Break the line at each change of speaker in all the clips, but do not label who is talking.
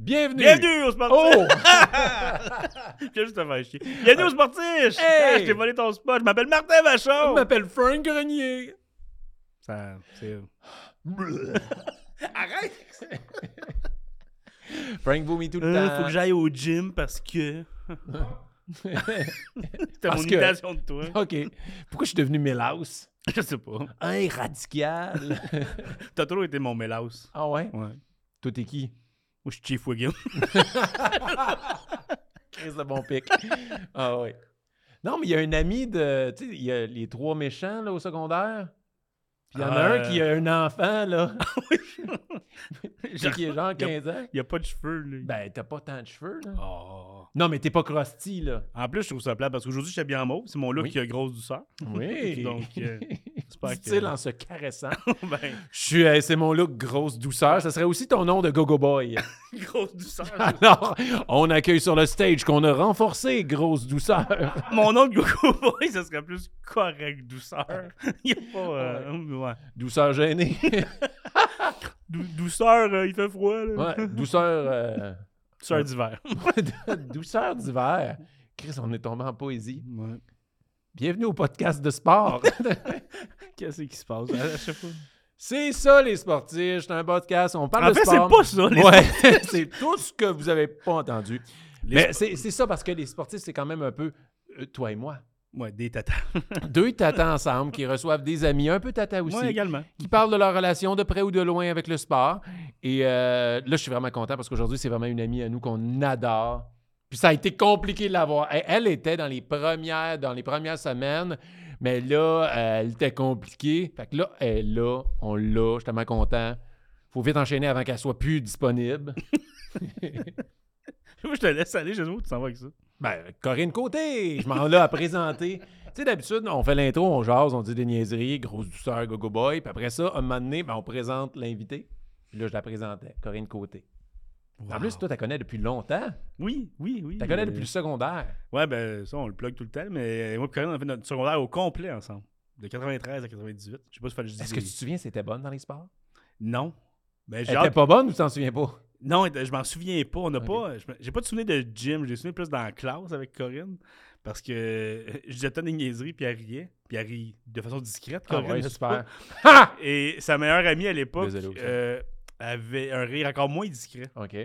Bienvenue!
Bienvenue au Sportiche!
Oh!
J'ai juste à faire chier. Bienvenue au Sportiche!
Hey!
Ah, je t'ai volé ton spot. Je m'appelle Martin
Je
Vachon!
m'appelle Frank Grenier.
Ça, c'est...
Arrête! Frank vomit tout le
Euh,
temps.
faut que j'aille au gym parce que... C'était
Parce
mon
que-
imitation de toi.
OK. Pourquoi je suis devenu Mélaus?
je sais pas.
Un radical.
T'as toujours été mon mélasse.
ah ouais?
Ouais.
Toi, t'es qui?
Moi, je suis Chief Wiggum.
Chris le bon pic. ah ouais. Non, mais il y a un ami de. Tu sais, il y a les trois méchants là, au secondaire. Puis il y en a
Euh.
un qui a un enfant, là.
Genre,
qui est genre
y a-
15 ans.
Il a pas de cheveux, lui.
Ben, t'as pas tant de cheveux, là.
Oh.
Non, mais t'es pas crusty, là.
En plus, je trouve ça plat parce qu'aujourd'hui, j'étais bien en mauve. C'est mon look
Oui.
qui a grosse douceur.
Oui.
Donc, euh, j'espère que-
Dit-il en se caressant.
ben,
euh. Je suis, euh, c'est mon look grosse douceur. Ça serait aussi ton nom de Gogo Boy.
grosse douceur.
Alors, on accueille sur le stage qu'on a renforcé grosse douceur.
Mon nom de Gogo Boy, ça serait plus correct douceur. Il n'y a pas. euh, ouais.
Douceur gênée.
Dou- douceur, euh, il fait froid. Là.
Ouais, douceur.
Douceur d'hiver.
euh, douceur d'hiver. Chris, on est tombé en poésie. Bienvenue au podcast de sport.
Qu'est-ce qui se passe? À chaque fois.
c'est ça, les sportifs. C'est un podcast. On parle
En
de
fait, c'est
sport.
pas ça. Les
Ouais, c'est tout ce que vous avez pas entendu.
Les
Mais c'est c'est ça parce que les sportifs, c'est quand même un peu euh, toi et moi.
Ouais, des tatas.
Deux tatas ensemble qui reçoivent des amis, un peu tata aussi,
Moi également.
qui parlent de leur relation de près ou de loin avec le sport. Et euh, là, je suis vraiment content parce qu'aujourd'hui, c'est vraiment une amie à nous qu'on adore. Puis ça a été compliqué de l'avoir. Elle, elle était dans les premières, dans les premières semaines, mais là, euh, elle était compliquée. Fait que là, elle est là, on l'a, je suis tellement content. Faut vite enchaîner avant qu'elle soit plus disponible.
Moi, je te laisse aller, je sais pas où tu t'en vas avec ça.
Ben, Corinne Côté, je m'en l'ai à présenter. Tu sais, d'habitude, on fait l'intro, on jase, on dit des niaiseries, grosse douceur, gogo boy. Puis après ça, un moment donné, ben, on présente l'invité. Puis là, je la présentais, Corinne Côté. En plus, toi, tu la connais depuis longtemps.
Oui, oui, oui.
Tu la connais
Euh,
depuis le secondaire.
Ouais, ben ça, on le plug tout le temps, mais moi et Corinne, on a fait notre secondaire au complet ensemble. De 93 à 98. Je sais pas si fallait que je dise.
Est-ce que tu te souviens si c'était bonne dans les sports?
Non. Ben, j'ai
Elle était
hâte-
pas bonne ou tu t'en souviens pas?
Non, elle- je m'en souviens pas. On n'a
Ok.
pas. euh, je me- J'ai pas de souvenir de gym. J'ai souvenir plus dans la classe avec Corinne. Parce que euh, je disais tant des niaiseries, puis elle riait. Puis elle riait de façon discrète,
Ah
Corinne.
ouais,
je sais
super.
pas. Et sa meilleure amie à l'époque
Désolé, Oxane.
euh, avait un rire encore moins discret.
OK.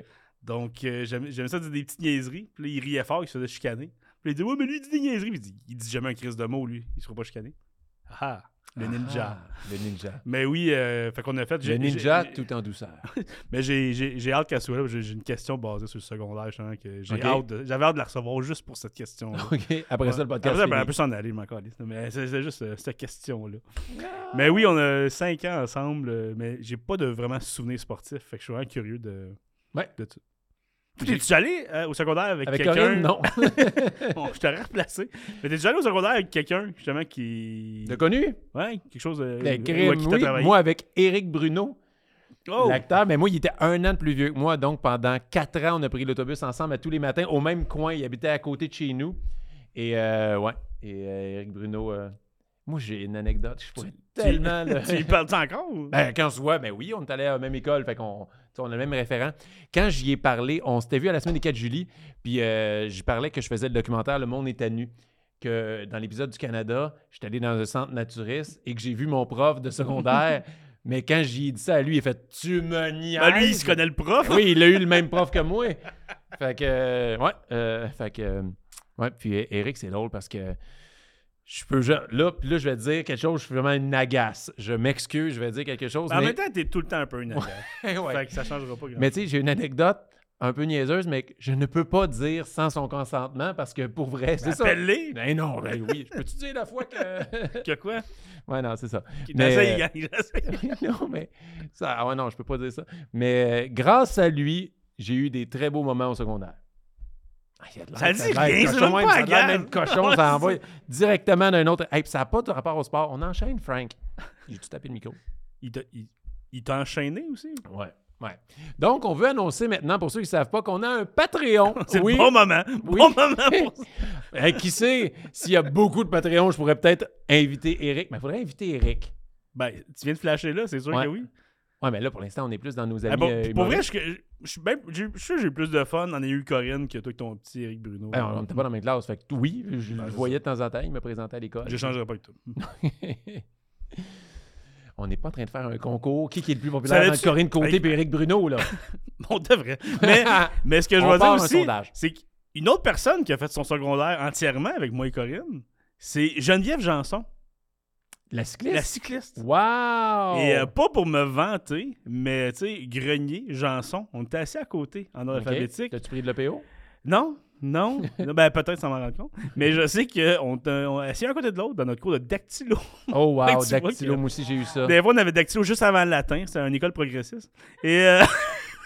Donc, euh, j'aimais j'aimais ça dire des petites niaiseries. Puis là, il riait fort, il se faisait chicaner. Puis il dit Ouais, mais lui, il dit des niaiseries. Puis il dit, il dit jamais un crise de mots, lui. Il se fera pas chicaner. Ah, ah, le ninja.
Ah, le ninja.
Mais oui, euh, fait qu'on a fait.
Le
j'ai-
ninja
j'ai-
tout en douceur.
Mais j'ai- j'ai j'ai hâte qu'elle soit là. parce que J'ai j'ai une question basée sur le secondaire, justement, que j'ai
Ok.
hâte de- J'avais hâte de la recevoir juste pour cette question.
OK. Après ça, le podcast.
Après, ça, ben,
fini.
elle peut s'en aller, je m'en calisse. Mais c'est c'est juste euh, cette question-là. Mais oui, on a cinq ans ensemble, euh, mais j'ai pas de vraiment souvenir sportif. Fait que je suis vraiment curieux de.
Ouais.
de tout. T'es-tu allé euh, au secondaire avec,
Avec
quelqu'un
Corinne, non.
Bon, je t'aurais replacé. Mais t'es déjà allé au secondaire avec quelqu'un, justement, qui.
T'as connu?
Ouais, quelque chose. De...
Le
Euh, ouais,
crime,
qui t'a
Ben, oui.
travaillé.
Moi, avec Éric Bruno,
Oh!
l'acteur, mais moi, il était un an de plus vieux que moi. Donc, pendant quatre ans, on a pris l'autobus ensemble à tous les matins, au même coin. Il habitait à côté de chez nous. Et, euh, ouais. Et euh, Éric Bruno, euh, moi, j'ai une anecdote. Je pourrais tellement. le-
Tu y parles encore? ou-
Ben, quand on se voit, ben oui, on est allé à la même école, fait qu'on tu sais, on a le même référent. Quand j'y ai parlé, on s'était vu à la semaine des 4 juillet, puis euh, j'y parlais que je faisais le documentaire Le Monde est à nu, que dans l'épisode du Canada, j'étais allé dans un centre naturiste et que j'ai vu mon prof de secondaire, mais quand j'y ai dit ça à lui, il a fait « Tu me niaises!
Ben, lui, il se connaît le prof.
Oui, il a eu le même prof que moi. Fait que, euh, ouais, euh, fait que, euh, ouais. Puis euh, Eric, c'est drôle parce que je peux, je- là, puis là, je vais te dire quelque chose, je suis vraiment une agace. Je m'excuse, je vais dire quelque chose.
Ben, En
mais-
même temps, t'es tout le temps un peu une agace.
Ouais.
Fait que ça changera pas grand
Mais tu sais, j'ai une anecdote un peu niaiseuse, mais que je ne peux pas dire sans son consentement parce que pour vrai, c'est ça.
Appelle-les.
Ben non, ben oui. Je Peux-tu dire la fois que.
Que quoi?
ouais, non, c'est ça.
Qu'il
Mais- euh,
essaye, il gagne, il essaye.
non, mais ça, ah ouais, non, je peux pas dire ça. Mais euh, grâce à lui, j'ai eu des très beaux moments au secondaire. Ah, il y a de l'air-
Ça dit
a de l'air
rien,
cochon, même,
c'est même pas
ça a de l'air
agréable.
même cochon,
Ouais,
ça envoie directement d'un autre. Hey, puis ça n'a pas de rapport au sport. On enchaîne, Frank. J'ai tout tapé le micro.
Il t'a- il- Il t'a enchaîné aussi?
Ouais. Ouais. Donc, on veut annoncer maintenant, pour ceux qui ne savent pas, qu'on a un Patreon.
C'est
oui.
le bon moment.
Oui.
Bon moment pour ça.
Euh, qui sait, s'il y a beaucoup de Patreons, je pourrais peut-être inviter Eric. Mais il faudrait inviter Eric.
Ben, tu viens de flasher là, c'est sûr
Ouais.
que oui.
Ouais, mais là, pour l'instant, on est plus dans nos amis.
Ah, pour,
euh,
pour vrai,
humoristes.
je je- je suis même- j'ai- je suis sûr que j'ai eu plus de fun en ayant eu Corinne que toi avec ton petit Eric Bruno.
Ben, on n'était pas dans la même classe. Fait que oui, je
Ben,
le
c'est
voyais de temps en temps, il me présentait à l'école.
Je changerai pas avec toi.
on n'est pas en train de faire un concours. Qui, qui est le plus
Ça
populaire entre
l'a-tu-
Corinne Côté
Hey.
et Eric Bruno, là?
On devrait. Mais, mais ce que je
On
veux dire
part un
aussi,
sondage.
c'est qu'une autre personne qui a fait son secondaire entièrement avec moi et Corinne, c'est Geneviève Janson,
La
la
cycliste?
cycliste.
Wow!
Et euh, pas pour me vanter, mais tu sais, Grenier, Janson, on était assis à côté en ordre
Ok.
alphabétique.
T'as-tu pris de l'EPO?
Non, non. Non, ben, peut-être sans m'en rendre compte. Mais je sais qu'on t- on est assis un côté de l'autre dans notre cours de dactylo.
Oh, wow!
Tu vois
Dactylo,
que-
moi aussi, j'ai eu ça.
Des fois, on avait dactylo juste avant le latin. C'était une école progressiste. Et euh,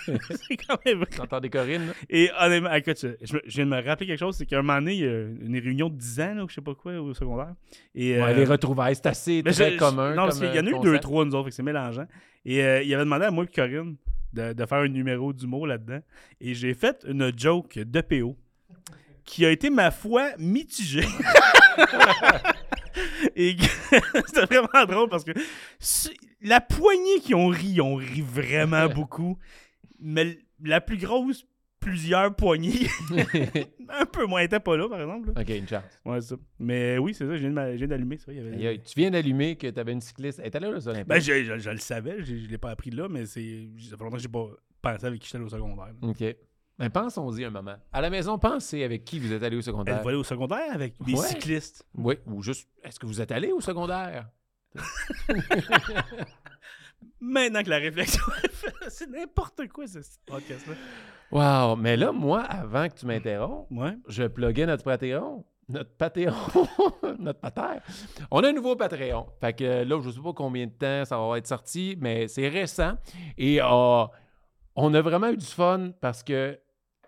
c'est quand même vrai.
T'entends des Corinne? là?
Et honnêtement, écoute, je, je me- je viens de me rappeler quelque chose. C'est qu'à un moment donné, il y a une réunion de 10 ans, là, ou je sais pas quoi, au secondaire. Et,
Ouais,
euh,
les retrouvailles, c'est assez
mais
très
je- je-
commun.
Non, parce
comme,
qu'il y en a
euh,
eu
concept.
deux, trois, nous autres, fait que c'est mélangeant. Et euh, il avait demandé à moi et Corinne de, de faire un numéro d'humour là-dedans. Et j'ai fait une joke de PO qui a été, ma foi, mitigée. et que- c'était vraiment drôle parce que su- la poignée qui ont ri, ont ri vraiment beaucoup. Mais l- la plus grosse, plusieurs poignées. un peu moins, elle était pas là, par exemple. là.
OK, une chance.
Ouais, c'est ça. Mais oui, c'est ça, je viens de m'a- je viens d'allumer ça. il y avait-
Aïe, aïe, Tu viens d'allumer que t'avais une cycliste. Elle était là, aux Olympiques.
Euh, ben, je, je- je le savais, je, je l'ai pas appris là, mais c'est. Ça fait longtemps que j'ai pas pensé avec qui j'étais allé au secondaire. là.
OK. Ben, pensons-y un moment. À la maison, pensez avec qui vous êtes allé au
Elle
secondaire.
va aller au secondaire avec des
Ouais.
cyclistes.
Oui, ou juste, est-ce que vous êtes allé au secondaire?
Maintenant que la réflexion est faite, c'est n'importe quoi ce podcast-là.
Wow, mais là, moi, avant que tu m'interrompes,
Ouais.
je pluguais notre Patreon. Notre Patreon. notre Patère. On a un nouveau Patreon. Fait que euh, là, je ne sais pas combien de temps ça va être sorti, mais c'est récent. Et euh, on a vraiment eu du fun parce que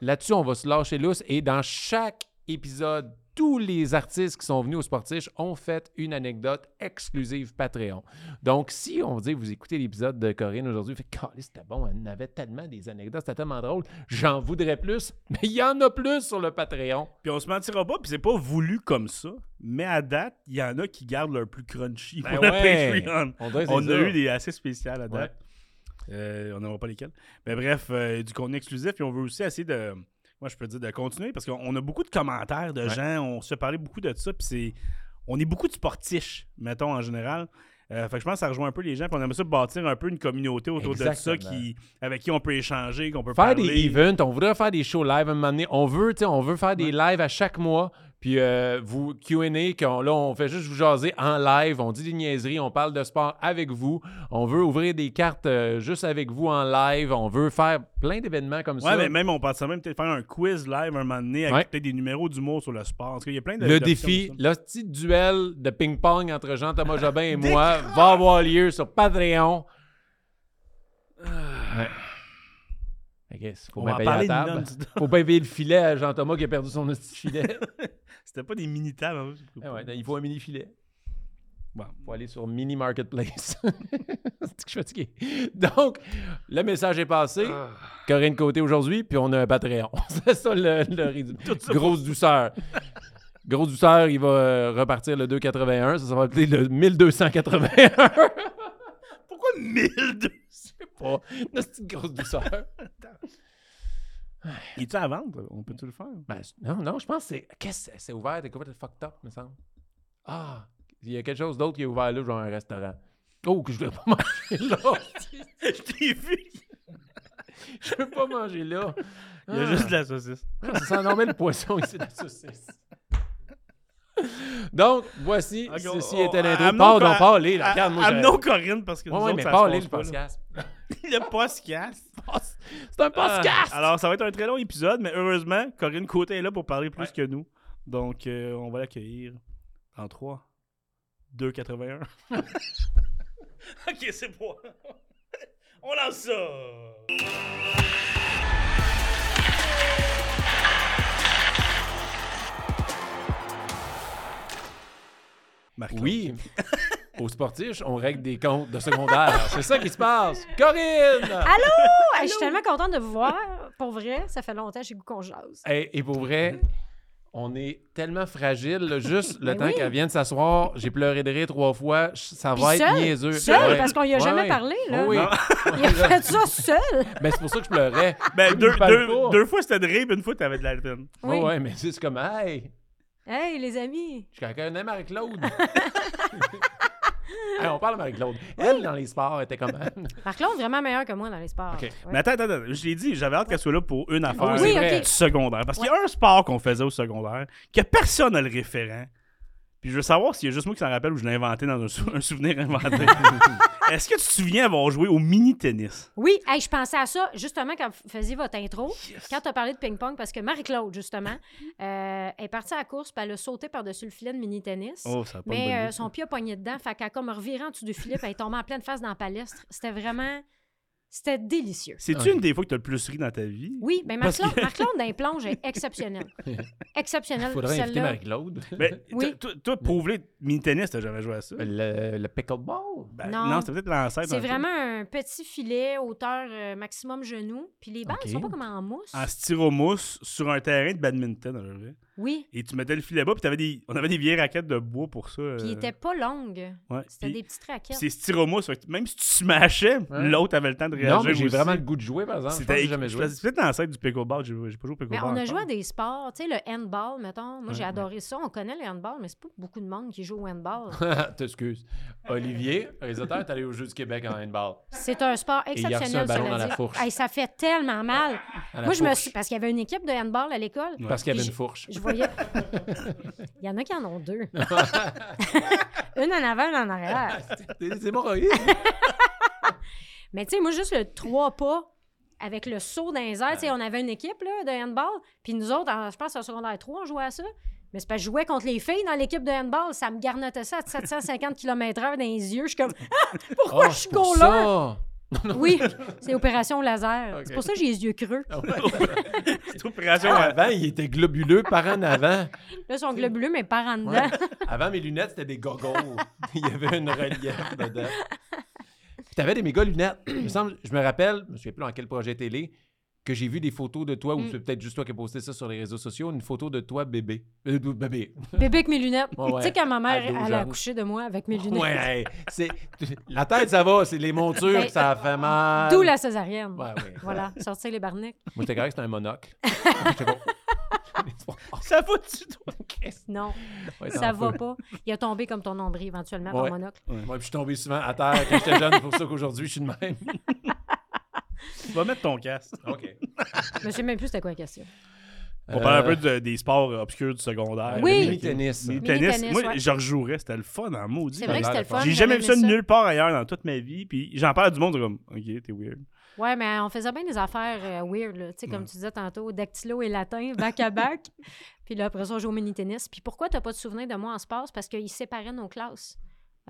là-dessus, on va se lâcher lousse. Et dans chaque épisode, tous les artistes qui sont venus au Sportiche ont fait une anecdote exclusive Patreon. Donc, si on dit, vous écoutez l'épisode de Corinne aujourd'hui, vous faites, Caliste, c'était bon, elle en avait tellement des anecdotes, c'était tellement drôle, j'en voudrais plus, mais il y en a plus sur le Patreon.
Puis on se mentira pas, puis c'est pas voulu comme ça. Mais à date, il y en a qui gardent leur plus crunchy
Ben
pour le
ouais.
Patreon.
On, dirait que c'est
On
ça.
a eu des assez spéciales à date. Euh, on n'aura pas lesquels. Mais bref, euh, du contenu exclusif. Et on veut aussi essayer de. Moi, je peux dire de continuer parce qu'on on a beaucoup de commentaires de
Ouais.
gens. On se parlait beaucoup de ça. Puis c'est. On est beaucoup de sportiches, mettons, en général. Euh, fait que je pense que ça rejoint un peu les gens. Puis on aimerait ça bâtir un peu une communauté autour de ça
Exactement.
qui, avec qui on peut échanger, qu'on peut
Faire
parler.
des events, on voudrait faire des shows live à un moment donné. On veut, tu sais, on veut faire des lives à chaque mois. Puis euh, vous, Q&A, qu'on- là, on fait juste vous jaser en live. On dit des niaiseries, on parle de sport avec vous. On veut ouvrir des cartes euh, juste avec vous en live. On veut faire plein d'événements comme
Ouais,
ça.
mais même, on pensait même peut-être faire un quiz live un moment donné avec
Ouais.
peut-être des numéros d'humour sur le sport. En tout cas, il y a plein de
Le
d'options
défi,
comme ça.
le petit duel de ping-pong entre Jean-Thomas Jobin et moi va avoir lieu sur Patreon. Ouais. I guess, faut
Ah.
bien
On va en
payer la
parler
table.
non-stop.
Faut bien payer le filet à Jean-Thomas qui a perdu son petit filet.
C'était pas des mini-tables. hein, je sais
Ah
pas.
ouais, il faut un mini-filet.
Bon.
Faut aller sur Mini Marketplace. C'est que je suis fatigué. Donc, le message est passé. Corinne Côté aujourd'hui, puis on a un Patreon. C'est ça le, le résumé. Grosse douceur. Grosse douceur, il va euh, repartir le 281. Ça, ça va être le 1281.
Pourquoi 1200?
oh, une petite grosse douceur.
Il est à vendre? On peut-tu le faire?
Ben, c- non, non, je pense que c'est. Qu'est-ce que c'est- c'est ouvert? T'es complètement fucked up, me semble. Ah, il y a quelque chose d'autre qui est ouvert là, genre un restaurant. Oh, que je ne pas manger là.
Je t'ai vu!
Je veux pas manger là.
Il y a
Ah.
juste de la saucisse.
Ah, ça sent normal le poisson ici, la saucisse. Donc, voici,
Ok, on-
ceci
on-
était l'intro.
amenons
Parle
Cor-
donc, parle-les, là,
Ah,
regarde-moi. j'ai-
Amenons Corinne parce que nous
Ouais, ouais,
autres,
mais
ça
parle-les,
se
le
passe pas, là.
podcast.
Le podcast.
C'est un podcast!
Ah, alors, ça va être un très long épisode, mais heureusement, Corinne Côté est là pour parler plus que nous. Donc, euh, on va l'accueillir en 3, 2, 81. ok, c'est bon. on lance ça! Marc-Claude.
oui, au sportif, on règle des comptes de secondaire. C'est ça qui se passe. Corinne!
Hey, je suis tellement contente de vous voir. Pour vrai, ça fait longtemps que j'ai le goût qu'on jase.
Et, et pour vrai, On est tellement fragile, là, juste le
Mais
temps
Ben oui.
qu'elle vienne s'asseoir, j'ai pleuré de rire trois fois, ch- ça va
Puis
être
seule,
niaiseux.
Seul,
Ouais.
parce qu'on lui a
Ouais,
jamais
ouais.
parlé, là.
Oh oui.
Non.
Il a fait ça seul.
Mais c'est pour ça que je pleurais.
Ben,
Ah, Il
deux,
nous parle
deux-
pas.
deux fois c'était de rire, puis une fois t'avais de la peine.
Oui,
Oui.
ouais, mais c'est comme, hey,
Hey, les amis.
je connais Marie-Claude. Hey, on parle de Marie-Claude. Elle, dans les sports, était comme. ah,
Marc-Claude, vraiment meilleur que moi dans les sports.
OK.
Ouais.
Mais attends, attends, attends, je l'ai dit, j'avais hâte qu'elle soit là pour
Ah,
une affaire
c'est
oui,
vrai.
ok.
du secondaire. Parce qu'il y a un sport qu'on faisait au secondaire que personne n'a le référent. Puis je veux savoir s'il y a juste moi qui s'en rappelle ou je l'ai inventé dans un, sou- un souvenir inventé. Est-ce que tu te souviens avoir joué au mini-tennis?
Oui, hey, je pensais à ça justement quand vous faisiez votre intro, quand tu as parlé de ping-pong, parce que Marie-Claude, justement, euh, est partie à la course, puis elle a sauté par-dessus le filet de mini-tennis.
Oh, ça a pas de
mais
bonne
euh,
idée.
son pied a pogné dedans, fait qu'elle a comme reviré en dessous du filet, puis elle est tombée en pleine face dans la palestre. C'était vraiment. C'était délicieux.
C'est-tu
Ok.
une des fois que t'as le plus ri dans ta vie?
Oui, mais
Parce que-
Marc-Claude, Marc-Claude dans les plonges est exceptionnel. Exceptionnel.
Faudrait inviter
celle-là.
Marie-Claude.
Ben,
Oui.
t- toi- Toi, pauvre mini-tennis, t'as jamais joué à
Euh,
ça?
Le, le pickleball.
Ben,
Non.
non, c'était peut-être l'ancêtre.
C'est
dans le
vraiment un petit filet, hauteur euh, maximum genou. Puis les balles
OK. Ah,
sont pas comme en mousse.
en styromousse sur un terrain de badminton. on l'avait.
Oui.
Et tu mettais le filet bas, puis t'avais des... on avait des vieilles raquettes de bois pour ça.
Puis ils
euh,
étaient pas longues.
ouais.
C'était
Puis-
des petites
puis
raquettes.
c'est styromousse, fait que même si tu smashais,
Ouais.
l'autre avait le temps de réagir.
Non, mais j'ai
aussi.
vraiment le goût de jouer, par exemple. Je pense que
C'était
j'ai jamais joué.
C'est peut-être l'ancêtre du pickleball, j'ai j'ai pas joué au
Mais
pickleball.
on a
encore.
joué à des sports, tu sais, le handball, mettons. Moi, j'ai
Ouais,
adoré ça. On connaît le handball, mais c'est pas beaucoup de monde qui joue au handball.
T'excuses. Olivier, réalisateur, est allé aux Jeux du Québec en handball.
C'est un sport
il a reçu un
exceptionnel,
ballon
cela
dans la
dit.
fourche.
Hey, ça fait tellement mal.
à la
Moi, je me
fourche,
suis. Parce qu'il y avait une équipe de handball à l'école.
Parce qu'il y avait
Puis
une fourche.
Je voyais. Il y en a qui en ont deux. une en avant, une en arrière.
C'est hémorroïdes.
Mais tu sais, moi, juste le trois pas avec le saut dans les airs, tu sais, on avait une équipe là, de handball, puis nous autres, en- je pense en secondaire 3, on jouait à ça. Mais c'est parce que je jouais contre les filles dans l'équipe de handball, ça me garnotait ça à 750 km/h dans les yeux. Je suis comme, Ah, pourquoi
Oh,
je suis
c'est pour
goaler?
ça.
Oui, c'est opération laser. C'est pour
Ok.
ça que j'ai les yeux creux.
C'est opération
Ah,
hein. à-
Avant, il était globuleux par en avant.
Là, ils sont globuleux, mais pas en dedans.
Ouais. Avant, mes lunettes, c'était des goggles. Il y avait une relief dedans. Puis t'avais des méga lunettes. Il me semble, je me rappelle, je me souviens plus dans quel projet télé, que j'ai vu des photos de toi, ou
Mm.
c'est peut-être juste toi qui as posté ça sur les réseaux sociaux, une photo de toi bébé. Euh, bébé.
Bébé avec mes lunettes.
Ouais, ouais.
Tu sais, quand ma mère,
À dos,
elle a
genre.
accouché de moi avec mes lunettes.
Ouais, hey, c'est, la tête, ça va, c'est les montures,
Ben,
que ça fait mal.
D'où la césarienne.
Ouais, ouais.
Voilà, sortir les barniques.
Moi, j'étais correct, c'était un monocle. J'étais comme, Oh,
Ça va-tu, toi?
qu'est-ce-
Non,
Ouais, t'es
ça
en
va
feu.
pas. Il a tombé comme ton nombril éventuellement,
Ouais.
ton monocle.
Moi, puis je suis tombé souvent à terre quand j'étais jeune, c'est pour ça qu'aujourd'hui, je suis de même.
Tu vas mettre ton casque.
OK.
Je sais même plus c'était quoi la question.
On parle un peu de- des sports obscurs du secondaire.
Oui.
Le mini-tennis.
tennis.
Tennis,
Mini-tennis,
moi,
ouais.
je rejouerais. C'était le fun en maudit.
C'est vrai
l'air
que c'était
de
le fun.
fun.
J'ai jamais vu
j'avais
ça,
aimé
nulle part ailleurs dans toute ma vie. Puis j'en parle à du monde, comme, OK, t'es weird.
Ouais, mais on faisait bien des affaires euh, weird, là. Tu sais, comme tu disais tantôt, dactylo et latin, bac à bac. Puis là, après ça, on joue au mini-tennis. Puis pourquoi t'as pas de souvenir de moi en sport? C'est parce qu'ils séparaient nos classes.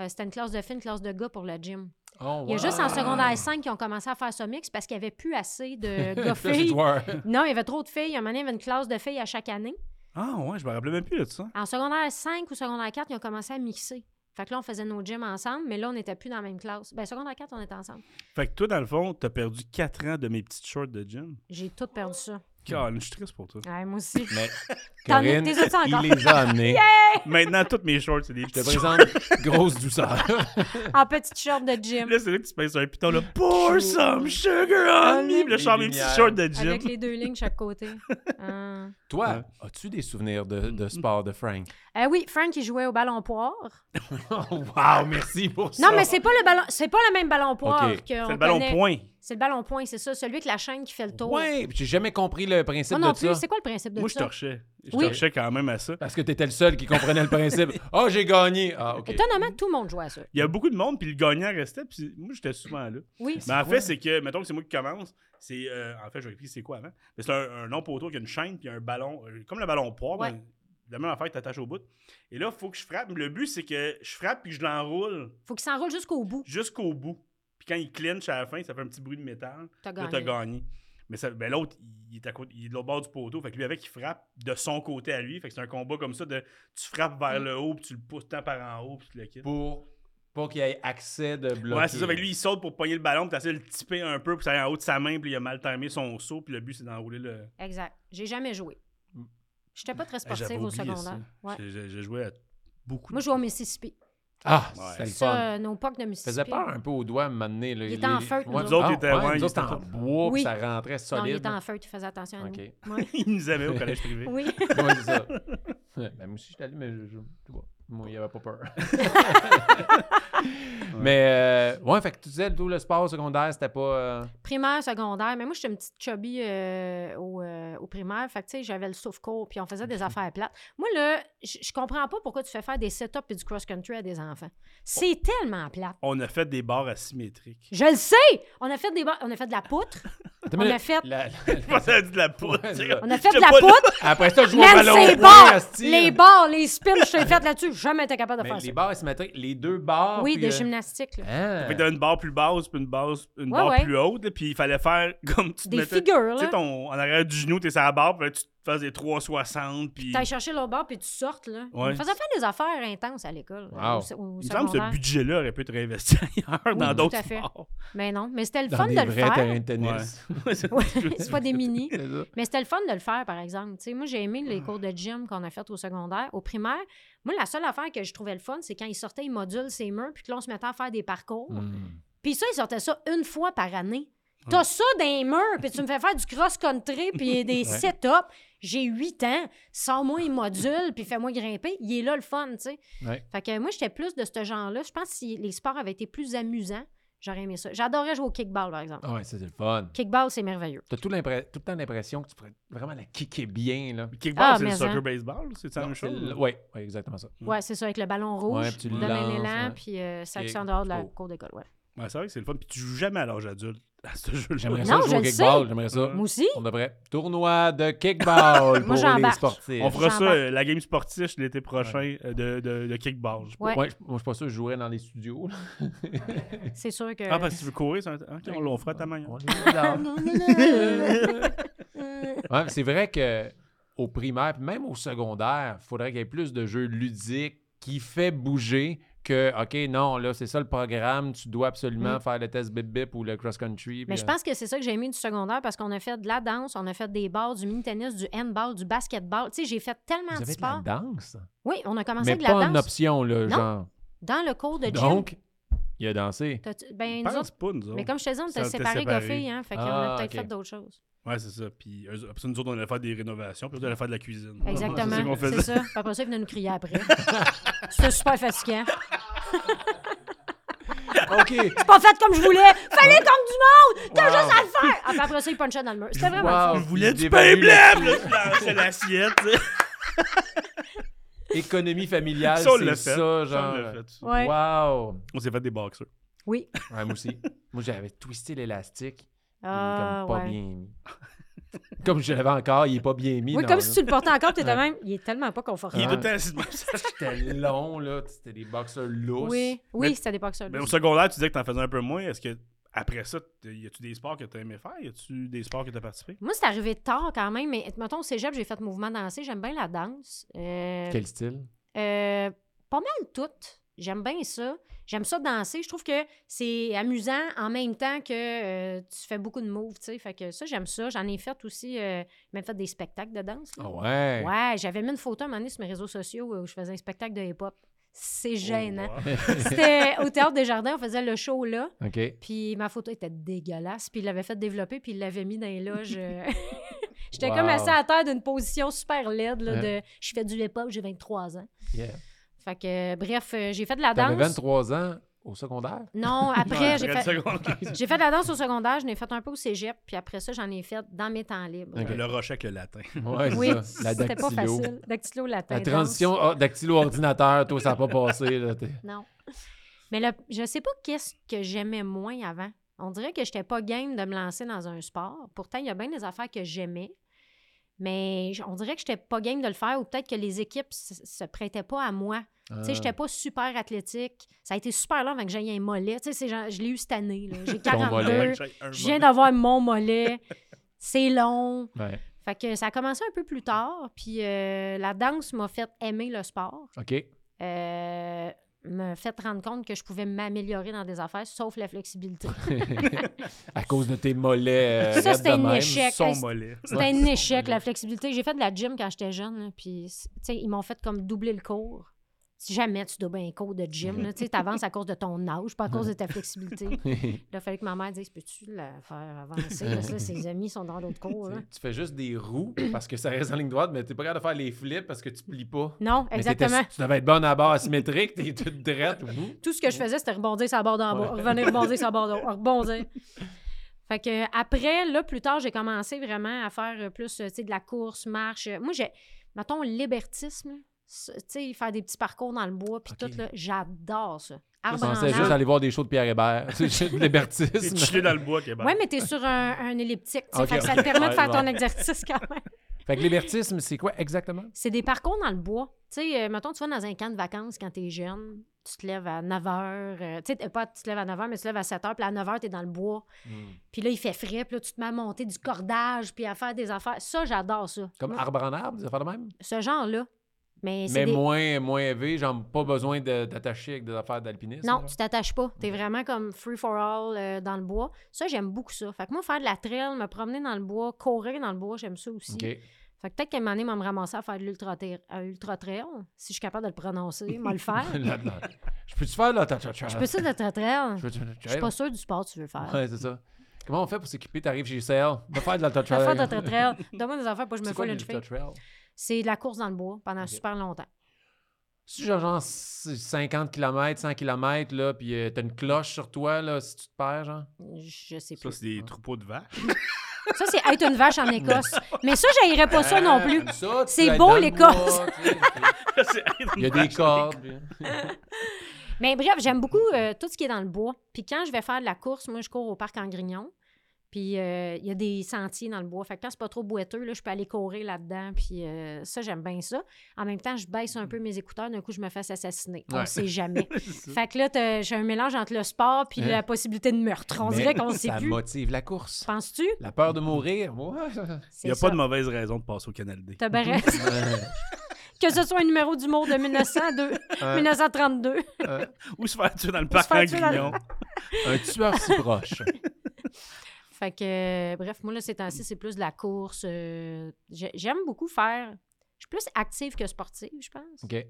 Euh, c'était une classe de filles, une classe de gars pour le gym.
Oh,
Il y a
wow.
juste en secondaire 5 qui ont commencé à faire ce mix parce qu'il n'y avait plus assez de
Là, c'est
gars-filles.
joueur.
non, il y avait trop de filles. À un moment donné, il y avait une classe de filles à chaque année.
Ah ouais, je me rappelais même plus de ça.
En secondaire 5 ou secondaire 4, ils ont commencé à mixer. Fait que là, on faisait nos gyms ensemble, mais là, on n'était plus dans la même classe. Ben, secondaire 4, on était ensemble.
Fait que toi, dans le fond, t'as perdu 4 ans de mes petites shorts de gym.
Hmm.
J'ai tout perdu ça.
Calme, je suis triste pour toi.
Ouais, moi aussi.
Mais
T'en as-
Corinne,
t'es autres encore.
il les a amenés.
Maintenant, toutes mes shorts, c'est des
Je te
petites shorts.
présente grosse douceur.
en petite short de gym.
Là, c'est là que tu se sur un piton, là. Pour some sugar on me! Puis là, je sors mes petites shorts de gym.
Avec les deux lignes chaque côté. Ah.
Toi,
Ouais.
as-tu des souvenirs de, de sport de Frank?
Euh, oui, Frank, il jouait au ballon poire.
Oh, wow, merci pour ça.
Non, mais c'est pas le ballon, c'est pas le même ballon poire
Ok.
que
C'est le ballon point.
C'est le ballon point, c'est ça, celui avec la chaîne qui fait le tour.
Ouais, j'ai jamais compris le principe
Moi non
de
plus,
ça.
c'est quoi le principe de
Moi, je
ça?
torchais. Je
Oui.
torchais quand même à ça.
Parce que t'étais le seul qui comprenait le principe. Oh, j'ai gagné. Ah, OK.
Étonnamment, tout le monde jouait à ça.
Il y a beaucoup de monde, puis le gagnant restait, puis moi, j'étais souvent là.
Oui.
Mais Ben, en
quoi?
fait, c'est que, mettons que c'est moi qui commence, c'est. euh, en fait, je vais expliquer c'est quoi avant. Mais c'est un, un long poteau qui a une chaîne, puis un ballon, euh, comme le ballon poire,
Ouais.
mais la même affaire que t'attaches au bout. Et là, il faut que je frappe. Le but, c'est que je frappe, puis je l'enroule
Faut qu'il s'enroule jusqu'au bout.
jusqu'au bout. Puis quand il clinche à la fin, ça fait un petit bruit de métal.
T'as
Là,
gagné.
t'as gagné. Mais ça- ben, l'autre, il est, à côté, il est de l'autre bord du poteau. Fait que lui, avec, il frappe de son côté à lui. Fait que c'est un combat comme ça de tu frappes vers le haut, puis tu le pousses tant par en haut, puis tu le quittes.
Pour, pour qu'il y ait accès de bloquer.
Ouais, c'est ça. Fait que lui, il saute pour pogner le ballon, puis t'essaies de le tiper un peu, puis ça aille en haut de sa main, puis il a mal timé son saut, puis le but, c'est d'enrouler le.
Exact. J'ai jamais joué. J'étais pas très
Hey, j'avais
sportive au
oublié ça.
secondaire. Ouais.
J'ai- J'ai j'ai joué à beaucoup.
Moi, je jouais au Mississippi.
Ah,
Ouais.
c'était le fun.
Ça, euh, nos pocs de Mississippi.
faisait peur hein, un peu aux doigts à un moment donné. là.
Il
Les-
était en feutre,
Ouais,
nous
ah,
autres. Ils étaient-
ouais,
ouais,
nous
ils
autres,
étaient
en
tout-
bois, puis
Oui.
ça rentrait
Non, il
solide.
était en feu, tu faisais attention à nous.
OK.
Ouais.
Ils nous avaient au collège privé.
Oui.
Ouais, c'est ça. Ouais, ben, moi aussi, je suis allé, mais je, je- tu vois, moi, il n'y avait pas peur. mais, euh, ouais, fait que tu disais, tout le sport au secondaire, c'était pas. euh,
primaire, secondaire. Mais moi, j'étais une petite chubby euh, au, euh, au primaire. Fait que, tu sais, j'avais le souffle court, puis on faisait des affaires plates. Moi, là, je je comprends pas pourquoi tu fais faire des set-ups et du cross-country à des enfants.
Oh.
C'est tellement plate.
On a fait des barres asymétriques.
Je le sais! On a fait des ba- on a fait de la poutre.
Attends,
On
mais
a fait-
la-
Je pensais à dire de la poudre.
Ouais, c'est ça.
On a fait
J'ai
de la
pas-
poutre,
Après ça, je joue au
même
ballon.
ses
au
bars,
poing, asti,
les
là.
bars, les spins, je suis faite là-dessus. Jamais été capable de
Mais
faire ça.
les barres asymétriques, les deux barres.
Oui,
puis,
des
euh,
gymnastiques, là.
Ah.
Fait que t'as une barre plus basse, puis une, base, une
Ouais,
barre
ouais.
plus haute, là, puis il fallait faire comme tu te
Des
mettais-
figures,
Tu sais,
là.
ton- en arrière du genou, t'es sur la barre, puis là, tu te fasses des 360, puis...
T'ailles chercher l'autre bar, puis tu sortes, là.
Ouais.
On faisait faire des affaires intenses à l'école.
Wow.
au- au
Il me semble que
secondaire.
ce budget-là aurait pu être réinvesti ailleurs,
tout
dans
à
d'autres
fait.
sports.
Mais non, mais c'était le
Dans
fun
des
de le
vrais
faire.
terrains de tennis.
Ouais, c'est pas des mini.
C'est ça.
Mais c'était le fun de le faire, par exemple. Tu sais, moi, j'ai aimé les
Ah.
cours de gym qu'on a fait au secondaire. Au primaire, moi, la seule affaire que je trouvais le fun, c'est quand ils sortaient, ils modulent ces murs, puis que là, on se mettait à faire des parcours.
Mm.
Puis ça, ils sortaient ça une fois par année. T'as ça des murs, puis tu me fais faire du cross-country, puis des
Ouais.
set-ups. J'ai 8 ans, sors-moi les modules, puis fais-moi grimper. Il est là le fun, tu sais.
Ouais.
Fait que moi, j'étais plus de ce genre-là. Je pense que si les sports avaient été plus amusants, j'aurais aimé ça. J'adorais jouer au kickball, par exemple.
Ah Ouais, ça, c'est le fun.
Kickball, c'est merveilleux.
T'as tout, l'impre- tout le temps l'impression que tu pourrais vraiment la kicker bien, là.
Le Kickball,
Ah,
c'est le
mais
soccer
hein.
baseball, c'est la
Non,
même
c'est
chose?
le- Ouais, ouais, exactement ça.
Ouais, c'est ça, avec le ballon
Mm. Ouais,
rouge,
puis tu le
donner
lances,
l'élan,
ouais.
puis euh, ça
Et-
action dehors de la
oh.
cour d'école, ouais.
Ouais, c'est vrai que c'est le fun, puis tu joues jamais à l'âge adulte à ce jeu-là.
J'aimerais
Non,
ça jouer
je
au
le
kickball,
sais.
j'aimerais ça.
Moi aussi.
On devrait tournoi de kickball pour
Moi,
les
j'embarque.
sportifs.
On fera ça,
J'embarque.
euh, la game sportive, l'été prochain, euh, de, de, de kickball. je sais pas.
Ouais,
Ouais, je- moi, je suis pas sûr que je jouerais dans les studios. là.
c'est sûr que.
Ah, parce que tu veux courir, c'est un... ok, on le fera à ta manière.
On les joue dehors. Ouais, c'est vrai que au primaire, puis même au secondaire, il faudrait qu'il y ait plus de jeux ludiques qui fait bouger que, OK, non, là, c'est ça le programme, tu dois
Mm.
absolument faire le test bip-bip ou le cross-country.
Mais
puis,
je
euh,
pense que c'est ça que j'ai aimé du secondaire parce qu'on a fait de la danse, on a fait des bars, du mini-tennis, du handball, du basketball. Tu sais, j'ai fait tellement
vous
de
avez de la
sports.
danse,
Oui, on a commencé
mais
avec
pas
la
en
danse.
option, là,
Non,
genre.
Dans le cours de gym.
Donc, il a dansé.
t'as-tu-
On
ben, nous
Pense
autres-
pas, nous autres.
mais comme je te disais, on
Ça,
était
on était
séparés,
séparés.
goffés, hein. Fait qu'on
Ah,
a peut-être
ok.
fait d'autres choses.
Ouais, c'est ça. Puis eux- après ça, nous autres, on allait faire des rénovations, puis eux, on allait faire de la cuisine. C'est ce
Exactement.
qu'on
C'est
faisait.
ça. Puis Après ça, ils venaient nous crier après. C'était super fatigant.
OK.
Pas fait comme je voulais. Fallait comme du monde. T'as
Wow.
juste à le faire. Ah, puis après ça, ils punchaient dans le mur. C'était vraiment le fun.
Wow,
Je voulais
il
du pain
dévalue la-
blanc! Là, je lançais Ah, l'assiette. tu sais.
Économie familiale,
Ça, on l'a
c'est
fait.
ça,
Ça, on
genre.
l'a fait.
Ouais.
Wow!
On s'est fait des boxeurs.
Oui.
Ouais, moi aussi. moi, j'avais twisté l'élastique. Il est
Ah,
comme pas
ouais.
bien mis. comme je l'avais encore, il est pas bien mis.
Oui,
non,
comme
là.
si tu le portais encore, t'es de
Ouais.
même. Il est tellement pas
Ah.
Il est
confortable.
tout le temps assis de même.
C'était long, là. C'était des boxeurs lousses.
Oui,
Mais-
oui, c'était des boxeurs.
Mais au secondaire, tu disais que t'en faisais un peu moins. Est-ce que après ça, t- y a-tu des sports que t'as aimé faire? Y a-tu des sports que t'as participé?
Moi, c'est arrivé tard quand même, mais mettons, au cégep, j'ai fait mouvement dansé. J'aime bien la danse. Euh,
Quel style?
euh, pas mal toutes. J'aime bien ça. J'aime ça danser. Je trouve que c'est amusant en même temps que euh, tu fais beaucoup de moves, tu sais. Fait que ça, j'aime ça. J'en ai fait aussi, euh, même fait des spectacles de danse. là.
Ah ouais!
Ouais, j'avais mis une photo un moment donné sur mes réseaux sociaux où je faisais un spectacle de hip-hop. C'est gênant.
Oh, wow.
C'était au Théâtre des Jardins, on faisait le show là.
OK.
Puis ma photo était dégueulasse. Puis il l'avait fait développer, puis il l'avait mis dans les loges. euh. J'étais
Wow.
comme assise à terre d'une position super laide là, de je fais du hip-hop, j'ai 23 ans.
Yeah.
Fait que, euh, bref, euh, j'ai fait de la
T'avais
danse.
23 ans au secondaire?
Non, après, j'ai
Après
fait.
le secondaire,
J'ai fait de la danse au secondaire, j'en ai fait un peu au cégep, puis après ça, j'en ai fait dans mes temps libres.
Ok.
Le rocher avec le latin.
Ouais, c'est
Oui,
ça. La
c'était
dactylo.
pas facile. Dactylo latin.
La
danse.
transition ah, dactylo-ordinateur, toi, ça n'a pas passé. Là, t'es-
Non. Mais là, je sais pas qu'est-ce que j'aimais moins avant. On dirait que j'étais pas game de me lancer dans un sport. Pourtant, il y a bien des affaires que j'aimais. Mais j- on dirait que j'étais pas game de le faire ou peut-être que les équipes s- se prêtaient pas à moi. Tu sais,
Ah.
j'étais pas super athlétique. Ça a été super long avant que j'aille un mollet. Tu sais, c'est genre- je l'ai eu cette année. là. J'ai
mollet.
42.
J'ai un
Je viens
moment.
d'avoir mon mollet. C'est long.
Ah. Ouais.
Fait que ça a commencé un peu plus tard. Puis euh, la danse m'a fait aimer le sport.
OK.
Euh, me fait rendre compte que je pouvais m'améliorer dans des affaires, sauf la flexibilité.
à cause de tes mollets. euh,
Ça,
raides
c'était
de
un
même.
échec. Check,
Son
est-ce-
mollet.
C'était
Ouais,
un
c'est
échec,
ça.
la flexibilité. J'ai fait de la gym quand j'étais jeune, là, puis c- tu sais, ils m'ont fait comme doubler le cours. Si jamais tu doubles un cours de gym, là, tu avances à cause de ton âge, pas à cause de ta flexibilité. Là, il fallait que ma mère dise Peux-tu la faire avancer Parce que là, ses amis sont dans l'autre cours. là.
tu fais juste des roues parce que ça reste en ligne droite, mais t'es pas capable de faire les flips parce que tu plies pas.
Non,
Mais t'étais-
exactement.
Tu devais être bonne à barre asymétrique, t'es toute droite. ouh.
Tout ce que je faisais, c'était rebondir sur la barre d'en bas,
Ouais.
revenir rebondir sur la barre d'en haut, rebondir. Fait que après, là, plus tard, j'ai commencé vraiment à faire euh, plus euh, tu sais, de la course, marche. Euh, Moi, j'ai, mettons, le libertisme, là, ce- tu sais, faire des petits parcours dans le bois, puis
Ok.
tout, là, j'adore ça.
Je
Arbre en
pensais juste
arbre.
aller voir des shows de Pierre Hébert. C'est juste de
T'es
l'hébertisme.
chillé dans le bois, Québec.
Ouais, mais t'es sur un, un elliptique, tu sais,
Ah, ben. Ok,
fait que ça
ok.
te permet de
Ouais,
faire
bon.
ton exercice quand même.
Fait que l'hébertisme, c'est quoi exactement?
C'est des parcours dans le bois. Tu sais, euh, mettons, tu vas dans un camp de vacances quand t'es jeune. Tu te lèves à 9 h. tu sais, t'es pas tu te lèves à 9 h, mais tu te lèves à 7 h. Puis à 9 h, t'es dans le bois.
Hmm.
Puis là, il fait frais. Puis là, tu te mets à monter du cordage. Puis à faire des affaires. Ça, j'adore ça.
Comme
Moi,
arbre en arbre, des affaires de même?
ce genre-là. Mais c'est.
Mais
des-
moins, moins élevé, genre pas besoin de- d'attacher avec des affaires d'alpinisme.
Non,
là.
tu t'attaches pas. T'es vraiment comme free for all euh, dans le bois. Ça, j'aime beaucoup ça. Fait que moi, faire de la trail, me promener dans le bois, courir dans le bois, j'aime ça aussi.
OK.
Fait que peut-être qu'à un moment donné, va me ramasser à faire de l'ultra-trail. Si je suis capable de le prononcer, moi le faire.
Là-dedans. Je peux-tu faire là? ta- ta- ta-
Je peux ça de la trail?
Euh, Je peux-tu-
Je suis pas sûre du sport que tu veux faire.
Ouais, c'est ça. Comment on fait pour s'équiper? T'arrives chez CL. Va faire de l'auto-trail.
Affaire de trail. Donne-moi des affaires, pas que je me
C'est quoi
foule une cheville.
l'auto-trail?
C'est de la course dans le bois pendant
Ok.
super longtemps.
Si genre, genre 50 km, 100 km, là, puis euh, t'as une cloche sur toi, là, si tu te perds, genre.
Je sais
Ça,
plus.
c'est des troupeaux de vaches.
Ça, c'est être une vache en Écosse. Mais ça, j'haïrais pas ça non plus.
Comme Ah, ça, tu
C'est
vas être
beau,
dans le
l'Écosse.
bois, tu sais.
C'est-
Il y a des cordes. puis-
Mais bref, j'aime beaucoup euh, tout ce qui est dans le bois. Puis quand je vais faire de la course, moi, je cours au parc en Grignon. Puis euh, il y a des sentiers dans le bois. Fait que quand c'est pas trop boiteux, là, je peux aller courir là-dedans. Puis euh, ça, j'aime bien ça. En même temps, je baisse un peu mes écouteurs. D'un coup, je me fasse assassiner. On
Mm. Ouais.
sait jamais. fait que là, t'as- j'ai un mélange entre le sport puis
Hein?
la possibilité de meurtre. On
Mais
dirait qu'on sait
Ça
plus.
motive la course.
Penses-tu?
La peur de mourir. ouais.
Il n'y a pas de mauvaise raison de passer au Canal D.
T'as bien raison. que ce soit un numéro d'humour de 1902,
Hein?
1932.
Ou se faire tuer dans le
se
parc
faire
en
tuer dans le-
Grignon.
Un tueur si proche.
Fait que, euh, bref, moi, là, ces temps-ci, c'est plus de la course. euh, j'ai- J'aime beaucoup faire. Je suis plus active que sportive, je pense.
OK.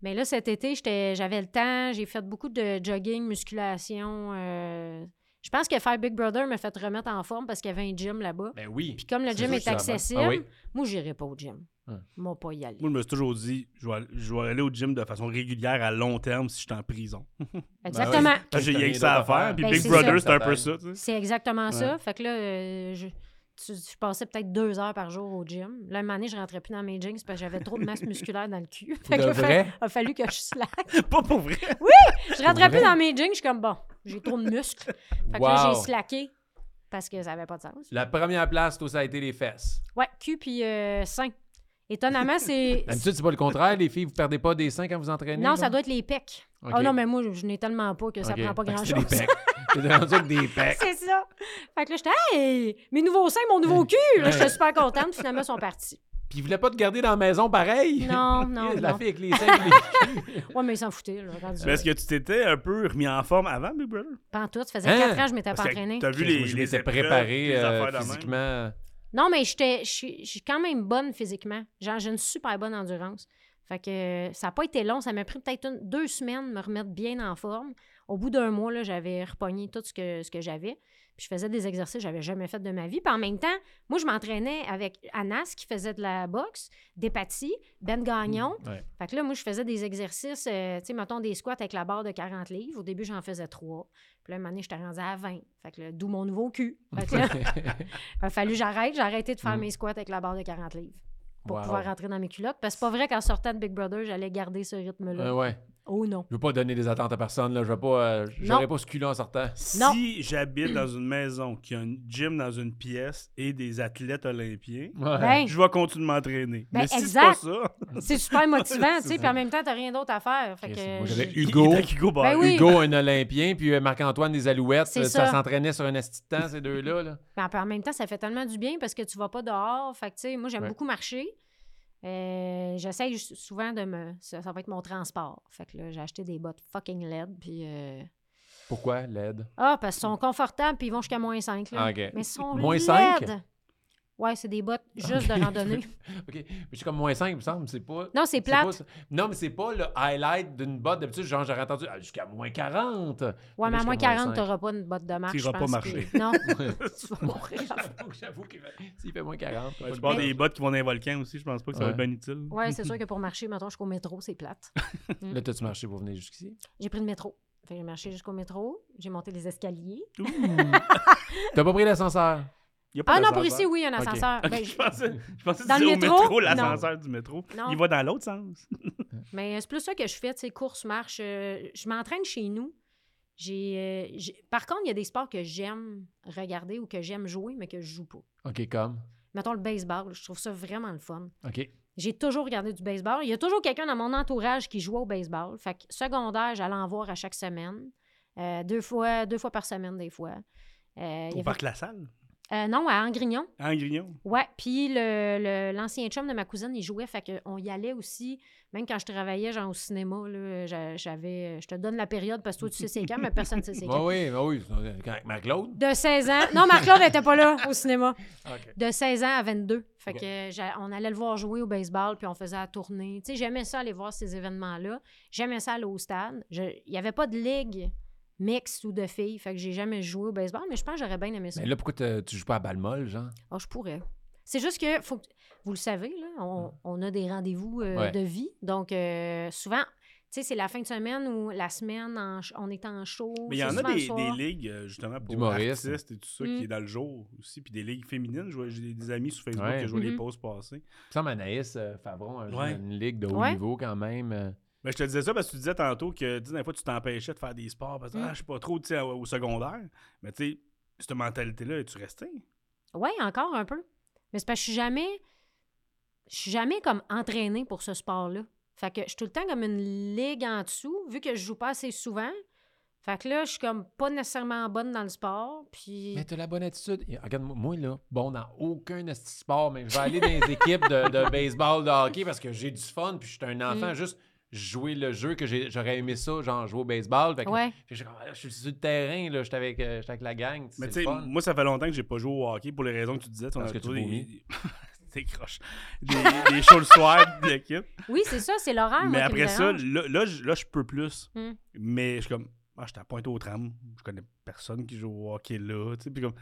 Mais là, cet été, j'étais- j'avais le temps. J'ai fait beaucoup de jogging, musculation. euh, Je pense que faire Big Brother me fait remettre en forme parce qu'il y avait un gym là-bas.
Ben oui.
Puis comme le
C'est
gym
sûr
est,
que ça va.
accessible,
Ah oui.
moi, j'irai pas au gym.
Hein.
Moi, pas y aller.
Moi, je me suis toujours dit, je vais, je vais aller au gym de façon régulière à long terme si je suis en prison.
Ben
Exactement.
Là, J'ai rien que ça à faire. Puis
Ben,
Big
c'est
Brother,
ça.
c'est un peu ça. tu sais.
C'est exactement ça. Fait que là, euh, je, tu- je passais peut-être deux heures par jour au gym. Là, un moment donné, je rentrais plus dans mes jeans parce que j'avais trop de masse musculaire dans le cul. Fait que
De
là, fa-
vrai?
a fallu que je slack.
Pas pour vrai.
Je rentrais plus
vrai?
dans mes jeans, je suis comme, bon, j'ai trop de muscles. Fait que là, j'ai
Wow.
slacké parce que ça avait pas de sens.
La première place, tout ça a été les fesses.
Ouais, cul puis euh, sein. Étonnamment, c'est...
D'habitude, c'est pas le contraire. Les filles, vous perdez pas des seins quand vous entraînez?
Non, ça doit être les pecs.
Ok.
Oh non, mais moi, je- je n'ai tellement pas que ça prend pas grand-chose.
C'est des pecs. T'es rendu avec des pecs.
C'est ça. Fait que là, j'étais, hey, mes nouveaux seins, mon nouveau cul. Là, j'étais super contente. puis Finalement, ils sont partis.
Puis ils voulaient pas te garder dans la maison pareil.
Non, non,
La
non.
fille avec les seins. puis les-
Ouais, mais ils s'en foutaient, là. rendu
Mais
là.
est-ce que tu t'étais un peu remis en forme avant Big Brother?
Pas en tout. Ça faisait
Hein?
quatre ans que je m'étais pas
Parce que
entraînée.
T'as vu
Chris,
les,
moi, je
les
m'étais
épreuves,
préparé
les
euh,
affaires de même.
physiquement.
Non, mais j'étais, je suis je suis quand même bonne physiquement. Genre, j'ai une super bonne endurance. Fait que euh, ça n'a pas été long. Ça m'a pris peut-être une- deux semaines de me remettre bien en forme. Au bout d'un mois, là, j'avais repogné tout ce que, ce que j'avais. Puis je faisais des exercices que j'avais jamais fait de ma vie. Puis en même temps, moi, je m'entraînais avec Anas qui faisait de la boxe, Despatie, Ben Gagnon.
Ouais.
Fait que là, moi, je faisais des exercices, euh, tu sais, mettons des squats avec la barre de 40 livres. Au début, j'en faisais trois. Puis là, un moment donné, j'étais rendue à 20. Fait que là, d'où mon nouveau cul. Fait que là, il a fallu que j'arrête. J'ai arrêté de faire
Mm.
mes squats avec la barre de 40 livres pour
Wow.
pouvoir rentrer dans mes culottes. Parce que c'est pas vrai qu'en sortant de Big Brother, j'allais garder ce rythme-là.
Euh, ouais.
Oh non.
Je veux pas donner des attentes à personne. Là. Je veux pas. euh, J'aurais pas ce cul-là en sortant.
Non.
Si j'habite dans une maison qui a un gym dans une pièce et des athlètes olympiens,
Ouais.
Ben,
je vais continuer de m'entraîner.
Ben,
Mais si c'est
exact.
pas ça,
c'est super motivant, tu
C'est
sais, puis en même temps, t'as rien d'autre à faire. Fait
Chris,
que
moi, j'avais
j'ai-
Hugo.
il est à Hugo Barré.
Ben oui.
Hugo, un Olympien, puis euh, Marc-Antoine des Alouettes.
C'est
euh, Ça,
ça.
s'entraînait sur un asti de temps, ces deux-là. là.
Mais en en même temps, ça fait tellement du bien parce que tu vas pas dehors. Fait que, tu sais, moi, j'aime
Ouais.
beaucoup marcher. Euh, J'essaye s- souvent de me. Ça, ça va être mon transport. Fait que là, j'ai acheté des bottes fucking LED. Puis. euh,
Pourquoi LED?
Ah, parce qu'ils sont confortables, puis ils vont jusqu'à moins 5. Là.
Ah, OK.
Mais ils sont
Moins
moins
cinq? Ah,
5? Ouais, c'est des bottes juste
Ok.
de randonnée.
OK. Mais je suis comme moins 5, il me semble. C'est pas.
Non, c'est
c'est pas
plate.
ça. non, mais c'est pas le highlight d'une botte. D'habitude, genre, j'aurais entendu ah, jusqu'à moins 40.
Ouais, mais à
jusqu'à
moins
moins
40,
cinq.
t'auras pas une botte de marche.
T'iras
je
pas
pense,
marcher.
puis- Non,
Ouais.
tu vas mourir.
J'avoue- J'avoue qu'il fait, s'il fait moins 40.
Ouais,
pas
tu
le
pars
bon.
des bottes qui vont dans les volcans aussi, je pense pas que ça va
Ouais.
être bien utile.
Ouais, c'est sûr que pour marcher, mettons, jusqu'au métro, c'est plate.
Là, t'as-tu marché pour venir jusqu'ici?
J'ai pris le métro. Fait que j'ai marché jusqu'au métro, j'ai monté les escaliers.
T'as pas pris l'ascenseur?
Y a pas
Ah non,
d'ascenseur.
pour ici, oui, il y a un
Ok.
ascenseur.
Ok,
Ben,
je pensais, je pensais que
Dans le
c'était au
métro?
métro,
Non.
l'ascenseur du métro.
Non.
Il va dans l'autre sens.
Mais euh, c'est plus ça que je fais, tu sais, course, marche. euh, je m'entraîne chez nous. J'ai, euh, j'ai- Par contre, il y a des sports que j'aime regarder ou que j'aime jouer, mais que je joue pas.
OK, comme.
Mettons le baseball, je trouve ça vraiment le fun.
OK.
J'ai toujours regardé du baseball. Il y a toujours quelqu'un dans mon entourage qui jouait au baseball. Fait que secondaire, j'allais en voir à chaque semaine. Euh, deux fois deux fois par semaine, des fois. Euh, il y
Au
avait-
parc La Salle,
Euh, non, à Angrignon.
en Grignon.
Ouais, puis le- le- l'ancien chum de ma cousine, il jouait, fait qu'on y allait aussi, même quand je travaillais genre au cinéma, là, j'a- j'avais, je te donne la période parce que toi tu sais c'est quand, mais personne ne sait c'est
Ah
quand.
oui, bah oui. c'est correct. Marc-Claude?
De 16 ans, non, Marc-Claude n'était pas là au cinéma,
OK.
de 16 ans à 22, fait
Ok.
que j'a- on allait le voir jouer au baseball, puis on faisait la tournée, tu sais, j'aimais ça aller voir ces événements-là, j'aimais ça aller au stade, Je- il n'y avait pas de ligue mixte ou de filles, fait que j'ai jamais joué au baseball, mais je pense que j'aurais bien aimé ça.
Mais là, pourquoi t'as- tu joues pas à balle molle, genre?
Ah, je pourrais. C'est juste que, faut que- vous le savez, là,
Mm.
on, on a des rendez-vous euh,
Ouais.
de vie. Donc, euh, souvent, tu sais, c'est la fin de semaine ou la semaine, en ch- on est en show.
Mais il y
c'est
en a
souvent le
des,
soir.
des ligues, euh, justement, pour
D'humoristes.
artistes et tout ça,
Mm.
qui est dans le jour aussi. Puis des ligues féminines. Je vois- J'ai des amis sur Facebook
Ouais.
qui jouent les
Mhm.
pauses passées.
Il me semble Anaïs euh, Favron a joué
Ouais.
dans une ligue de haut
Ouais.
niveau quand même. euh.
Mais je te disais ça parce que tu disais tantôt que tu sais, des fois, tu t'empêchais de faire des sports parce que
Mm.
ah, je suis pas trop tu sais, au au secondaire. Mais tu sais, cette mentalité-là, es-tu resté?
Oui, encore un peu. Mais c'est parce que je suis jamais. Je suis jamais comme entraînée pour ce sport-là. Fait que je suis tout le temps comme une ligue en dessous, vu que je joue pas assez souvent. Fait que là, je suis comme pas nécessairement bonne dans le sport. Puis.
Mais t'as la bonne attitude. Et Regarde, moi, moi, là, bon, dans aucun esti sport, mais je vais aller dans les équipes de, de baseball, de hockey, parce que j'ai du fun, puis je suis un enfant,
Mm.
juste jouer le jeu que j'ai- j'aurais aimé ça, genre jouer au baseball. Fait que, fait
Ouais.
que je, suis comme, ah, je suis sur le terrain, là, j'étais avec, euh, j'étais avec la gang.
Mais
C'est
tu
le
sais,
fun.
moi, ça fait longtemps que j'ai pas joué au hockey pour les raisons que tu disais. On
Parce
a
que tu
trouvé des-
vomis.
T'es croche. Des, des shows le soir de l'équipe.
Oui, c'est ça, c'est l'horaire.
Mais
moi, qui me
après ça,
dérange.
là, là, je là, je peux plus.
Mm.
Mais je suis comme, ah, je t'appointe au tram. Je connais personne qui joue au hockey là. Tu sais, puis comme,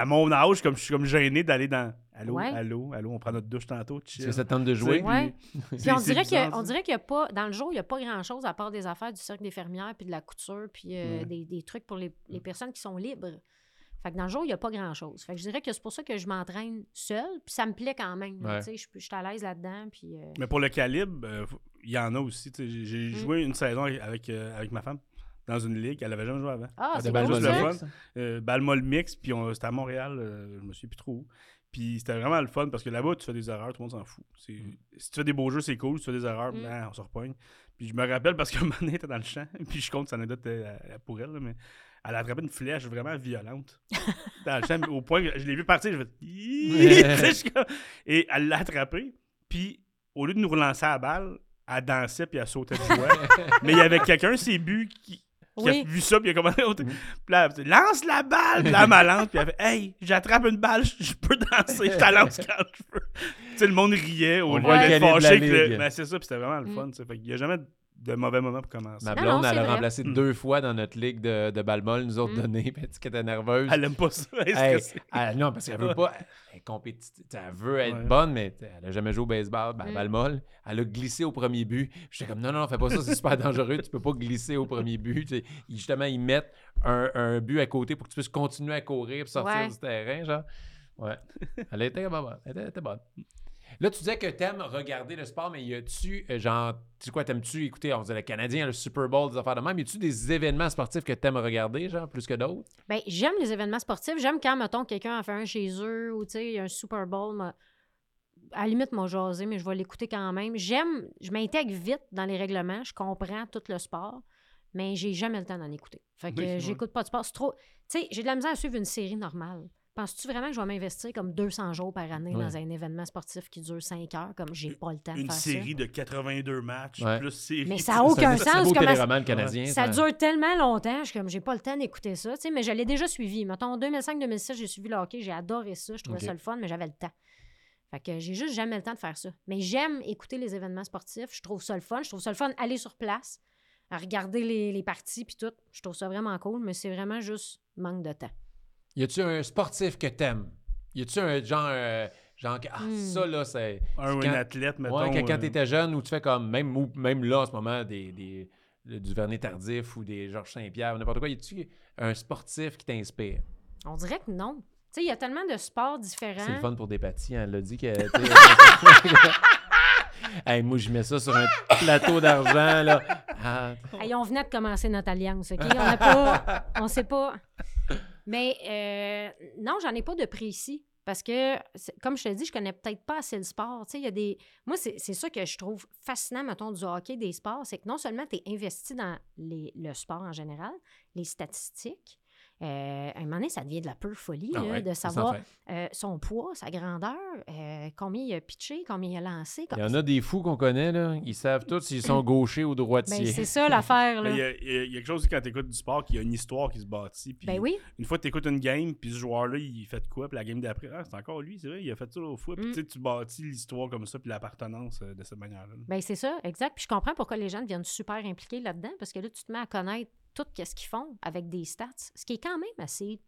à mon âge, comme, je suis comme gêné d'aller dans. Allô,
Ouais.
allô, allô, on prend notre douche tantôt.
Est-ce
chill.
que ça te tente de
Tu sais,
jouer?
puis-
Ouais. Puis
c'est-
on
c'est
dirait
bizarre,
que on
ça.
dirait qu'il n'y a pas dans le jour, il n'y a pas grand-chose à part des affaires du cirque des fermières puis de la couture puis euh,
Ouais.
des, des trucs pour les, les personnes qui sont libres. Fait que dans le jour, il n'y a pas grand-chose. Fait que je dirais que c'est pour ça que je m'entraîne seule, puis ça me plaît quand même. là,
Ouais.
tu sais, Je, suis- je suis à l'aise là-dedans, puis... euh,
Mais pour le calibre, euh, faut- il y en a aussi. tu sais, J'ai j'ai
Mm.
joué une saison avec, euh, avec ma femme dans une ligue. Elle avait jamais joué avant.
Ah,
Ah,
c'est
ben,
cool,
juste
le
ça.
fun.
mix.
Euh, Balmol Mix, puis on- c'était à Montréal, euh, je me souviens plus trop où. Puis c'était vraiment le fun parce que là-bas, tu fais des erreurs, tout le monde s'en fout. C'est- Si tu fais des beaux jeux, c'est cool. Si tu fais des erreurs,
Mm.
ben, on se repogne. Puis je me rappelle parce que un moment donné, elle était dans le champ, puis je compte cette anecdote euh, pour elle, là, mais elle a attrapé une flèche vraiment violente dans le champ, au point que je l'ai vu partir, je fais Iiii Tu sais, je suis comme- Et elle l'a attrapé, puis au lieu de nous relancer à la balle, elle dansait puis elle sautait de joie. mais il y avait quelqu'un, ses buts, qui, qui
Oui.
a vu ça, puis il a commencé à sauter. Puis là,
Mm-hmm.
elle a dit, lance la balle! Puis là, elle m'a lancé, puis elle fait, hey, j'attrape une balle, je je peux danser, je te lance quand je veux. tu sais, le monde riait,
On
au lieu
voit le
d'être
calibre de la
fâché. que le-
ligue.
Mais c'est ça, puis c'était vraiment le
Mm.
fun, tu sais. Fait qu'il n'y a jamais de mauvais moment pour commencer.
Ma
Non,
blonde,
non,
elle
c'est
a
vrai.
remplacé
Mm.
deux fois dans notre ligue de, de balle molle, nous autres
Mm.
données, parce qu'elle était nerveuse.
Elle aime pas ça. Est-ce
Hey,
que c'est-
elle- non, parce qu'elle veut pas. Elle, est compétitive. T'sais, elle veut être
Ouais.
bonne, mais t'sais, elle a jamais joué au baseball, ben,
Mm.
balle molle. Elle a glissé au premier but. J'étais comme, non, non, fais pas ça, c'est super dangereux. Tu peux pas glisser au premier but. T'sais, ils- justement, ils mettent un, un but à côté pour que tu puisses continuer à courir et sortir
Ouais.
du terrain. Genre. Ouais. Elle était vraiment bonne. Elle était, elle était bonne. Là, tu disais que t'aimes regarder le sport, mais y a-tu, euh, genre, tu sais quoi, t'aimes-tu écouter, on disait le Canadien, le Super Bowl, des affaires de même, y a-tu des événements sportifs que t'aimes regarder, genre, plus que d'autres?
Ben, j'aime les événements sportifs. J'aime quand, mettons, quelqu'un a fait un chez eux ou, tu sais, il y a un Super Bowl. moi, à la limite, m'ont jasé, mais je vais l'écouter quand même. J'aime... Je m'intègre vite dans les règlements. Je comprends tout le sport, mais j'ai jamais le temps d'en écouter. Fait que
Oui,
euh,
ouais.
j'écoute pas de sport. C'est trop... Tu sais, j'ai de la misère à suivre une série normale. Penses-tu vraiment que je vais m'investir comme 200 jours par année
Ouais.
dans un événement sportif qui dure 5 heures, comme j'ai pas le temps de
Une
faire
série de 82 matchs,
Ouais.
plus série.
Mais
plus-
ça a Ah, aucun
C'est un- C'est un
sens,
beau
comment-
téléroman canadien.
ça? Ça
ça.
dure tellement longtemps, je suis comme, j'ai pas le temps d'écouter ça, tu sais, mais je l'ai déjà suivi. Mettons, en 2005-2006, j'ai suivi le hockey, j'ai adoré ça, je trouvais
Ok.
ça le fun, mais j'avais le temps. Fait que j'ai juste jamais le temps de faire ça. Mais j'aime écouter les événements sportifs, je trouve ça le fun, je trouve ça le fun aller sur place, à regarder les, les parties puis tout. Je trouve ça vraiment cool, mais c'est vraiment juste manque de temps.
Y a-tu un sportif que t'aimes? Y a-tu un genre. euh, genre que- ah,
Hmm.
ça, là, c'est.
Un ou
Quand-
une athlète, mettons.
Ouais, que quand
euh,
t'étais jeune, où tu fais comme. Même, ou- même là, en ce moment, des, des, le- du Vernet Tardif ou des Georges Saint-Pierre, ou n'importe quoi. Y a-tu un sportif qui t'inspire?
On dirait que non. Tu sais, il y a tellement de sports
C'est le
différents.
fun pour des pâtis. hein, Elle a dit que. t'sais, Hey, moi, je mets ça sur un plateau d'argent, là. Ah,
Hey, on venait de commencer notre alliance, OK? On n'a pas... on sait pas. Mais euh, non, j'en ai pas de précis. Parce que, c'est- comme je te dis, je connais peut-être pas assez le sport. Tu sais, il y a des... Moi, c'est c'est ça que je trouve fascinant, mettons, du hockey, des sports. C'est que non seulement tu es investi dans les- le sport en général, les statistiques. euh, à un moment donné, ça devient de la pure folie
ah
là,
ouais,
de
ça,
savoir
enfin.
euh, son poids, sa grandeur, euh, combien il a pitché, combien il a lancé.
Il y en a des fous qu'on connaît, là. Ils savent tous s'ils sont gauchers ou
Ben,
droitiers.
c'est ça l'affaire.
mais
là.
Il y, a- il y a- il y a quelque chose quand t'écoutes du sport qui a une histoire qui se bâtit. puis
Ben oui.
Une fois que t'écoutes une game, puis ce joueur-là, il fait de quoi, puis la game d'après, ah, c'est encore lui, c'est vrai, il a fait ça au foot. Puis
Mm.
tu sais, tu bâtis l'histoire comme ça, puis l'appartenance euh, de cette manière-là.
Ben c'est ça, exact. Puis je comprends pourquoi les gens deviennent super impliqués là-dedans, parce que là, tu te mets à connaître tout ce qu'ils font avec des stats, ce qui est quand même assez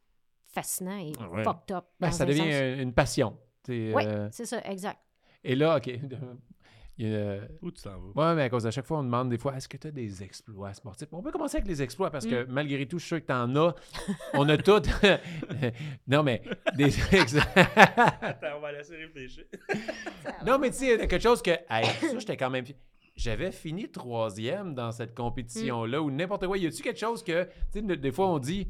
fascinant et
Ah ouais.
fucked up.
Ben,
dans
ça
un
devient
sens.
euh, une passion. t'sais,
Oui,
euh,
c'est ça, exact.
et là, OK. il y a-
Où tu t'en vas?
Ouais, mais à cause à chaque fois, on demande des fois est-ce que tu as des exploits sportifs On peut commencer avec les exploits parce
Mm.
que malgré tout, je suis sûr que tu en as. On a tous. non, mais. Des... ex-
Attends, on va laisser réfléchir.
Ah
non, mais tu sais, il y a quelque chose que. Hey, ça, j'étais quand même. J'avais fini troisième dans cette
Mm.
compétition-là ou n'importe quoi. Y a-tu quelque chose que. Tu sais, de- des fois, on dit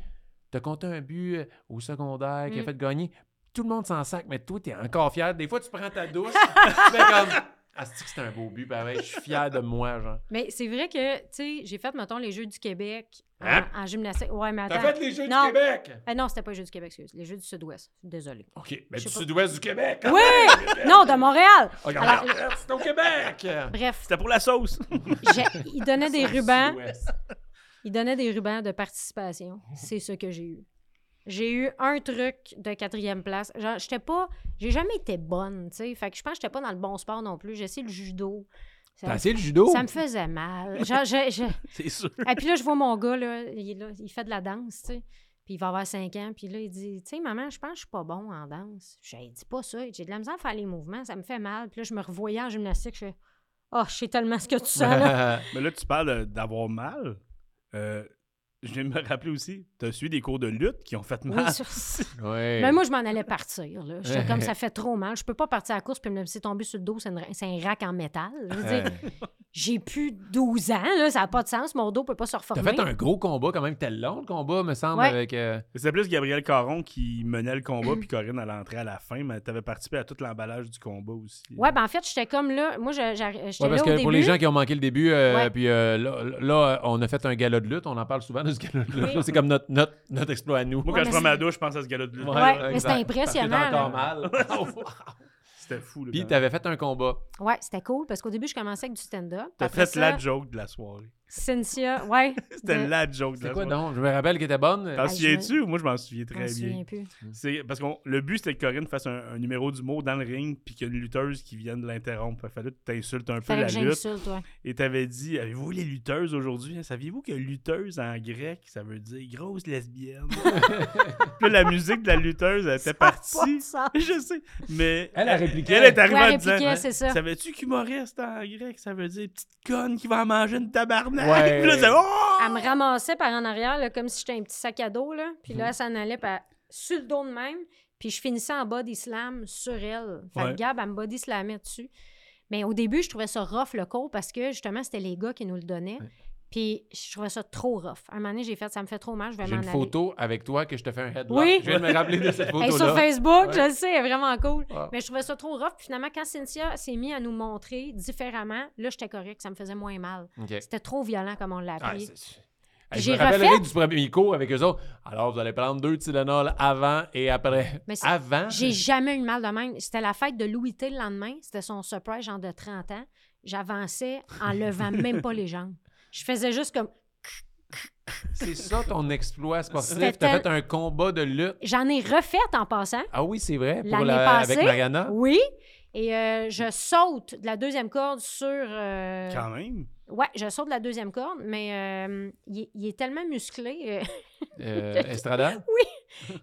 T'as compté un but euh, au secondaire qui a
Mm.
fait gagner. Tout le monde s'en sac, mais toi, t'es encore fier. Des fois, tu prends ta douce, tu fais comme. Ah, c'est-tu que c'était un beau but, pareil. Je suis fier de moi, genre.
Mais c'est vrai que, tu sais, j'ai fait, mettons, les Jeux du Québec en-
Hein?
en, gymnastique. Ouais, mais
T'as
attends.
fait les Jeux
Non.
du Québec!
Ah non, c'était pas les Jeux du Québec, excuse. Les Jeux du Sud-Ouest. Désolée.
OK. Ben,
Je
du
sais pas.
sud-ouest du Québec. hein?
Oui! non, de Montréal!
Oh,
Alors-
regarde, ah, regarde, c'est au Québec.
Bref,
C'était pour la sauce!
j'ai- ils donnaient des rubans.
Sud-ouest.
Il donnait des rubans de participation.
Mhm.
C'est ce que j'ai eu. J'ai eu un truc de quatrième place. Genre, j'étais pas. J'ai jamais été bonne, tu sais. Fait que je pense que j'étais pas dans le bon sport non plus. J'ai essayé le judo.
T'as
Ça,
essayé le judo?
ça me faisait mal. Genre, je- je-
C'est sûr.
Et puis là, je vois mon gars, là, il, est là, il fait de la danse, tu sais. Puis il va avoir 5 ans. Puis là, il dit, tu sais, maman, je pense que je suis pas bon en danse. J'ai dit, dis pas ça. J'ai de la misère à faire les mouvements. Ça me fait mal. Puis là, je me revoyais en gymnastique. Je fais, oh, je sais tellement ce que tu sens, là.
Mais là, tu parles euh, d'avoir mal. Euh, je viens de me rappeler aussi, t'as suivi des cours de lutte qui ont fait mal.
Oui, sur-
ouais.
Mais Ben, moi, je m'en allais partir. Là. J'étais comme ça fait trop mal. Je peux pas partir à la course puis me laisser tomber sur le dos. C'est, une- c'est un rack en métal. Je veux dire,
Hey.
j'ai plus 12 ans. Là, ça n'a pas de sens. Mon dos peut pas se
T'as
reformer.
fait un gros combat quand même. T'as long le combat, me semble,
Ah Ouais.
avec. euh,
C'était plus Gabriel Caron qui menait le
Mm.
combat, puis Corinne à l'entrée à la fin, mais t'avais participé à tout l'emballage du combat aussi.
Ouais, ben en fait, j'étais comme là. Moi, je- j'a- j'étais
Ouais, parce
là
que
au début.
pour les gens qui ont manqué le début, euh,
Ouais.
puis euh, là, là, euh, on a fait un gala de lutte. On en parle souvent de ce gala de lutte.
Oui.
C'est comme notre, notre, notre exploit à nous.
Moi,
Ouais,
quand je
mais
prends
c'est-
ma douche, je pense à ce gars-là de lutte.
Ouais.
euh,
mais c'était impressionnant,
T'as encore
là.
mal.
C'était fou. là,
puis
quand même.
t'avais fait un combat.
Ouais, c'était cool parce qu'au début, je commençais avec du stand-up.
T'as
Après
fait
ça,
la joke de la soirée.
Cynthia, ouais.
C'était
de-
la joke de
C'était
la
quoi
soirée.
donc? Je me rappelle qu'elle était bonne.
T'en
Ah, je-
souviens-tu? Moi, je m'en souviens
Je m'en
très bien.
souviens plus.
C'est parce que le but, c'était que Corinne fasse un, un numéro d'humour dans le ring, puis qu'il y a une lutteuse qui vienne l'interrompre. Il fallait que t'insultes un peu
Fallait
la
que
lutte.
j'insulte, ouais.
Et t'avais dit, avez-vous les lutteuses aujourd'hui? Hein? Saviez-vous que lutteuse en grec, ça veut dire grosse lesbienne? puis là, la musique de la lutteuse, elle était partie.
Ça.
Je sais, mais...
Elle a répliqué.
Elle est arrivée
Ouais,
en disant... hein,
répliquait, c'est ça.
Savais-tu qu'humoriste en grec, ça veut dire petite conne qui va en manger une tabarnak?
Ouais.
Puis là, c'est oh!
Elle me ramassait par en arrière, là, comme si j'étais un petit sac à dos. Là. Puis là, elle s'en allait par... sur le dos de même. Puis je finissais en body slam sur elle. Fait
Ouais.
que Gab, elle me body slamait dessus. Mais au début, je trouvais ça rough le cours parce que justement, c'était les gars qui nous le donnaient. Puis je trouvais ça trop rough. À un moment donné, j'ai fait ça me fait trop mal, je vais
J'ai
m'en
une
aller.
photo avec toi que je te fais un headlock.
Oui.
Je viens de me rappeler de cette
Elle
photo-là.
est sur Facebook,
Ouais.
je le sais, elle est vraiment cool.
Ah.
Mais je trouvais ça trop rough. Puis finalement, quand Cynthia s'est mise à nous montrer différemment, là, j'étais correcte, ça me faisait moins mal.
OK.
C'était trop violent comme on l'a
Ah,
appris.
c'est- Hey, je
J'ai
me rappellerai
refait.
du premier cours avec eux autres. Alors, vous allez prendre deux Tylenol avant et après.
Mais c'est-
avant?
J'ai jamais eu de mal de même. C'était la fête de Louis T le lendemain. C'était son surprise, genre de 30 ans. J'avançais en levant même pas les jambes. Je faisais juste comme.
C'est ça ton exploit sportif.
C'était
T'as fait un combat de lutte.
J'en ai refait en passant.
Ah oui, c'est vrai. Pour
L'année
la- avec
passée,
Mariana.
Oui. Et euh, je saute de la deuxième corde sur. euh,
Oh! Quand même.
Ouais, je saute de la deuxième corde, mais euh, il, est- il est tellement musclé. euh,
Euh, Estrada,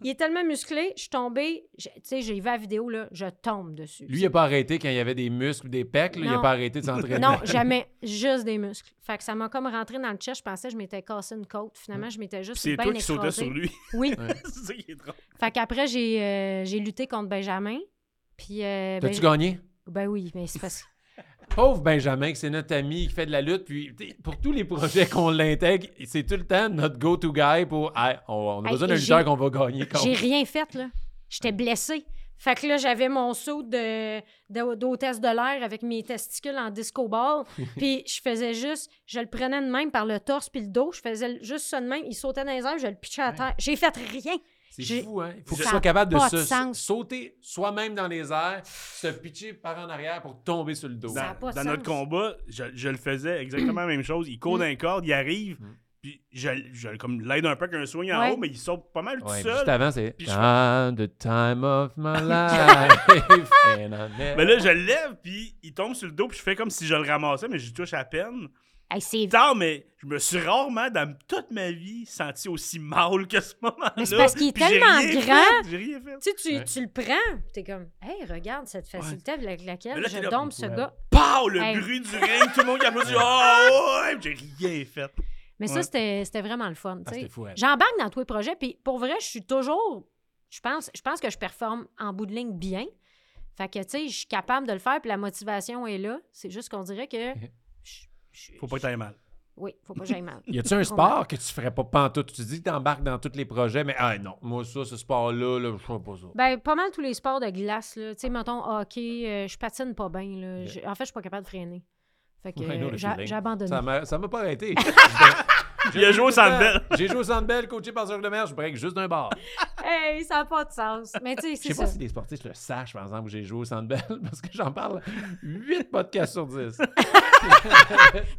il est tellement musclé, je suis tombée. je- Tu sais, j'ai vu la vidéo, là, je tombe dessus.
lui, il n'a pas arrêté quand il y avait des muscles ou des pecs. là, il n'a
Non.
pas arrêté de s'entraîner.
Non, jamais. Juste des muscles. Fait que ça m'a comme rentré dans le chest. Je pensais que je m'étais cassé une côte. Finalement, je m'étais
Puis
juste
c'est
bien
toi qui sautais
écrasée.
sur lui.
Oui.
c'est ça qui est drôle.
Fait qu'après, j'ai euh, j'ai lutté contre Benjamin. Puis, euh, ben,
T'as-tu gagné?
ben oui, mais c'est parce
Pauvre Benjamin, que c'est notre ami qui fait de la lutte. Puis t'sais, pour tous les projets qu'on l'intègre, c'est tout le temps notre go-to guy pour Hey, on, on a
Hey,
besoin d'un
j'ai-
lutteur qu'on va gagner contre.
J'ai rien fait, là. J'étais blessée. Fait que là, j'avais mon saut de, de- d'hôtesse de l'air avec mes testicules en disco ball. puis je faisais juste, je le prenais de même par le torse puis le dos. Je faisais le- juste ça de même. Il sautait dans les airs, je le pitchais à terre. J'ai fait rien.
C'est
j'ai-
fou, hein? Il faut
Ça
qu'il
a
soit capable de
pas
se
de sens.
sauter soi-même dans les airs, se pitcher par en arrière pour tomber sur le dos.
Ça a
Dans,
pas de
dans
sens.
notre combat, je, je le faisais exactement la même chose. Il court
Mm.
d'un corde, il arrive,
Mm.
puis je, je comme l'aide un peu avec un swing en
Ouais.
haut, mais il saute pas mal tout
Ouais, puis
seul.
juste avant, c'est
Puis je-
Ah, the time of my life. and I never-
Mais là, je le lève, puis il tombe sur le dos, puis je fais comme si je le ramassais, mais je touche à peine.
Hey, c'est...
Putain, mais je me suis rarement, dans toute ma vie, senti aussi mal que ce moment-là.
Mais c'est parce qu'il est
puis j'ai
tellement
rien fait,
grand.
J'ai rien fait.
Tu, sais, tu,
Ouais.
tu le prends, puis t'es comme, hey, regarde cette facilité avec
Mais
laquelle
là, t'es
je
là,
dompe ce
ouais.
gars.
Pow! Le
Hey.
bruit du ring, tout le monde qui applaudit. Oh, ouais! J'ai rien fait.
Mais
Ouais.
ça, c'était c'était vraiment le fun.
Ah,
tu sais.
c'était fou, elle.
J'embarque dans tous les projets, puis pour vrai, je suis toujours. Je pense, je pense que je performe en bout de ligne bien. Fait que, tu sais, je suis capable de le faire, puis la motivation est là. C'est juste qu'on dirait que. je- je-
Faut pas que t'ailles mal.
Oui, faut pas que j'aille mal.
Y a-tu un sport que tu ferais pas pantoute? Tu dis que t'embarques dans tous les projets, mais ah non, moi ça, ce sport-là, là, je ferais pas ça.
Ben, pas mal tous les sports de glace, là. Tu sais, mettons, hockey, euh, je patine pas bien, là.
Ouais.
Je- En fait, je suis pas capable de freiner. Fait que
Ouais, I know
euh,
the
j'a-
feeling.
j'ai abandonné.
Ça m'a- Ça m'a pas arrêté.
Il a joué au Centre Bell.
J'ai joué au Centre Bell, coaché par Jacques Lemaire, je break juste d'un bar.
Hey, ça n'a pas de sens. Mais tu sais,
Je
c'est
sais pas
ça.
si les sportifs le sachent, par exemple, que j'ai joué au Centre Bell, parce que j'en parle 8 podcasts sur 10.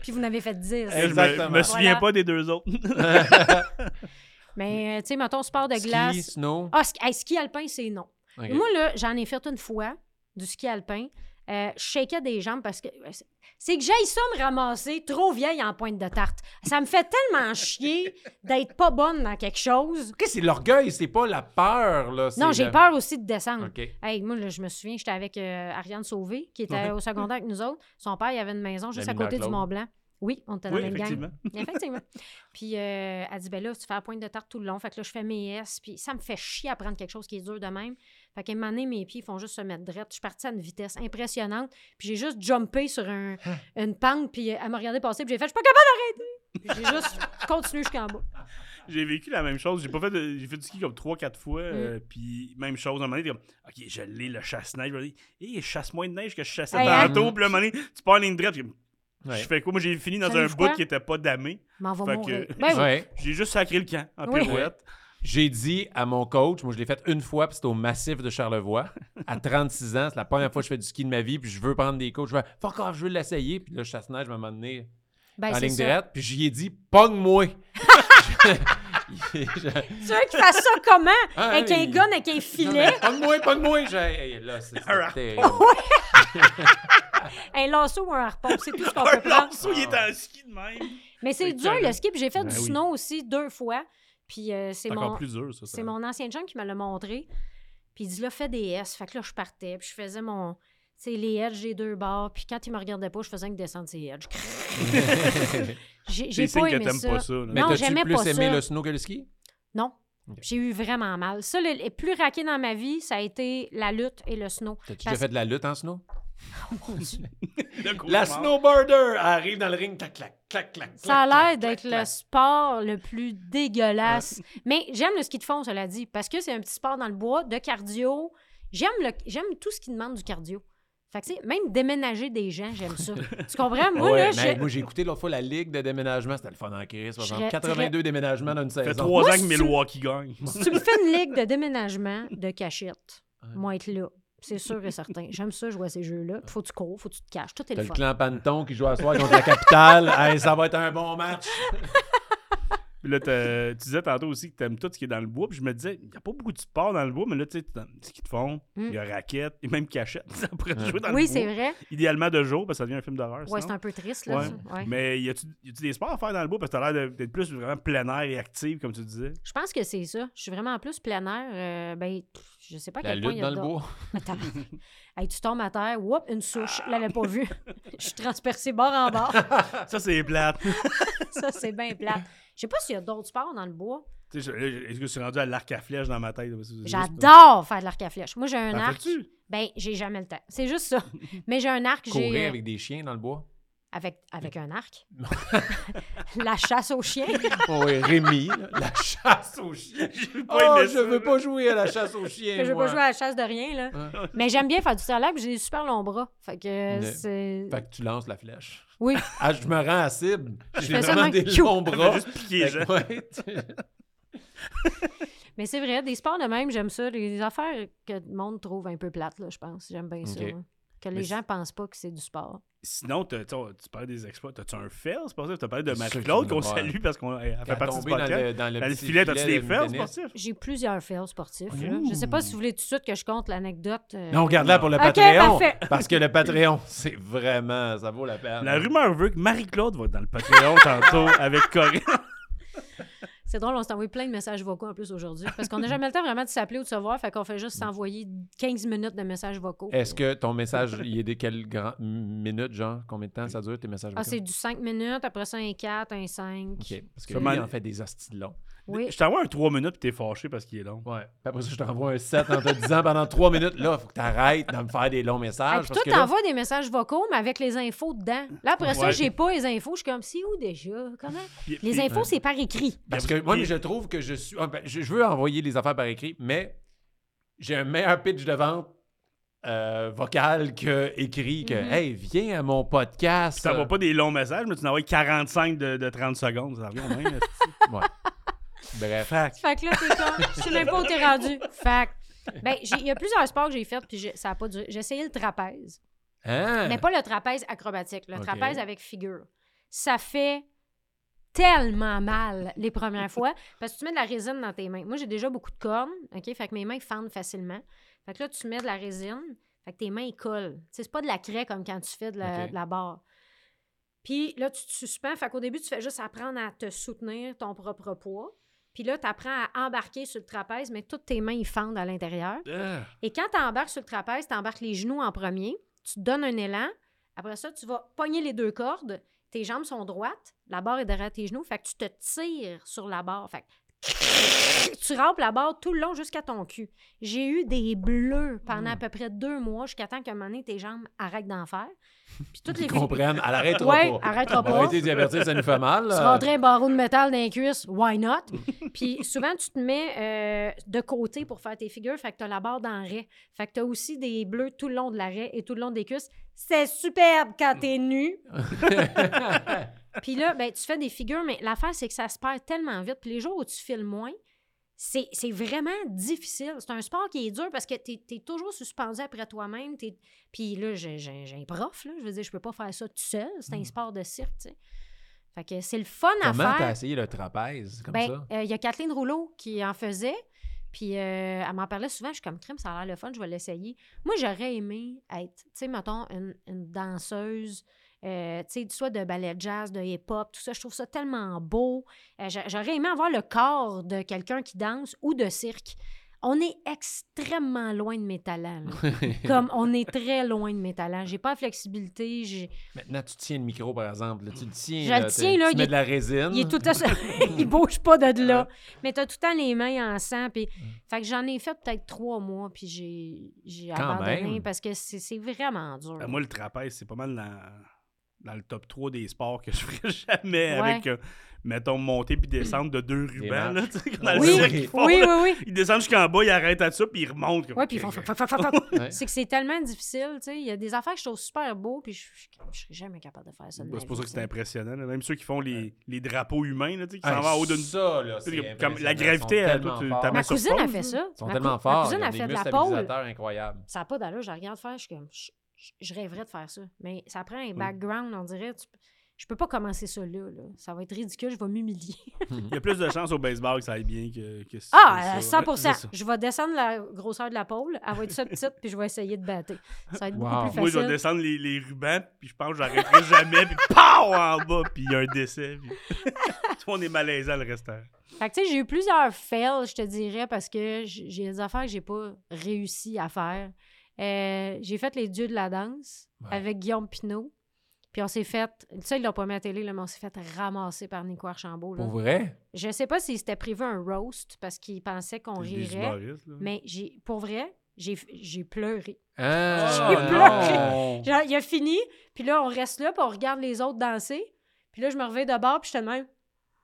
Puis vous n'avez fait 10.
Hey,
Je me,
Exactement.
me souviens
Voilà.
pas des deux autres.
Mais euh, tu sais, mettons, sport de
Ski,
glace.
snow.
Ah, ski, hey, ski alpin, c'est non.
Ok.
Moi, là, j'en ai fait une fois du ski alpin. Euh, je shakeais des jambes parce que euh, c'est que j'aille ça me ramasser trop vieille en pointe de tarte. Ça me fait tellement chier d'être pas bonne dans quelque chose.
Ok, c'est l'orgueil, c'est pas la peur. Là, c'est
Non, j'ai
le-
peur aussi de descendre.
Ok.
Hey, moi, là, je me souviens, j'étais avec euh, Ariane Sauvé, qui était
Ouais.
au secondaire avec nous autres. Son père, il avait une maison juste à
L'ami de
côté du
Claude.
Mont-Blanc. Oui, on était dans
Oui,
la même gang.
effectivement.
Effectivement. puis euh, elle dit, ben là, tu fais la pointe de tarte tout le long. Fait que là, je fais mes S. Puis ça me fait chier à prendre quelque chose qui est dur de même. Fait qu'à un moment donné, mes pieds font juste se mettre droit. Je suis partie à une vitesse impressionnante. Puis j'ai juste jumpé sur un- une pente. Puis euh, elle m'a regardé passer. Puis j'ai fait, je suis pas capable d'arrêter. Puis j'ai juste continué jusqu'en bas.
J'ai vécu la même chose. J'ai pas fait de- j'ai fait du ski comme 3-4 fois.
Mm.
euh, puis même chose. À un moment donné, t'es comme, OK, je l'ai, le chasse-neige. Je me dis, hé, chasse moins de neige que je chassais
Hey,
tantôt.
hein.
Puis là, à un moment donné, tu pars en ligne droite. t'es comme,
Ouais.
Je fais quoi? Moi, j'ai fini dans
Ça
un
nous froid.
bout qui était pas damé.
M'en va
Fait
mourir.
que-
Ben oui.
Ouais.
J'ai juste sacré le camp en
Oui.
pirouette.
J'ai dit à mon coach, moi je l'ai fait une fois, puis c'était au massif de Charlevoix. À 36 ans, c'est la première fois que je fais du ski de ma vie, puis je veux prendre des coachs. Je fais fuck off, je veux l'essayer. Puis là, Chasse-Neige m'a donné
Ben,
en
c'est
ligne
ça.
droite, puis j'y ai dit pogne-moi. Je- je-
Tu veux qu'il fasse ça comment?
Ah,
avec
oui.
un gun, avec un
Non,
filet,
mais Pogne-moi, pogne-moi. J'ai- hey, Là, c'est
Un
c'est
harpon.
terrible.
Oh, un lasso ou un harpon. C'est tout ce qu'on
Un
peut prendre.
lanceau, il est en ski de même.
Mais c'est
C'est
dur
carré.
le ski. Puis j'ai fait
Ben
du
oui.
snow aussi deux fois. Puis euh, c'est
C'est encore
mon,
plus dur, ça. ça.
c'est mon ancien chum qui me l'a montré. Puis il dit là, fais des S. Fait que là, je partais. Puis je faisais mon. Tu sais, les edges, des deux barres. Puis quand il me regardait pas, je faisais une descente ses edges. j'ai
C'est
j'ai
signe
pas
que
aimé
t'aimes
ça.
pas ça. là.
Mais
Non,
t'as-tu
j'aimais
plus
pas
aimé
ça.
le snow que le ski?
Non.
Ok.
J'ai eu vraiment mal. Ça, le, le plus raqué dans ma vie, ça a été la lutte et le snow.
T'as-tu
Parce- Oh,
déjà fait de la lutte en snow?
Le gros
La
mort.
snowboarder arrive dans le ring, clac, clac, clac, clac.
Ça a l'air
clac,
d'être le
clac.
sport le plus dégueulasse. Mais j'aime le ski de fond, cela dit, parce que c'est un petit sport dans le bois, de cardio. J'aime, le, j'aime tout ce qui demande du cardio. Fait que, tu sais, même déménager des gens, j'aime ça. tu comprends? Moi,
Ouais,
là,
mais
je-
moi, j'ai écouté l'autre fois la ligue de déménagement. C'était le fun en crise. par
Je
exemple.
serais-
82 déménagements dans une
Ça fait
saison.
trois
Moi,
ans que
si tu-
Milwaukee gagne.
si tu me fais une ligue de déménagement de cachette,
Ouais.
moi, être là. C'est sûr et certain. J'aime ça jouer à ces jeux-là. Puis Faut que tu cours, faut que tu te caches. Tout
T'as
est le
le
fun.
clan Panton qui joue à soir contre la capitale. Hey, ça va être un bon match.
Puis là, t'as- tu disais tantôt aussi que t'aimes tout ce qui est dans le bois. Puis je me disais, il n'y a pas beaucoup de sport dans le bois, mais là, tu sais, t'as- ce qu'ils te font, il
Mm.
y a raquette et même cachette. Ça pourrait
Ouais.
jouer dans le
Oui,
bois.
c'est vrai.
Idéalement de jour, parce que ça devient un film d'horreur.
Ouais,
sinon.
c'est un peu triste, là.
Ouais.
ça. Ouais.
Mais y a-tu y a-tu des sports à faire dans le bois? Parce que t'as l'air de- d'être plus vraiment plein air et active, comme tu disais.
Je pense que c'est ça. Je suis vraiment plus plein air. euh, ben, pff, je sais pas à
La
quel point
lutte
il y
dans
a
le
d'or-
bois.
Attends. Hey, tu tombes à terre, whoop, une souche. Je
Ah.
l'avais pas vu. Je suis transpercée bord en bord.
Ça, c'est plate. Tu
Ça, c'est bien plate. Je sais pas s'il y a d'autres sports dans le bois.
sais, je- là, je- Est-ce que je suis rendu à l'arc à flèche dans ma tête? parce que-
J'adore faire de l'arc à flèche. Moi, j'ai un
T'en
arc.
fais-tu?
Ben, j'ai jamais le temps. C'est juste ça. Mais j'ai un arc. J'ai
Courir avec des chiens dans le bois.
avec avec un arc. La chasse aux chiens.
Oh, oui, Rémi, là, la chasse aux chiens.
J'ai pas
Oh,
aimé
je
ça,
veux
là.
pas jouer à la chasse aux chiens.
Je veux
moi.
pas jouer à la chasse de rien là.
Hein?
Mais j'aime bien faire du tir à l'arc. puis J'ai des super longs bras. Fait que
Ok.
c'est.
Fait que tu lances la flèche.
Oui.
Ah, je me rends à cible. J'ai
fais ça
vraiment
de
des
même.
longs
Elle
bras.
m'a juste piqué,
Fait
Jean.
que, ouais, tu-
Mais c'est vrai, des sports de même, j'aime ça. Les affaires que le monde trouve un peu plates, là, je pense. J'aime bien ça.
Ok.
hein. Que
Mais
les gens
c'est-
pensent pas que c'est du sport.
Sinon, t'as- t'as- tu parles des exploits. T'as-tu un fail sportif? T'as parlé de
C'est sûr
Marie-Claude
qu'il y en
qu'on
a pas,
salue parce qu'on
Qui
elle
a
fait partie du
tombé dans
podcast.
le, dans le
Dans le
petit
filet, t'as-tu des
de
fails
tennis.
sportifs?
J'ai plusieurs fails sportifs.
Ok.
là. Je sais pas si vous voulez tout de suite que je compte l'anecdote. euh,
Oh. Non, regarde-la pour le
Ok,
Patreon.
parfait.
Parce que le Patreon, c'est vraiment, ça vaut la
Ah
peine.
La rumeur veut que Marie-Claude va être dans le Patreon tantôt avec Corinne.
C'est drôle, on s'est envoyé plein de messages vocaux en plus aujourd'hui. Parce qu'on n'a jamais le temps vraiment de s'appeler ou de se voir. Fait qu'on fait juste s'envoyer 15 minutes de messages vocaux.
Est-ce que ton message, il est de quelle grand- minute, genre? Combien de temps ça dure, tes messages?
Ah,
vocaux?
c'est du 5 minutes, après ça un 4, un 5.
OK. Parce que
Je
lui,
m'en-
il en fait des hosties de longs.
Oui.
Je t'envoie un 3 minutes puis t'es fâché parce qu'il est long.
Ouais. Puis après ça, je t'envoie un set en te disant pendant trois minutes, là, il faut que tu arrêtes de me faire des longs
Ah,
messages.
puis
parce
toi,
que là,
t'envoies des messages vocaux, mais avec les infos dedans. Là, après ça,
Ouais.
j'ai pas les infos. Je suis comme, c'est où déjà? Comment?
Puis-
Les
puis-
euh,
infos, c'est par écrit.
Parce que moi, mais je trouve que je suis. ah, ben, je, je veux envoyer les affaires par écrit, mais j'ai un meilleur pitch de vente euh, vocal que écrit que
Mhm.
Hey, viens à mon podcast.
Ça va pas des longs messages, mais tu n'envoies 45 de, de 30 secondes. Ça revient au même. esti.
Bref.
Fact.
Fait que là, t'es comme, je sais même pas où t'es rendu. Fait que- ben, j'ai- il y a plusieurs sports que j'ai fait, puis j'ai- ça a pas duré. J'ai essayé le trapèze.
Hein?
Mais pas le trapèze acrobatique, le
Ok.
trapèze avec figure. Ça fait tellement mal les premières fois parce que tu mets de la résine dans tes mains. Moi, j'ai déjà beaucoup de cornes, OK? Fait que mes mains fendent facilement. Fait que là, tu mets de la résine, fait que tes mains elles collent. Tu sais, c'est pas de la craie comme quand tu fais de la,
Ok.
de la barre. Puis là, tu te suspends. Fait qu'au début, tu fais juste apprendre à te soutenir ton propre poids. Puis là, tu apprends à embarquer sur le trapèze, mais toutes tes mains, ils fendent à l'intérieur.
Ah.
Et quand tu embarques sur le trapèze, tu embarques les genoux en premier, tu te donnes un élan. Après ça, tu vas pogner les deux cordes. Tes jambes sont droites, la barre est derrière tes genoux, fait que tu te tires sur la barre. Fait que tu rampes la barre tout le long jusqu'à ton cul. J'ai eu des bleus pendant à peu près deux mois jusqu'à temps qu'à un moment donné, tes jambes arrêtent d'en faire. Puis toutes les
Qu'ils comprennent. Elle arrêtera
Ouais,
pas.
arrêtera
On
pas.
aurait été diabétique, ça nous fait mal.
Tu
euh,
rentrais un barreau de métal dans les cuisses, why not? Puis souvent, tu te mets euh, de côté pour faire tes figures, fait que t'as la barre dans le raie. Fait que t'as aussi des bleus tout le long de l'arrêt et tout le long des cuisses. C'est superbe quand t'es nu. Puis là, ben, tu fais des figures, mais l'affaire, c'est que ça se perd tellement vite. Puis les jours où tu files moins, c'est c'est vraiment difficile. C'est un sport qui est dur parce que t'es es toujours suspendu après toi-même. T'es- Puis là, j'ai j'ai- j'ai un prof, là. Je veux dire, je peux pas faire ça tout seul. C'est un sport de cirque, tu sais. Fait que c'est le fun à
Comment
faire.
t'as essayé le trapèze comme
Ben, euh,
ça?
il y a Kathleen Rouleau qui en faisait. Puis euh, elle m'en parlait souvent. Je suis comme crime, ça a l'air le fun, je vais l'essayer. Moi, j'aurais aimé être, tu sais, mettons, une, une danseuse, euh, tu sais, soit de ballet jazz, de hip-hop, tout ça. Je trouve ça tellement beau. Euh, j'a- j'aurais aimé avoir le corps de quelqu'un qui danse ou de cirque. On est extrêmement loin de mes talents. là. Comme on est très loin de mes talents. J'ai pas la flexibilité. j'ai-
Maintenant, tu tiens le micro, par exemple. là, tu le tiens.
Je
là,
le
t'es-
tiens, là,
Tu
il
mets
est-
de la résine.
Il est tout à Il
Mm.
bouge pas de là. Mais t'as tout le temps les mains en sang. Puis...
Mm.
Fait que j'en ai fait peut-être trois mois, puis j'ai, j'ai
Quand
abandonné
même.
Ben,
parce que c'est, c'est vraiment dur.
Euh, Moi, le trapèze, c'est pas mal dans, dans le top 3 des sports que je ferais jamais
Ouais.
avec, euh, mettons, monter puis descendre de deux rubans, là, tu sais, dans le
Oui,
cirque,
oui,
ils font,
Ah Oui,
là.
oui, oui.
Ils descendent jusqu'en bas, ils arrêtent à ça, puis ils remontent. comme-
Ouais, puis ils font fop, fop, fop, fop, fop.
Ouais.
C'est que c'est tellement difficile, tu sais. Il y a des affaires que je trouve super beaux, puis je je- je serais jamais capable de faire ça. de ma
Bah, C'est pour ça
vie,
que
tu
c'est
sais.
impressionnant. là. Même ceux qui font les, les drapeaux humains, là, tu sais, qui
Ah,
s'en vont en haut d'une
ça, là,
Tu sais,
c'est
comme-
impressionnant.
la
Ils sont
gravité, elle,
tellement
toi, tu-
forts.
ta
Ma
main- sur
cousine a
pause,
fait
là.
ça.
Ils sont
Ma cou-
tellement
Ma
forts.
cousine
ils ont
a
des
fait de la
muscles
pole.
stabilisateurs incroyables.
Ça n'a pas d'allure. Je la regarde faire, je suis comme, je- je je rêverais de faire ça. Mais ça prend
Mm.
un background, on dirait. Tu- Je peux pas commencer ça là. là. Ça va être ridicule, je vais m'humilier.
Il y a plus de chances au baseball que ça aille bien que, que c-
Ah, à
que
100
C'est ça.
Je vais descendre la grosseur de la pôle, elle va être ça petite, puis je vais essayer de battre. Ça va être
Wow.
beaucoup plus facile.
Moi, je vais descendre les, les rubans, puis je pense que j'arrêterai jamais, puis pow en bas, puis il y a un décès. Puis... Tout le monde est malaisant le restant.
Fait que, tu sais, j'ai eu plusieurs fails, je te dirais, parce que j- j'ai des affaires que j'ai pas réussi à faire. Euh, j'ai fait les dieux de la danse
Ouais.
avec Guillaume Pinault. Puis on s'est fait, tu sais, il l'a pas mis à la télé, là, mais on s'est fait ramasser par Nico Archambault. là.
Pour vrai?
Je sais pas s'il s'était prévu un roast parce qu'il pensait qu'on
C'est des
rirait,
humoristes, là.
mais j'ai, pour vrai, j'ai, j'ai pleuré.
Ah,
J'ai
non.
Genre, il a fini, puis là, on reste là, puis on regarde les autres danser. Puis là, je me reviens de bord, puis je te même.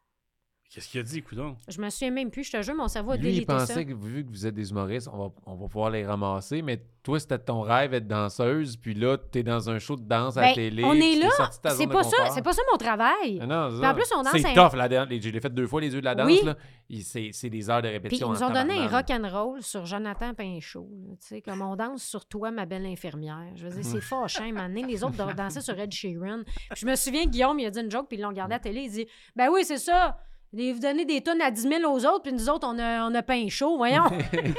Qu'est-ce qu'il a dit, coudon?
Je me souviens même plus, je te jure, mon cerveau a
Lui, il
délité ça.
pensait que vu que vous êtes des humoristes, on va, on va pouvoir les ramasser, mais toi, c'était ton rêve d'être danseuse, puis là, t'es dans un show de danse à la
Ben,
télé.
on est
puis t'es
là,
sorti de ta
C'est
zone de
pas ça,
confort.
c'est pas ça mon travail.
Ah non, c'est
Puis
ça.
en plus, on danse
C'est
un-
tough, la danse. Les- Je l'ai fait deux fois, les yeux de la danse.
Oui.
là. Il- C'est c'est des heures de
Puis ils
répétition.
nous
en
ont donné un
tabarnak.
rock'n'roll sur Jonathan Pinchot. là, Tu sais, comme on danse sur toi, ma belle infirmière. Je veux dire, c'est fâchant. Maintenant, les autres dan- dansaient sur Ed Sheeran. Puis je me souviens, Guillaume, il a dit une joke, puis ils l'ont regardé à la télé. Il dit Ben oui, c'est ça. Les- Vous donnez des tonnes à 10 000 aux autres, puis nous autres, on a, on a Pinchot, voyons. Puis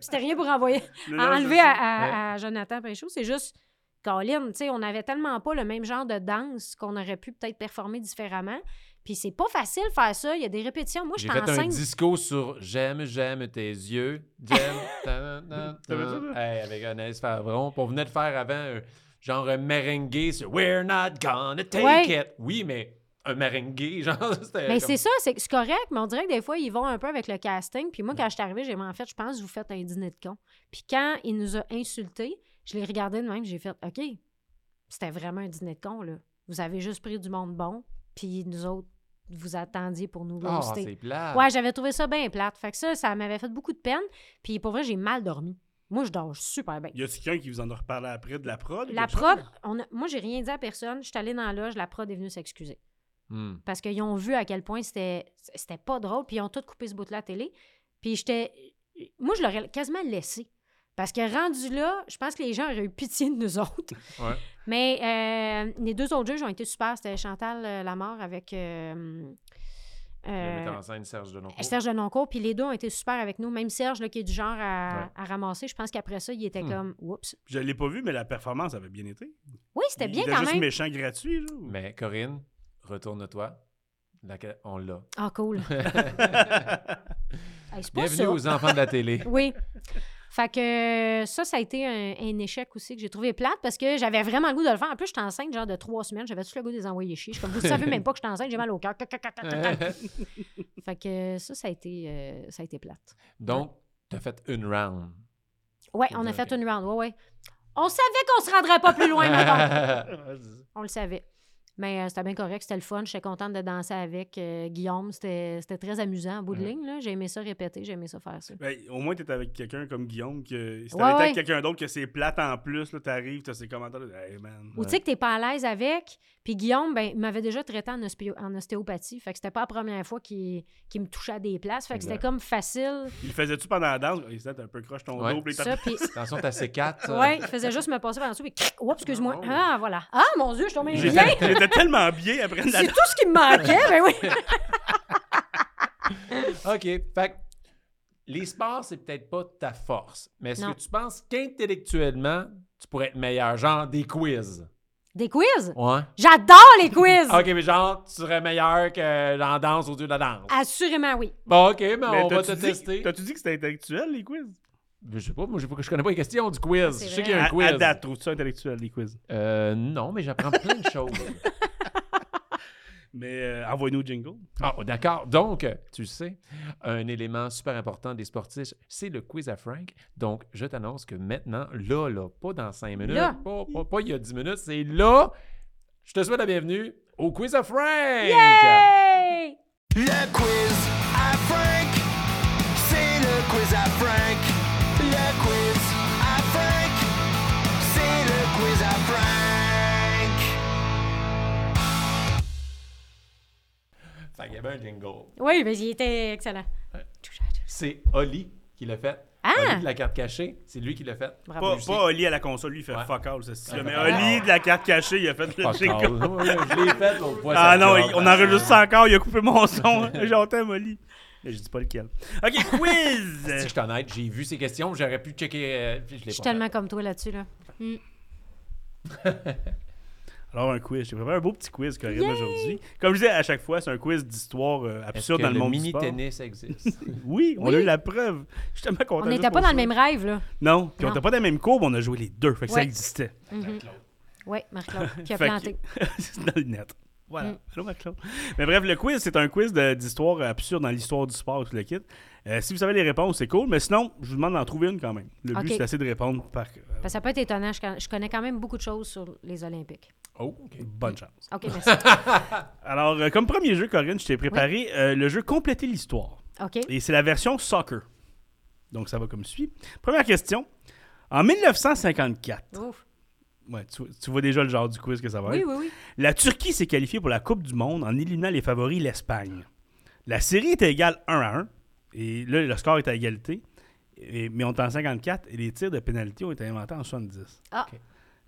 c'était rien pour envoyer,
Non, non,
enlever
c'est
à,
ça.
à- à Jonathan Pinchot. C'est juste, Colin, tu sais, on n'avait tellement pas le même genre de danse qu'on aurait pu peut-être performer différemment. Puis c'est pas facile faire ça. Il y a des répétitions. Moi, je
J'ai fait un
t'enseigne.
disco sur J'aime, j'aime tes yeux. J'aime. ta- ta- ta-
T'avais ça, toi?
Hey, avec Anaïs Favron. Puis on venait de faire avant euh, genre un merengue sur We're not gonna take
Ouais.
it. Oui, mais un merengue, genre, c'était. euh,
Mais
comme-
c'est ça, c'est c'est correct, mais on dirait que des fois, ils vont un peu avec le casting. Puis moi, quand je suis arrivée, j'ai dit, en fait, je pense que vous faites un dîner de con. Puis quand il nous a insultés, je l'ai regardé de même, j'ai fait, OK, c'était vraiment un dîner de con, là. Vous avez juste pris du monde bon, puis nous autres, vous attendiez pour nous
Ah,
roaster.
c'est plat.
ouais, j'avais trouvé ça bien plate. Fait que ça, ça m'avait fait beaucoup de peine. Puis pour vrai, j'ai mal dormi. Moi, je dors super bien.
Y a-tu quelqu'un qui vous en a reparlé après de la prod? ou
La
quelque chose?
prod, on a- moi, j'ai rien dit à personne. Je suis allée dans la loge, la prod est venue s'excuser.
Hmm.
parce qu'ils ont vu à quel point c'était c'était pas drôle, puis ils ont tout coupé ce bout-là à la télé. Puis j'étais. Moi, je l'aurais quasiment laissé. Parce que rendu là, je pense que les gens auraient eu pitié de nous autres.
Ouais.
Mais euh, les deux autres juges ont été super. C'était Chantal euh, Lamarre avec euh,
Le
euh,
metteur en scène Serge Denoncourt.
Serge Denoncourt. Puis les deux ont été super avec nous. Même Serge, là, qui est du genre à,
Ouais.
à ramasser, je pense qu'après ça, il était
Hmm.
comme Oups.
Je l'ai pas vu, mais la performance avait bien été.
Oui, c'était
Il
bien
était
quand
juste
même.
méchant gratuit, là. ou-
Mais Corinne, retourne-toi. La ca- On l'a.
Ah, cool. Hey, c'est pas
Bienvenue
ça.
aux enfants de la télé.
Oui. Fait que euh, ça, ça a été un, un échec aussi que j'ai trouvé plate parce que j'avais vraiment le goût de le faire. En plus, j'étais enceinte genre de trois semaines. J'avais tout le goût de les envoyer chier. Je suis comme, vous ne savez même pas que j'étais enceinte, j'ai mal au cœur. fait que euh, ça, ça a été, euh, ça a été plate.
Donc, t'as fait une round.
Ouais, on a fait une round. Ouais, ouais. On savait qu'on se rendrait pas plus loin, maintenant.
Ah,
On le savait. Mais euh, c'était bien correct, c'était le fun. J'étais contente de danser avec euh, Guillaume. C'était c'était très amusant, en bout de
Ouais.
ligne. là. J'ai aimé ça répéter, j'ai aimé ça faire ça.
Ben, au moins, t'es avec quelqu'un comme Guillaume. Que... Si t'avais
Ouais,
été
ouais.
avec quelqu'un d'autre que c'est plate en plus, là, t'arrives, t'as ces commentaires. là, Hey, man. euh,
Ou tu sais que t'es pas à l'aise avec. Puis Guillaume, ben, il m'avait déjà traité en, ospéo- en ostéopathie. Fait que c'était pas la première fois qu'il qu'il me touchait à des places. Fait que c'était
Exact.
comme facile.
Il le faisait-tu pendant la danse? Il disait, t'as un peu croche ton
Ouais.
dos. puis là,
Ça, puis...
Attention, t'as C4. euh,
Ouais, il faisait juste me passer par en dessous. Puis, cric, oups, excuse-moi.
Oh.
Ah, voilà. Ah, mon Dieu, je suis tombée bien.
J'étais j'étais tellement bien après la
C'est tout ce qui me manquait. Ben oui.
OK. Fait que les sports, c'est peut-être pas ta force. Mais est-ce
Non.
que tu penses qu'intellectuellement, tu pourrais être meilleur? Genre des quiz.
Des quiz.
Ouais.
J'adore les quiz.
OK, mais genre, tu serais meilleur que dans danse au dieu de la danse.
Ah. Assurément, oui.
Bon, OK, mais,
Mais
on va te
t'as-tu dit-
tester.
T'as-tu dit que c'était intellectuel, les quiz?
Je sais pas, moi, je, je connais pas les questions du quiz.
Ah, C'est
Je sais
vrai.
qu'il y a un
À-
quiz.
À date, trouves-tu ça intellectuel, les quiz?
Euh, non, mais j'apprends plein de choses.
Mais euh, envoie-nous le jingle.
Ah, d'accord. Donc, tu sais, un élément super important des sportifs, c'est le quiz à Frank. Donc, je t'annonce que maintenant, là, là, pas dans cinq minutes,
Là.
Pas, pas- pas il y a dix minutes, c'est là, Je te souhaite la bienvenue au Quiz of Frank!
Yay!
Le quiz à Frank. C'est le quiz à Frank. Le quiz à Frank. C'est le quiz à Frank.
Fait qu'il y avait un jingle.
Oui, mais il était excellent. Touche à touche.
C'est Oli qui l'a fait.
Ah!
Oli de la carte cachée, c'est lui qui l'a fait.
Pas,
Bravo.
sais.
pas Oli à la console, lui, il fait
Ouais.
fuck all, ce style.
Ouais,
Mais
fuck all.
Oli de la carte cachée, il a fait le
Fuck all.
jingle.
Ouais, ouais, Ah, je l'ai fait l'autre fois.
Ah
ça
non,
me
il- on
dérange.
enregistre ça encore, il a coupé mon son. J'en t'aime, Oli. Mais je dis pas lequel. Ok,
Si
quiz!
je suis honnête, j'ai vu ces questions, j'aurais pu checker. euh, puis Euh, je l'ai
Je suis
pas fait.
tellement comme toi là-dessus, là.
Alors, un quiz. J'ai préparé un beau petit quiz, Corinne, aujourd'hui. Comme je disais à chaque fois, c'est un quiz d'histoire euh,
Est-ce
absurde
que
dans le,
le
monde du sport.
mini-tennis existe.
Oui, on
Oui.
a eu la preuve. Je suis tellement
On
content.
n'était
juste
pas
pour
dans
ça.
le même rêve, là.
Non, puis on
Non.
n'était pas dans la même courbe, on a joué les deux. Fait que ça
Ouais.
existait.
Oui, Marc-Claude, qui a
Fait que-
planté.
c'est dans le net. Voilà.
Mm.
Allô, Marc-Claude. Mais bref, le quiz, c'est un quiz de- d'histoire euh, absurde dans l'histoire du sport, tout le kit. Euh, si vous savez les réponses, c'est cool. Mais sinon, je vous demande d'en trouver une quand même. Le
Ok.
but, c'est d'essayer de répondre par. euh,
Parce que ça peut être étonnant. Je, con- je connais quand même beaucoup de choses sur les Olympiques.
oh, OK.
Bonne chance.
OK, merci.
Alors, euh, comme premier jeu, Corinne, je t'ai préparé euh, le jeu Compléter l'histoire.
OK.
Et c'est la version soccer. Donc, ça va comme suit. Première question. En 1954,
Ouf.
ouais, tu, tu vois déjà le genre du quiz que ça va
Oui,
être.
oui, oui.
La Turquie s'est qualifiée pour la Coupe du Monde en éliminant les favoris l'Espagne. La série était égale 1 à 1. Et là, le score est à égalité. Et- mais on est en 54 et les tirs de pénalité ont été inventés en 70.
Ah.
Ok.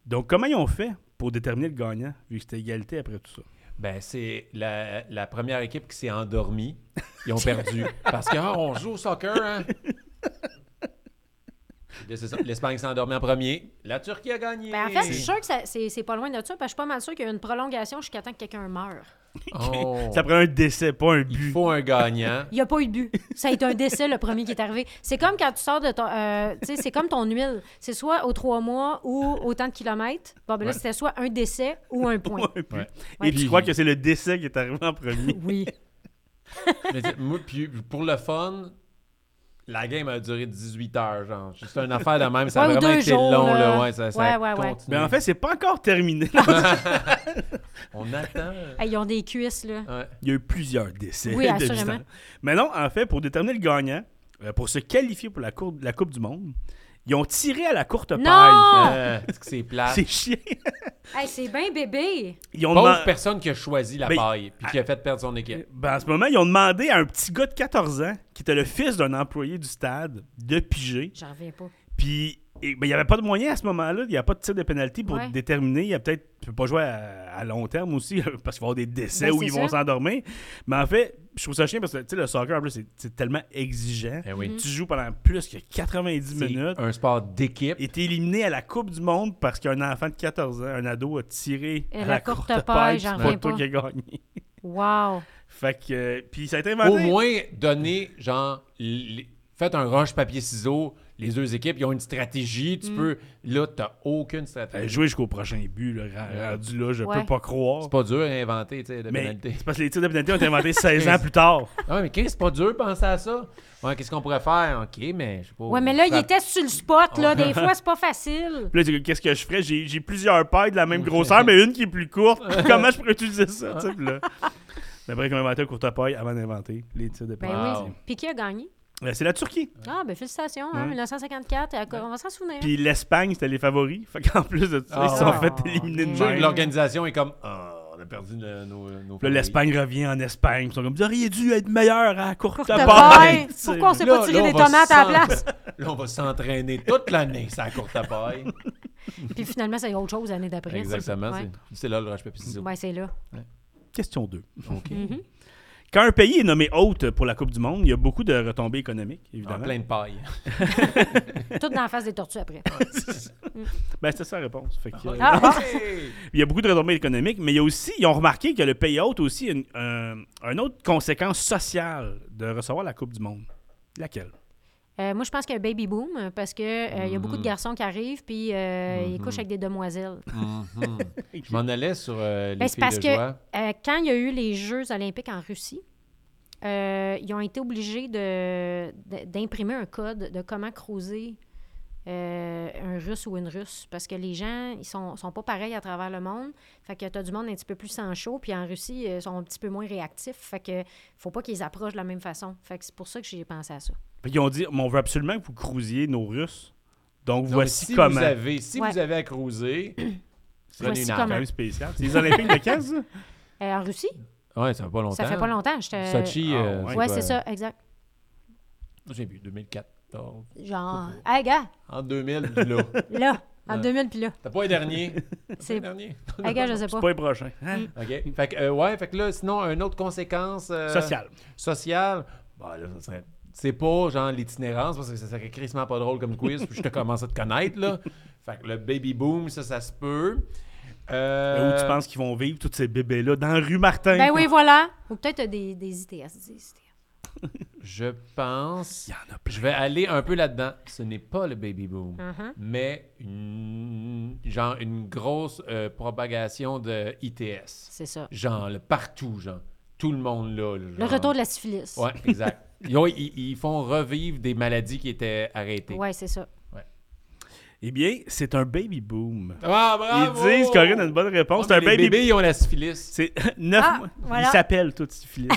Donc, comment ils ont fait pour déterminer le gagnant, vu que c'était égalité après tout ça?
Ben, c'est la, la première équipe qui s'est endormie. Ils ont perdu. Parce que, ah, on joue au soccer, hein? Là, c'est ça. L'Espagne s'est endormie en premier. La Turquie a gagné.
Ben, en fait, je suis sûre que ça- c'est c'est pas loin de ça, parce que je suis pas mal sûre qu'il y a une prolongation jusqu'à temps que quelqu'un meure.
Oh,
Ça prend un décès, pas un
il
but.
faut un gagnant.
Il n'y a pas eu de but. Ça a été un décès, le premier qui est arrivé. C'est comme quand tu sors de ton. euh, tu sais, c'est comme ton huile. C'est soit aux trois mois ou autant de kilomètres. Bon, ben là,
Ouais.
c'était soit un décès ou un point.
Un but.
Ouais.
Et tu
Puis-
crois que c'est le décès qui est arrivé en premier?
Oui.
Mais c'est- moi, puis, pour le fun, la game a duré 18 heures, genre. Juste une affaire de même. Ça
Ouais,
a
ou
vraiment
deux
été
jours,
long,
là.
là. Ouais, ça, ça
Ouais, ouais, ouais.
continue.
Mais Ben, en fait, c'est pas encore terminé.
on attend.
Hey, ils ont des cuisses, là.
Ouais.
Il y a eu plusieurs décès.
Oui,
de
assurément.
Justin. Mais non, en fait, pour déterminer le gagnant, euh, pour se qualifier pour la, cour- la Coupe du Monde, ils ont tiré à la courte
Non!
paille.
Ah!
Euh, est-ce que c'est plat?
C'est chiant.
Hey, c'est bien bébé.
Ils ont
Pauvre
deman-
personne qui a choisi la
Ben,
paille puis qui a fait perdre son équipe.
Ben, en ce moment, ils ont demandé à un petit gars de 14 ans, qui était le fils d'un employé du stade, de piger.
J'en reviens pas.
Puis, et- ben, il n'y avait pas de moyen à ce moment-là. Il n'y a pas de tir de pénalité pour
Ouais.
déterminer. Il y a peut-être. Tu peux pas jouer à, à long terme aussi, parce qu'il va y avoir des décès
Ben,
où
c'est
ils vont
ça.
s'endormir. Mais en fait, je trouve ça chiant parce que tu sais, le soccer, en plus, c'est- c'est tellement exigeant.
Eh oui.
Tu joues pendant plus que 90
C'est
minutes.
un sport d'équipe.
Et t'es éliminé à la Coupe du Monde parce qu'un enfant de 14 ans, un ado, a tiré
Et
à
la
la
courte
courte
paille,
paille.
j'en
C'est
reviens
pas toi
pas.
qui as gagné.
Wow.
Fait que. euh, Puis ça a été
Au
inventé.
moins, donner, genre, les- faites un rush papier-ciseaux, les deux équipes, ils ont une stratégie,
Mm.
tu peux. Là, t'as aucune
Euh,
stratégie.
jouer jusqu'au prochain but, là, ra-
Ouais.
rendu là, Euh, je
Ouais.
peux pas croire.
C'est pas dur à inventer, tu sais, de
Mais
pénalité.
c'est parce que les tirs de pénalité ont été inventés 16 ans plus tard.
Ah, ouais, mais qu'est-ce c'est pas dur de penser à ça? Ouais, qu'est-ce qu'on pourrait faire? OK, mais je sais pas.
Ouais, mais là, il
Frappe-
était sur le spot,
Oh.
là. Des fois, c'est pas facile.
Puis là, tu dis, qu'est-ce que je ferais? J'ai j'ai plusieurs pailles de la même grosseur, mais une qui est plus courte. Comment je pourrais utiliser ça? tu sais, puis là. Mais après, ils ont inventé la courte paille avant d'inventer les tirs de
Ben
pénalité.
Wow.
oui. Puis qui a gagné?
Euh, C'est la Turquie.
Ah, ben félicitations, hein,
Ouais.
1954. euh, On va s'en souvenir.
Puis l'Espagne, c'était les favoris. Fait qu'en plus de ça, ils se sont
Ah.
fait éliminer
Je
de
Ouais.
jure que
même.
L'organisation est comme, ah, on a perdu le- nos. nos
Là,
favoris.
l'Espagne revient en Espagne. Ils sont comme, vous auriez dû être meilleur à courte,
Courte
paille.
paille.
Tu sais.
Pourquoi on s'est
Là-
pas
là,
tiré
on
des
va
tomates à la
s'en-
place?
Là, on va s'entraîner toute l'année, c'est la courte à paille.
Puis finalement, c'est autre chose l'année d'après.
Exactement.
Ouais,
c'est- C'est là le rush papier ciseaux.
Ouais, c'est là.
Question 2.
OK.
Mhm.
Quand un pays est nommé hôte pour la Coupe du Monde, il y a beaucoup de retombées économiques,
En
évidemment.
Ah, plein de paille.
Tout dans la face des tortues après.
Ben, c'était ça la réponse. Fait que-
Ah, bon.
Il y a beaucoup de retombées économiques, mais il y a aussi, ils ont remarqué que le pays hôte a aussi une, un- une autre conséquence sociale de recevoir la Coupe du Monde. Laquelle?
Euh, moi, je pense qu'il y a un baby boom euh, parce que euh, il y a
Mm.
beaucoup de garçons qui arrivent puis euh,
Mm-hmm.
ils couchent avec des demoiselles.
Mhm. Je m'en allais sur euh, les
Ben, c'est
filles
parce
de
que
joie.
euh, quand il y a eu les Jeux olympiques en Russie, euh, ils ont été obligés de- de- d'imprimer un code de comment cruiser euh, un russe ou une russe, parce que les gens, ils sont, sont pas pareils à travers le monde. Fait que t'as du monde un petit peu plus sans chaud, puis en Russie, ils sont un petit peu moins réactifs. Fait que faut pas qu'ils approchent de la même façon. Fait que c'est pour ça que j'ai pensé à ça.
Puis ils ont dit mais on veut absolument que vous cruisiez nos Russes. Donc
Donc,
voici
si
comment.
Vous avez, si
Ouais.
vous avez à cruiser, prenez
Voici
une
C'est
arme.
quand même spécial. C'est les Olympiques de 15, ça?
Euh, en Russie,
Ouais, ça fait pas longtemps.
ça fait pas longtemps. j'étais-
Sochi,
Ah,
euh,
ouais.
Ouais,
quoi?
c'est ça, exact.
J'ai vu 2014.
Genre, hey gars,
En 2000, puis là.
là, en
Ouais.
2000 puis là.
T'as pas les derniers.
C'est,
dernier.
hey gars, je sais
C'est
pas.
pas les prochains.
Mm.
Hein?
OK. Fait que, euh, ouais, fait que là, sinon, une autre conséquence euh,
Social.
sociale, bah, là, ça serait- C'est pas genre l'itinérance, parce que ça serait crissement pas drôle comme quiz, puis je te commence à te connaître, là. Fait que le baby boom, ça, ça se peut. Euh,
Où tu penses qu'ils vont vivre, tous ces bébés-là, dans la rue Martin?
Ben oui, voilà. Ou peut-être t'as des, des ITS. des ITS.
Je pense.
Il y en a
Je vais aller un peu là-dedans. Ce n'est pas le baby boom,
Mhm.
mais une, genre une grosse euh, propagation de ITS.
C'est ça.
Genre le partout, genre. Tout le monde là.
Le retour de la syphilis.
Ouais, exact. Ils, ont- ils- ils font revivre des maladies qui étaient arrêtées.
Ouais, c'est ça.
Eh bien, c'est un baby boom.
Ah,
Ils
bravo!
disent Corinne a une bonne
Ouais,
réponse. c'est un
mais les
baby boom.
bébés, ils ont la syphilis.
C'est neuf
Ah,
mois.
voilà.
Ils s'appellent tous syphilis.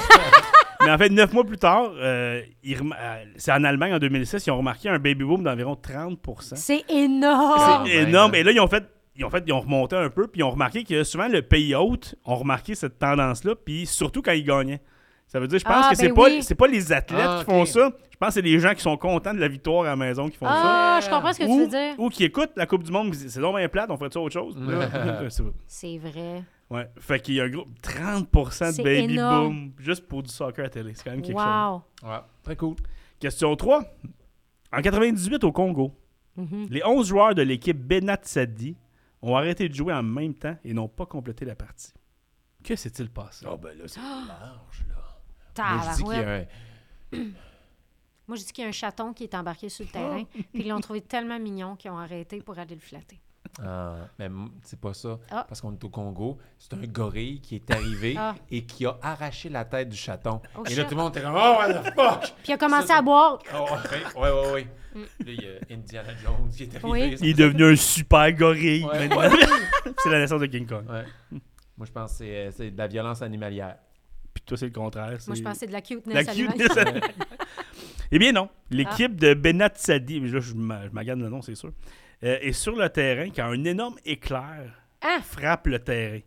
Mais en fait, neuf mois plus tard, euh, ils rem- euh, c'est en Allemagne en 2006, ils ont remarqué un baby boom d'environ 30
C'est énorme.
C'est-
C'est énorme. Et là, ils ont fait. Ils ont, fait, ils ont remonté un peu, puis ils ont remarqué que souvent le pays hôte ont remarqué cette tendance-là, puis surtout quand ils gagnaient. Ça veut dire, je pense
Ah,
que c'est
ben
pas,
oui.
c'est pas les athlètes
Ah,
qui font
ok.
ça. Je pense que c'est les gens qui sont contents de la victoire à la maison qui font ça.
Ah, je comprends ce que tu veux dire.
ou qui écoutent la Coupe du Monde, qui disent, c'est donc bien plate, on ferait ça autre chose. Là, c'est-
C'est vrai.
Ouais. Fait qu'il y a un gros 30% de
C'est
baby
énorme.
boom juste pour du soccer à télé. C'est quand même quelque chose.
Wow.
Ouais, très cool.
Question 3. En 98 au Congo,
Mhm.
les 11 joueurs de l'équipe Benatsadi ont arrêté de jouer en même temps et n'ont pas complété la partie. Que s'est-il passé?
Ah, ben là, c'est large, là. Moi, je dis qu'il y
Ah, Tabarouette.
a un-
Moi, je dis qu'il y a un chaton qui est embarqué sur le terrain, puis ils l'ont trouvé tellement mignon qu'ils ont arrêté pour aller le flatter.
Ah, mais m- c'est pas ça.
Ah.
Parce qu'on est au Congo. C'est un gorille qui est arrivé
Ah.
et qui a arraché la tête du chaton.
Oh,
et
shit.
là, tout le monde était comme Oh, what the fuck!
Puis il a commencé à boire.
oh, ouais, ouais, ouais, ouais. Là, il y a Indiana Jones qui est arrivé.
Mm. Oui.
Ça-
Il est devenu un super gorille. Ben,
Ouais.
c'est la naissance de King Kong.
Ouais. Moi, je pense que c'est, euh, c'est de la violence animalière.
Puis toi, c'est le contraire.
Moi, je
c'est-
pensais de la cuteness.
La
animale.
cuteness. eh bien, non. L'équipe
Ah.
de Benatsadi, là, je m'a- je m'agane le nom, c'est sûr, euh, est sur le terrain quand un énorme éclair
Ah!
frappe le terrain.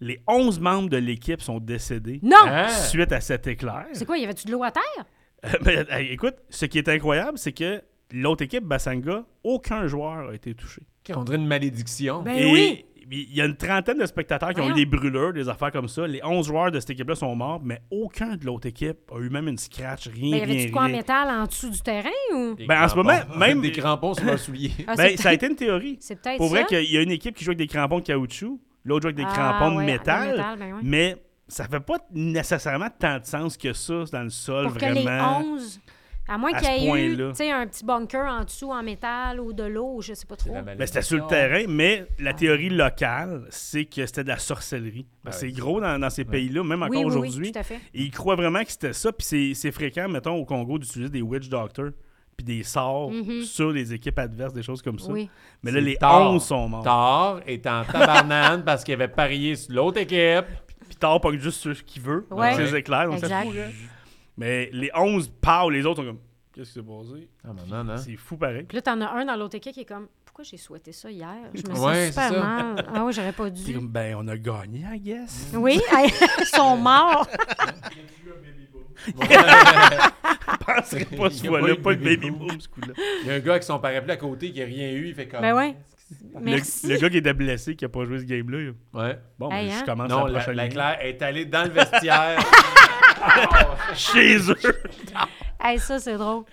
Les 11 membres de l'équipe sont décédés
Non!
Hein?
suite à cet éclair.
C'est quoi, il y avait-tu de l'eau à terre?
Euh, ben, euh, écoute, ce qui est incroyable, c'est que l'autre équipe, Basanga, aucun joueur a été touché.
On dirait une malédiction.
Ben
Et
oui!
il y a une trentaine de spectateurs qui ont eu
Voyons.
des brûlures, des affaires comme ça. Les 11 joueurs de cette équipe-là sont morts, mais aucun de l'autre équipe a eu même une scratch, rien,
Mais Ben, y avait-tu
rien,
de quoi en
rien.
métal en dessous du terrain ou?
Des
Ben, en ce
crampons.
moment, même-
Des crampons sur leur soulier.
Ah, c'est
Ben,
peut-
ça a été une théorie.
C'est peut-être
Pour
ça.
vrai qu'il y a une équipe qui joue avec des crampons de caoutchouc, l'autre joue avec des
Ah,
crampons de
ouais,
métal,
ben ouais.
mais ça fait pas nécessairement tant de sens que ça dans le sol,
Pour que les
vraiment.
11, à moins
à
qu'il
ce
y ait eu
point-là.
tu sais, un petit bunker en dessous en métal ou de l'eau, ou je sais pas trop.
Mais Ben, c'était sur
Ah.
le terrain, mais la théorie locale, c'est que c'était de la sorcellerie. Parce que
Ouais.
c'est gros dans, dans ces pays-là, même encore
oui, oui,
aujourd'hui.
oui, tout à fait.
Et ils croient vraiment que c'était ça. Puis c'est- c'est fréquent, mettons, au Congo, d'utiliser des witch doctors puis des sorts sur les équipes adverses, des choses comme ça.
Mhm. Oui.
Mais là,
C'est
les
tard.
11 sont morts.
Thor est en tabarnane parce qu'il avait parié sur l'autre équipe.
Puis tard, pas que juste ceux qui veut.
Ouais.
C'est les éclairs, donc ça
Exact.
fout, hein. Mais les 11 parlent, les autres sont comme Qu'est-ce qui s'est passé
Ah, maman, non?
C'est fou pareil.
Puis là, t'en as un dans l'autre équipe qui est comme Pourquoi j'ai souhaité ça hier Je me sens
Ouais,
super
c'est ça.
mal. Ah oui, j'aurais pas
Puis
dû.
comme, ben, on a gagné, I guess.
Oui, ils
Euh,
sont morts.
Je penserais pas ce
Il y a
fois-là,
pas eu
pas le
de baby
baby
boom.
boom, ce coup-là.
Il y a un gars avec son parapluie à côté qui a rien eu. Il fait comme.
Ben ouais.
Le,
Merci.
ah, le gars qui était blessé, qui a pas joué ce game-là, il a-
Ouais.
bon,
Hey,
ben,
hein?
je commence
Non,
la
la,
prochaine
la
game.
Claire est allée dans le vestiaire.
chez eux.
Hey, ça, c'est drôle.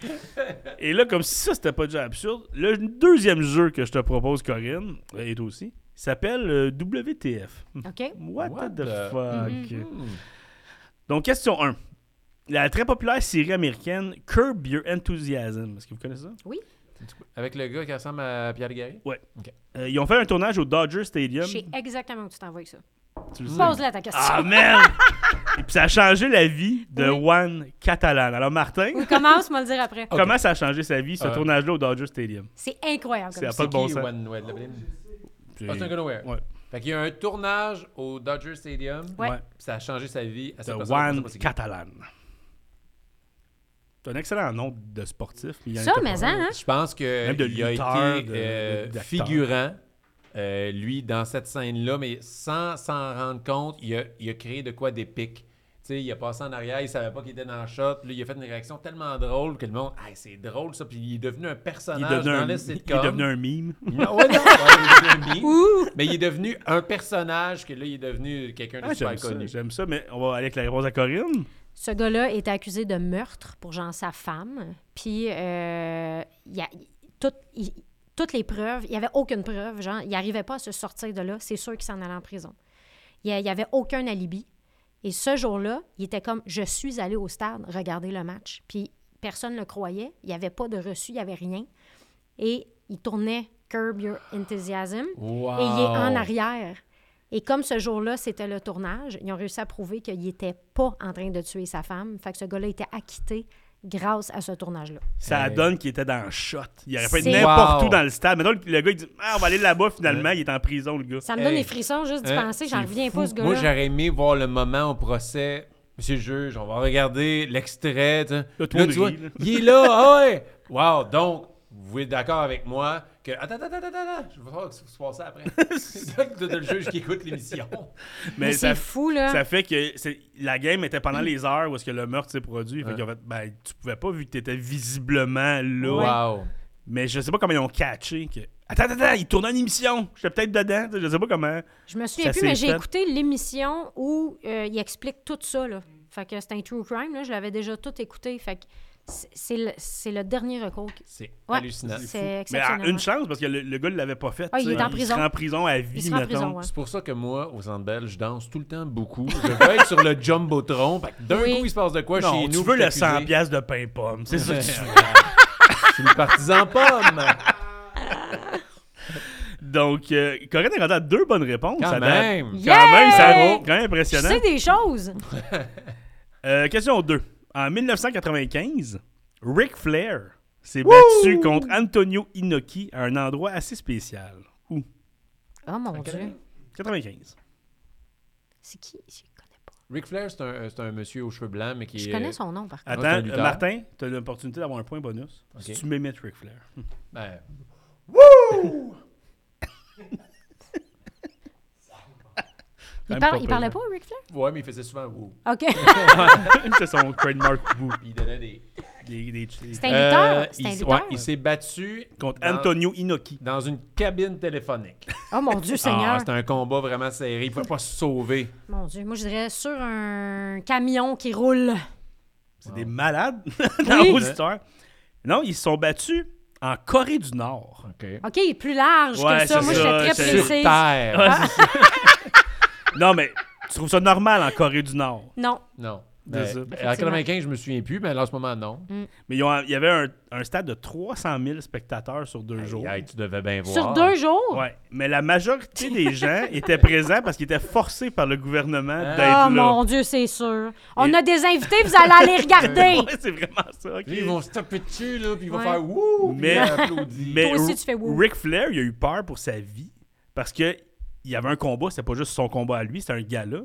Et là, comme si ça, c'était pas déjà absurde, le deuxième jeu que je te propose, Corinne, et toi aussi, s'appelle euh, WTF.
OK?
What,
What
the,
the-
fuck?
Mhm.
Hmm.
Donc, question 1. La très populaire série américaine Curb Your Enthusiasm. Est-ce que vous connaissez ça?
Avec le gars qui ressemble à Pierre Légaré?
Euh, ils ont fait un tournage au Dodger Stadium.
Je sais exactement où tu t'envoies avec ça.
Tu le sais.
Pose-la ta question.
Hmm. Ah, merde! Et puis ça a changé la vie de
Oui.
Juan Catalan. Alors, Martin,
Ou commence, moi le dire après.
Ok.
comment ça a changé sa vie, ce
Euh.
tournage-là au Dodger Stadium?
C'est incroyable comme
C'est
ça.
pas de bon
qui,
sens.
One Noël de Blim? Ah, c'est un
C'est-
gars nowhere.
Ouais.
Fait qu'il y a un tournage au Dodger Stadium.
Ouais.
Ouais.
puis Ça a changé sa vie à
de
cette personne.
Juan Catalan. C'est un excellent nom de sportif. mais il y en
Ça,
était pas
mais
un.
hein, hein?
Je pense
Même de
qu'il a
lutteur,
été
de-
euh,
de- d'acteur.
figurant, euh, lui, dans cette scène-là, mais sans s'en rendre compte, il a, il a créé de quoi des pics. Tu sais, il a passé en arrière, il savait pas qu'il était dans le shot. Puis Là, il a fait une réaction tellement drôle que le monde, ah, c'est drôle ça. Puis il est devenu un
Il est
hein?
personnage
devenu
dans
un-
le
il
sitcom.
est devenu un mime.
Non, ouais, non, ouais, il est devenu un mime.
Ouh!
Mais il est devenu un personnage que là, il est devenu quelqu'un de
Ah,
super
j'aime ça,
connu.
j'aime ça, mais on va aller avec la réponse à Corinne.
Ce gars-là est accusé de meurtre pour genre sa femme. Puis euh, il y a- tout- il- toutes les preuves, il n'y avait aucune preuve. Genre, il n'arrivait pas à se sortir de là. C'est sûr qu'il s'en allait en prison. Il n'y avait aucun alibi. Et ce jour-là, il était comme Je suis allé au stade regarder le match. Puis personne ne le croyait. Il n'y avait pas de reçu, il n'y avait rien. Et il tournait Curb Your Enthusiasm.
Wow.
Et il est en arrière. Et comme ce jour-là, c'était le tournage, ils ont réussi à prouver qu'il n'était pas en train de tuer sa femme. Fait que ce gars-là était acquitté grâce à ce tournage-là.
Ça
Hey.
donne qu'il était dans le shot. Il aurait pu être
C'est-
n'importe
Wow.
où dans le stade. Mais donc, le gars, il dit Ah, on va aller là-bas finalement. Il est en prison, le gars.
Ça me donne
Hey.
des frissons juste d'y
Hein,
penser. J'en
c'est
reviens
fou.
pas, ce
Moi,
gars-là.
j'aurais aimé voir le moment au procès. Monsieur le juge, on va regarder l'extrait. tu sais.
Le
Là, tu
tournerie,
vois,
là.
il est là, ah ouais! Wow, donc, vous êtes d'accord avec moi que... Attends, attends, attends, attends, attends, je veux voir ce qui se passe après. C'est là que t'as le juge qui écoute l'émission.
Mais,
ça,
c'est fou, là.
ça fait que c'est- la game était
Mm.
pendant les heures où est-ce que le meurtre s'est produit. Fait
Ouais.
qu'en fait, ben, tu pouvais pas vu que t'étais visiblement là.
Wow.
Mais je sais pas comment ils ont catché que. Attends, attends, attends, il tournait une émission. J'étais peut-être dedans. Je sais pas comment.
Je me souviens
ça
plus,
s'est
mais j'ai
fait.
écouté l'émission où euh, il explique tout ça, là. Fait que c'est un true crime, là. Je l'avais déjà tout écouté. Fait que c'est- c'est le, c'est le dernier recours. qui-
C'est
Ouais,
hallucinant.
C'est
Mais ah,
exceptionnel.
une chance parce que le, le gars ne l'avait pas fait.
Ah, il
tu sais.
est en prison.
Il sera en prison à vie,
Il se rend en
mettons.
prison, ouais.
C'est pour ça que moi, au Centre Bell, je danse tout le temps beaucoup. Je veux être sur le jumbotron. Fait que d'un
Oui.
coup, il se passe de quoi
Non,
chez
tu
nous?
veux
je suis
le 100
accusé.
piastres de pain pomme. C'est ça que tu veux.
Je suis le partisan pomme.
Donc, euh, Corinne a rendu à deux bonnes réponses.
Quand
à date.
même.
Quand même, ça
Yeah!
quand même
Je
impressionnant.
sais des choses!
Euh, question 2. En 1995, Ric Flair s'est battu contre Antonio Inoki à un endroit assez spécial. Où?
Oh mon Dieu.
95.
C'est qui? Je connais pas.
Ric Flair, c'est un, euh, c'est un monsieur aux cheveux blancs, mais qui
Je
est-
euh,
connais son nom, par contre.
Ah, c'est un
Attends,
lutteur.
euh, Martin, tu as l'opportunité d'avoir un point bonus. Si
Ok.
tu m'émettes Ric Flair.
Ben,
Il,
Même
parle-
pas
il
peu.
parlait pas, Ric Flair?
hein.
ouais, mais il faisait souvent woo.
OK.
C'est son trademark woo.
Puis il donnait des.
Des- des- des-
C'est un lutteur.
Euh,
C'est
il
un
s-
lutteur.
ouais, il s'est battu
Contre
dans-
Antonio Inoki.
dans une cabine téléphonique.
Oh mon Dieu,
Ah,
Seigneur.
c'était un combat vraiment serré. Il pouvait pas se sauver.
mon Dieu, moi, je dirais sur un camion qui roule.
C'est des malades dans
Oui.
vos histoires. Non, ils se sont battus en Corée du Nord.
OK.
OK, il est plus large
Ouais,
que ça.
c'est
Ah, Moi,
ça,
j'étais très
c'est-
Sur
précise. Ah.
Terre.
Non, mais tu trouves ça normal en Corée du Nord.
Non.
Non.
C'est
Ben,
ça.
ben, en 95, je me souviens plus, mais là, en ce moment, non.
Mm.
Mais ils ont- il y avait un, un stade de 300 000 spectateurs sur deux jours.
Hey, tu devais bien voir.
Sur deux jours?
Ouais, mais la majorité des gens étaient présents parce qu'ils étaient forcés par le gouvernement
Ah.
d'être là.
Oh mon Dieu, c'est sûr. On
Et-
a des invités, vous allez aller regarder.
Ouais, c'est vraiment ça. ok.
Puis Ils vont se taper dessus, là, puis ils vont
Ouais.
faire wouh!
Mais-
Mais. Applaudis.
Mais
Toi aussi,
R-
tu fais wouh.
Ric Flair, il a eu peur pour sa vie parce que il y avait un combat, c'était pas juste son combat à lui, c'était un gala.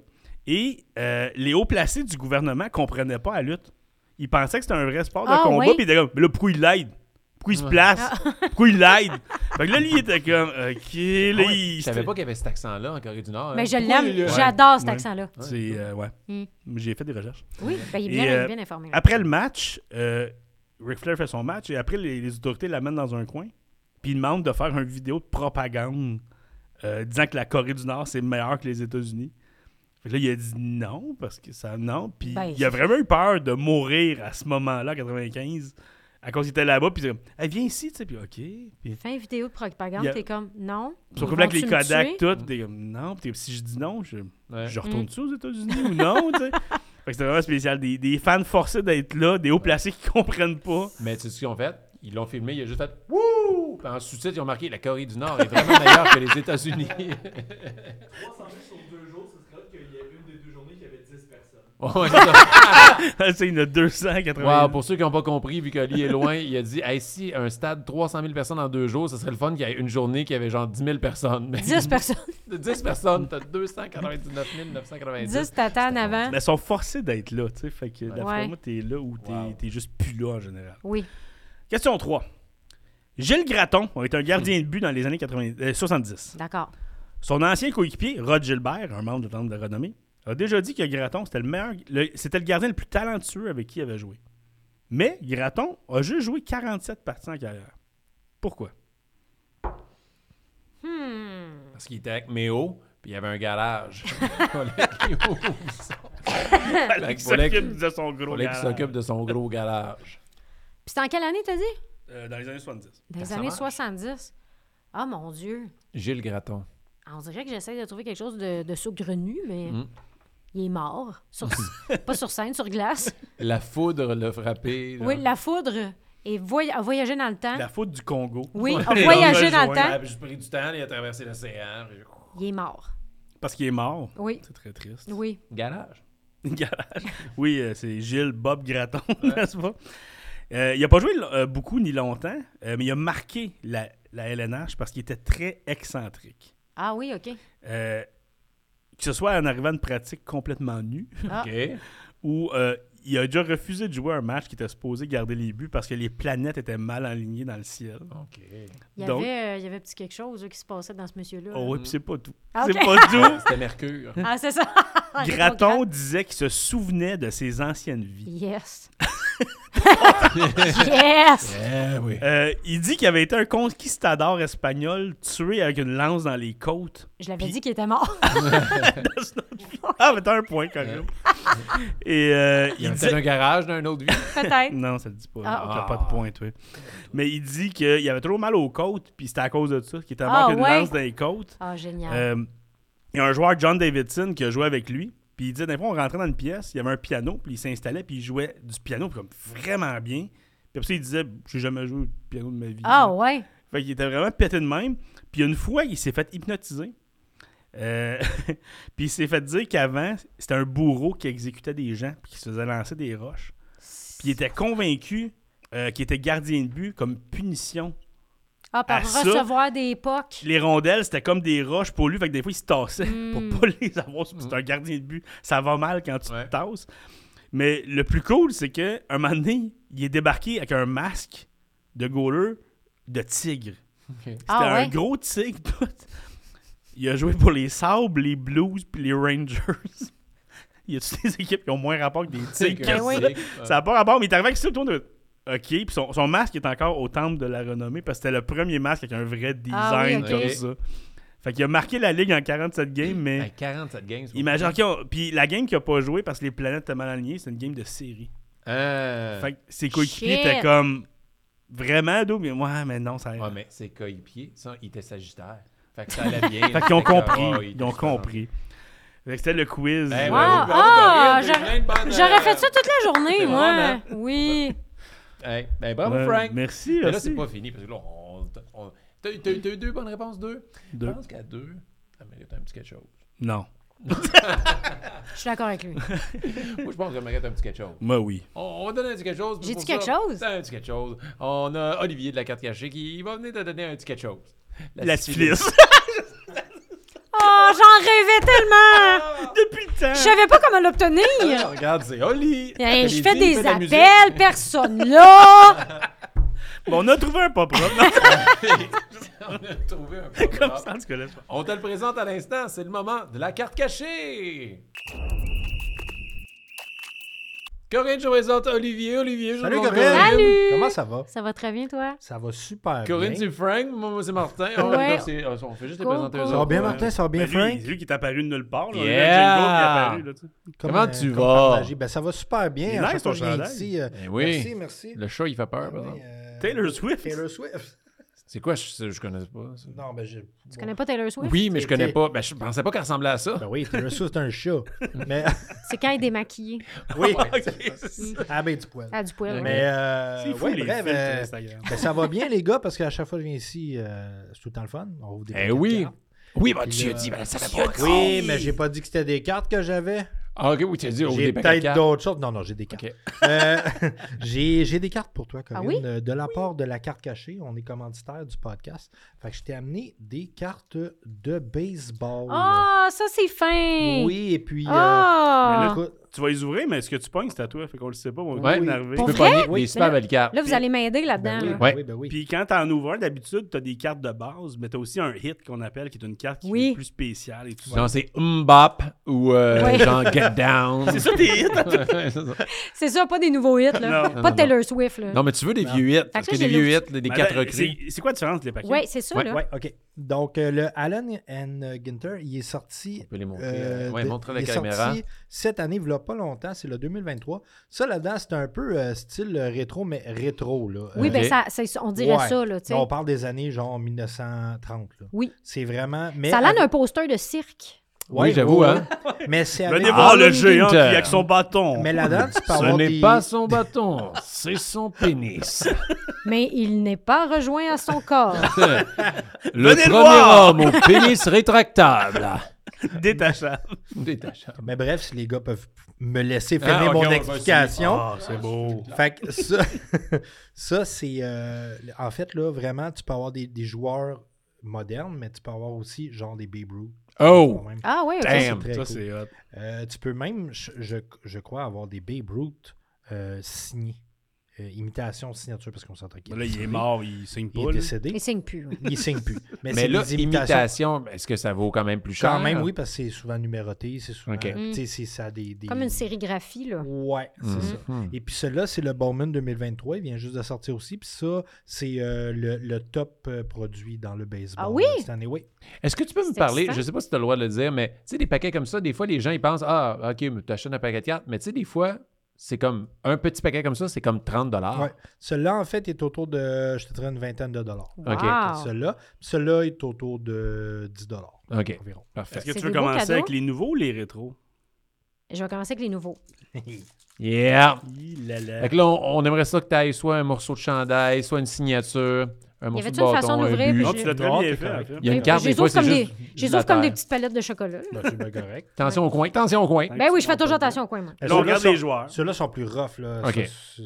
Et euh, les hauts placés du gouvernement comprenaient pas la lutte. Ils pensaient que c'était un vrai sport de
Ah,
combat,
oui. Ah.
puis ils étaient comme, mais là, pourquoi il l'aide? Pourquoi il se place? Pourquoi il l'aide? Fait que là, lui, il était comme, OK, là,
Ah ouais,
il...
Je savais pas qu'il y avait cet accent-là en Corée du Nord. hein.
Mais je
Pourquoi il-
l'aime.
Ouais.
J'adore cet
Ouais.
accent-là.
C'est, euh, ouais.
Mm.
J'ai fait des recherches.
Oui, ben, il est
Et,
bien,
euh,
bien informé.
Après le match, euh, Ric Flair fait son match et après, les, les autorités l'amènent dans un coin. Puis il demande de faire une vidéo de propagande euh, disant que la Corée du Nord, c'est meilleur que les États-Unis. Fait que là, il a dit non, parce que ça, non. Puis
Ben,
il a vraiment eu peur de mourir à ce moment-là, en 95, à cause qu'il était là-bas. Puis il disait, hey, viens ici, tu sais. Puis OK. Puis
Fin vidéo de propagande,
Il y a-
t'es comme non.
ils sont
Ils
comme là avec les
vont-tu me
Kodak,
tuer?
tout. Puis t'es comme, non. Puis t'es- si je dis non, je,
Ouais.
je retourne-tu aux États-Unis ou non, tu sais? Fait que c'était vraiment spécial. Des, des fans forcés d'être là, des hauts placés qui comprennent pas.
Mais tu sais ce qu'ils ont fait? Ils l'ont filmé, il a juste fait Wouh! Puis en sous-titre, ils ont marqué La Corée du Nord est vraiment meilleure que les États-Unis. Ouais, c'est ça.
Ah, c'est une 280.
Wow, pour ceux qui n'ont pas compris, vu qu'Ali est loin, il a dit hey, si un stade 300 000 personnes en deux jours, ce serait le fun qu'il y ait une journée qui avait genre 10 000 personnes. Mais
10 personnes.
de 10 personnes, t'as 299 990.
10 t'attends en avant.
Mais ils sont forcés d'être là, tu sais. Fait que d'après
Ouais.
moi, t'es là ou t'es
Wow.
t'es juste plus là en général.
Oui.
Question 3. Gilles Gratton a été un gardien de but dans les années 80, euh, 70.
D'accord.
Son ancien coéquipier, Rod Gilbert, un membre de l'ordre de la renommée, a déjà dit que Gratton, c'était le meilleur, le- c'était le gardien le plus talentueux avec qui il avait joué. Mais Gratton a juste joué 47 parties en carrière. Pourquoi?
Hmm.
Parce qu'il était avec Méo, puis il y avait un garage. Il
Il s'occupe de son gros
fallait qu'il
garage.
s'occupe de son gros garage.
Puis c'est en quelle année, t'as dit?
Euh, dans les années 70.
Dans les
Personnage.
années 70. Ah, mon Dieu.
Gilles Gratton.
On dirait que j'essaie de trouver quelque chose de, de saugrenu, mais
Mm.
il est mort. Sur- pas sur scène, sur glace.
La foudre l'a frappé. genre.
Oui, la foudre et voy- a voyagé dans le temps.
La faute du Congo.
Hein? Oui, a
Ouais.
voyagé dans le
Rejoint.
Il
temps.
a juste pris du temps, il a traversé l'océan. puis-
Il est mort.
Parce qu'il est mort.
Oui,
C'est très triste.
oui.
Garage.
Garage. Oui, euh, c'est Gilles Bob Gratton, n'est-ce pas? Euh, il n'a pas joué euh, beaucoup ni longtemps, euh, mais il a marqué la, la LNH parce qu'il était très excentrique.
Ah oui, OK.
Euh, que ce soit en arrivant à une pratique complètement nue,
Ah.
OK.
ou euh, il a déjà refusé de jouer un match qui était supposé garder les buts parce que les planètes étaient mal alignées dans le ciel.
OK.
Il y,
Donc-
avait, euh, il y avait petit quelque chose là, qui se passait dans ce monsieur-là.
Oh,
Mm.
oui, puis c'est pas tout.
Ah, ok.
C'est pas tout.
C'était Mercure.
Ah, c'est ça.
Graton disait qu'il se souvenait de ses anciennes vies.
Yes. yes.
Eh oui.
Euh, il dit qu'il avait été un conquistador espagnol tué avec une lance dans les côtes.
Je l'avais
Puis-
dit qu'il était mort.
Ah, mais t'as un point quand même. Et euh,
Il y
il
a
disait...
peut-être un garage d'un autre vie.
Peut-être.
Non, ça le dit pas.
Ah, ok.
T'as pas de point, toi. Mais il dit qu'il avait trop mal aux côtes, puis c'était à cause de ça, qu'il était mort
Ah,
avec une
ouais?
lance dans les côtes.
Ah, génial.
Euh, Il y a un joueur, John Davidson, qui a joué avec lui. Puis il dit, d'un fois, on rentrait dans une pièce, il y avait un piano, puis il s'installait, puis il jouait du piano, puis comme vraiment bien. Puis après ça, il disait, j'ai jamais joué de piano de ma vie.
ah, ouais.
Fait qu'il était vraiment pété de même. Puis une fois, il s'est fait hypnotiser. Euh, puis il s'est fait dire qu'avant, c'était un bourreau qui exécutait des gens, puis qui se faisait lancer des roches. Puis il était convaincu euh, qu'il était gardien de but comme punition
Ah, par
à ça-
recevoir des pocs.
les rondelles, c'était comme des roches pour lui. Fait que des fois, il se tassait
Hmm.
pour pas les avoir. C'est un gardien de but. Ça va mal quand tu
Ouais.
te tasses. Mais le plus cool, c'est que un moment donné, il est débarqué avec un masque de goaler de tigre. C'était
Ah,
un
ouais.
gros tigre. tout. Il a joué pour les Sabres, les Blues puis les Rangers. Il y a toutes les équipes qui ont moins rapport que des tigres.
Qu'un
que ça.
tigre.
Euh, Ça n'a pas rapport, mais il est arrivé avec ça autour de. Ok, puis son, son masque est encore au temple de la renommée parce que c'était le premier masque avec un vrai design
Ah oui, ok.
comme ça. Fait qu'il a marqué la ligue en 47 games,
Hey,
mais
47 games. c'est
imagine qu'il a- Puis la game qu'il a pas joué parce que les planètes étaient mal alignées, c'est une game de série.
beaucoup. Hein.
Fait que ses coéquipiers
Shit.
étaient comme. Vraiment, d'où? Mais ouais, mais non, ça.
Ouais, mais ses coépiers, ça, il était Sagittaire. Fait que ça allait bien.
Fait qu'ils ont
que, ah,
compris.
ouais, il
Ils ont
était-
compris. Fait que c'était le quiz.
Ben,
Euh,
ben, oui,
Wow. Ah,
bravo, Corinne,
j'aurais-
plein de bonnes,
J'aurais
euh,
fait ça toute la journée,
c'est
moi.
drôle, hein?
Oui.
Hey, ben, bravo,
ouais,
Frank.
Merci,
Mais là,
merci.
c'est pas fini, parce que là, on... on- T'as t'as- t'as eu deux bonnes réponses, deux? Je
Deux.
pense qu'à deux, ça mérite un petit quelque chose.
Non.
Je suis d'accord avec lui.
Moi, je pense que ça mérite un petit quelque chose.
Moi, oui.
On, on va donner un petit quelque chose. puis
J'ai
pour
dit quelque
ça,
chose?
c'est Un petit quelque chose. On a Olivier de la carte cachée qui va venir te donner un petit quelque chose.
La
syphilis.
syphilis.
Oh, j'en rêvais tellement.
Depuis le temps.
Je savais pas comment
Ah,
l'obtenir.
regarde, c'est Oli. Après
Hey, Eh, je
les
fais
dîners, il
des
fait de la musique.
appels, personne là.
Bon, on a trouvé un pas propre. Non,
On a trouvé un peu.
comme ça, en tout cas, laisse pas.
On te le présente à l'instant, c'est le moment de la carte cachée. Corinne, je présente Olivier. Olivier, je
Salut,
vous
Corinne.
présente-
Salut.
Comment ça va?
Ça va très bien, toi?
Ça va super
Corinne,
bien.
c'est Frank, moi, c'est Martin. On,
Ouais.
non, c'est- ah, on fait juste les
Cool,
présenter eux
cool.
Ça va bien,
autres.
Martin? Ça va bien,
Ben,
Frank?
lui, c'est lui qui est apparu de nulle part. Là.
Yeah!
On a le jingle qui est apparu. Là, tu sais.
Comment
euh,
tu
comme
vas?
par magie. Ben, ça va super
Il est
bien. À
nice,
chaque
ton
fois que je viens
chandail.
ici, euh,
Ben oui.
Merci, merci.
Le chat, il fait peur, par
Oui,
exemple.
euh,
Taylor Swift.
Taylor Swift.
C'est quoi, je, je connais pas ça.
Non, ben j'ai...
Tu connais pas Taylor Swift?
Oui, mais je connais
t'es-
pas. Ben, je pensais pas qu'elle ressemblait à ça.
Ben oui, Taylor Swift, c'est un chat. Mais
C'est quand il est démaquillé.
oui,
Ah, Ok, c'est ça.
ah ben du poil.
Ah, du poil.
Mais
C'est
euh,
fou,
ouais,
les
bref,
filtres
euh,
Instagram.
ben, ça va bien, les gars, parce qu'à chaque fois que je viens ici, euh, c'est tout le temps le fun. On vous
Eh
débute
oui.
quatre cartes.
Oui, ben,
Puis
tu
là-
as dit, ben, ça fait pas
Oui, mais j'ai pas dit que c'était des cartes que j'avais.
Ah, ok, oui, tu as dit au
J'ai
départ.
peut-être d'autres choses. Non, non, j'ai des cartes.
Ok.
Euh, j'ai j'ai des cartes pour toi, Corinne.
Ah oui?
Euh, De la part de la carte cachée, on est commanditaire du podcast. Fait que je t'ai amené des cartes de baseball.
Ah, ça, c'est fin!
Oui, et puis. euh,
Ah!
écoute,
Tu vas les ouvrir, mais est-ce que tu pognes, c'est à toi. Fait qu'on le sait pas. On
Ouais.
est énervé.
Tu peux
Pour vrai?
pogner
Oui.
des super
Mais
belles cartes.
Là, vous allez m'aider là-dedans.
ben oui,
là.
ben
Ouais.
oui, ben oui.
Puis quand t'en ouvres un, d'habitude, t'as des cartes de base, mais t'as aussi un hit qu'on appelle, qui est une carte qui
Oui.
est plus spéciale et tout ça.
Non, c'est Mbop ou euh,
Ouais.
genre Get Down.
C'est ça tes hits?
Ouais, c'est ça.
C'est ça, pas des nouveaux hits, là.
Non.
Non,
Pas
non,
de Taylor Swift, là.
non, mais tu veux des vieux hits. Parce
que
que
j'ai
des vieux
le-
hits, des
Mais
quatre
attends,
recrues.
Ben, c'est- C'est quoi la différence des paquets?
Ouais, c'est ça,
Ouais.
là.
Ouais, OK. Donc, euh, le Allen and Ginter, il est sorti.
On peut les montrer.
euh,
euh, ouais,
de-
montre la
il est
caméra.
sorti cette année, il n'y a pas longtemps, c'est le 2023. Ça, là-dedans, c'est un peu euh, style euh, rétro, mais rétro. Là.
Oui,
Euh,
Ok.
ben ça, c'est- on dirait
Ouais.
ça, là, tu sais.
on parle des années genre 1930. Là.
Oui.
C'est vraiment. Mais
Ça a l'air d'un poster de cirque.
Oui, j'avoue, hein.
Mais c'est avec- Ah,
Venez voir le
Alan
géant qui,
Winter.
avec son bâton.
Mais là-dedans, tu peux
Ce
avoir
n'est
des-
pas son bâton, c'est son pénis.
Mais il n'est pas rejoint à son corps.
le
Venez
premier
le voir.
homme au pénis rétractable.
Détachable.
Détachable.
Mais bref, si les gars peuvent me laisser finir
Ah, ok, on
mon
va
explication.
Ah, c'est beau.
Fait que ça, ça c'est. euh, en fait, là, vraiment, tu peux avoir des, des joueurs modernes, mais tu peux avoir aussi genre des Babe Ruth.
Oh!
Quand même.
Ah oui, OK.
Damn!
très
Ça,
cool.
c'est hot.
Euh, tu peux même, je, je- je crois, avoir des Babe Ruth euh, signés. Euh, imitation, signature, parce qu'on s'entend qu'il
Là, il est mort, il signe
Il
pas.
est
là.
décédé.
Il signe plus. oui.
Il signe plus. Mais,
Mais
c'est
là,
des imitations.
imitation, est-ce que ça vaut quand même plus cher?
Quand même, oui, parce que c'est souvent numéroté, c'est souvent.
Ok.
tu sais, c'est ça a des, des-
Mm. Comme une sérigraphie, là.
Ouais, c'est
Mm.
Mhm.
ça. Et puis celui-là, c'est le Bowman 2023. Il vient juste de sortir aussi. Puis ça, c'est euh, le, le top euh, produit dans le baseball
Ah oui?
euh, cette année. Oui.
Est-ce que tu peux me
C'est
parler,
excitant.
je sais pas si tu as le droit de le dire, mais tu sais, des paquets comme ça, des fois, les gens, ils pensent, ah, OK, mais tu achètes un paquet de cartes, mais tu sais, des fois, c'est comme, un petit paquet comme ça, c'est comme 30
Ouais. Celui-là, en fait, est autour de, je te dirais, une vingtaine de dollars.
Ok.
Wow.
Celui-là, Puis celui-là est autour de 10 dollars
OK,
environ.
parfait.
Est-ce que
C'est
tu veux
des beaux
commencer
cadeaux.
avec les nouveaux ou les rétros?
Je vais commencer avec les nouveaux.
Yeah!
Hi là là.
Fait que là, on, on aimerait ça que tu ailles soit un morceau de chandail, soit une signature, un morceau de
avait-tu une façon
bâton, un
d'ouvrir,
but.
Non, tu l'as
Non,
très bien
t'es
fait. en
correct.
fait.
Il y a une
Ben,
carte,
je
des
les
fois,
ouvre
c'est
comme
juste...
des- je les
la
ouvre comme des
terre.
petites palettes de chocolat. là.
Ben, c'est bien correct.
Attention au coin, attention au coin.
Ben oui, je fais toujours attention au coin, moi.
Là, on regarde les joueurs.
Ceux-là sont plus rough. Là.
Ok.
Ça, c'est-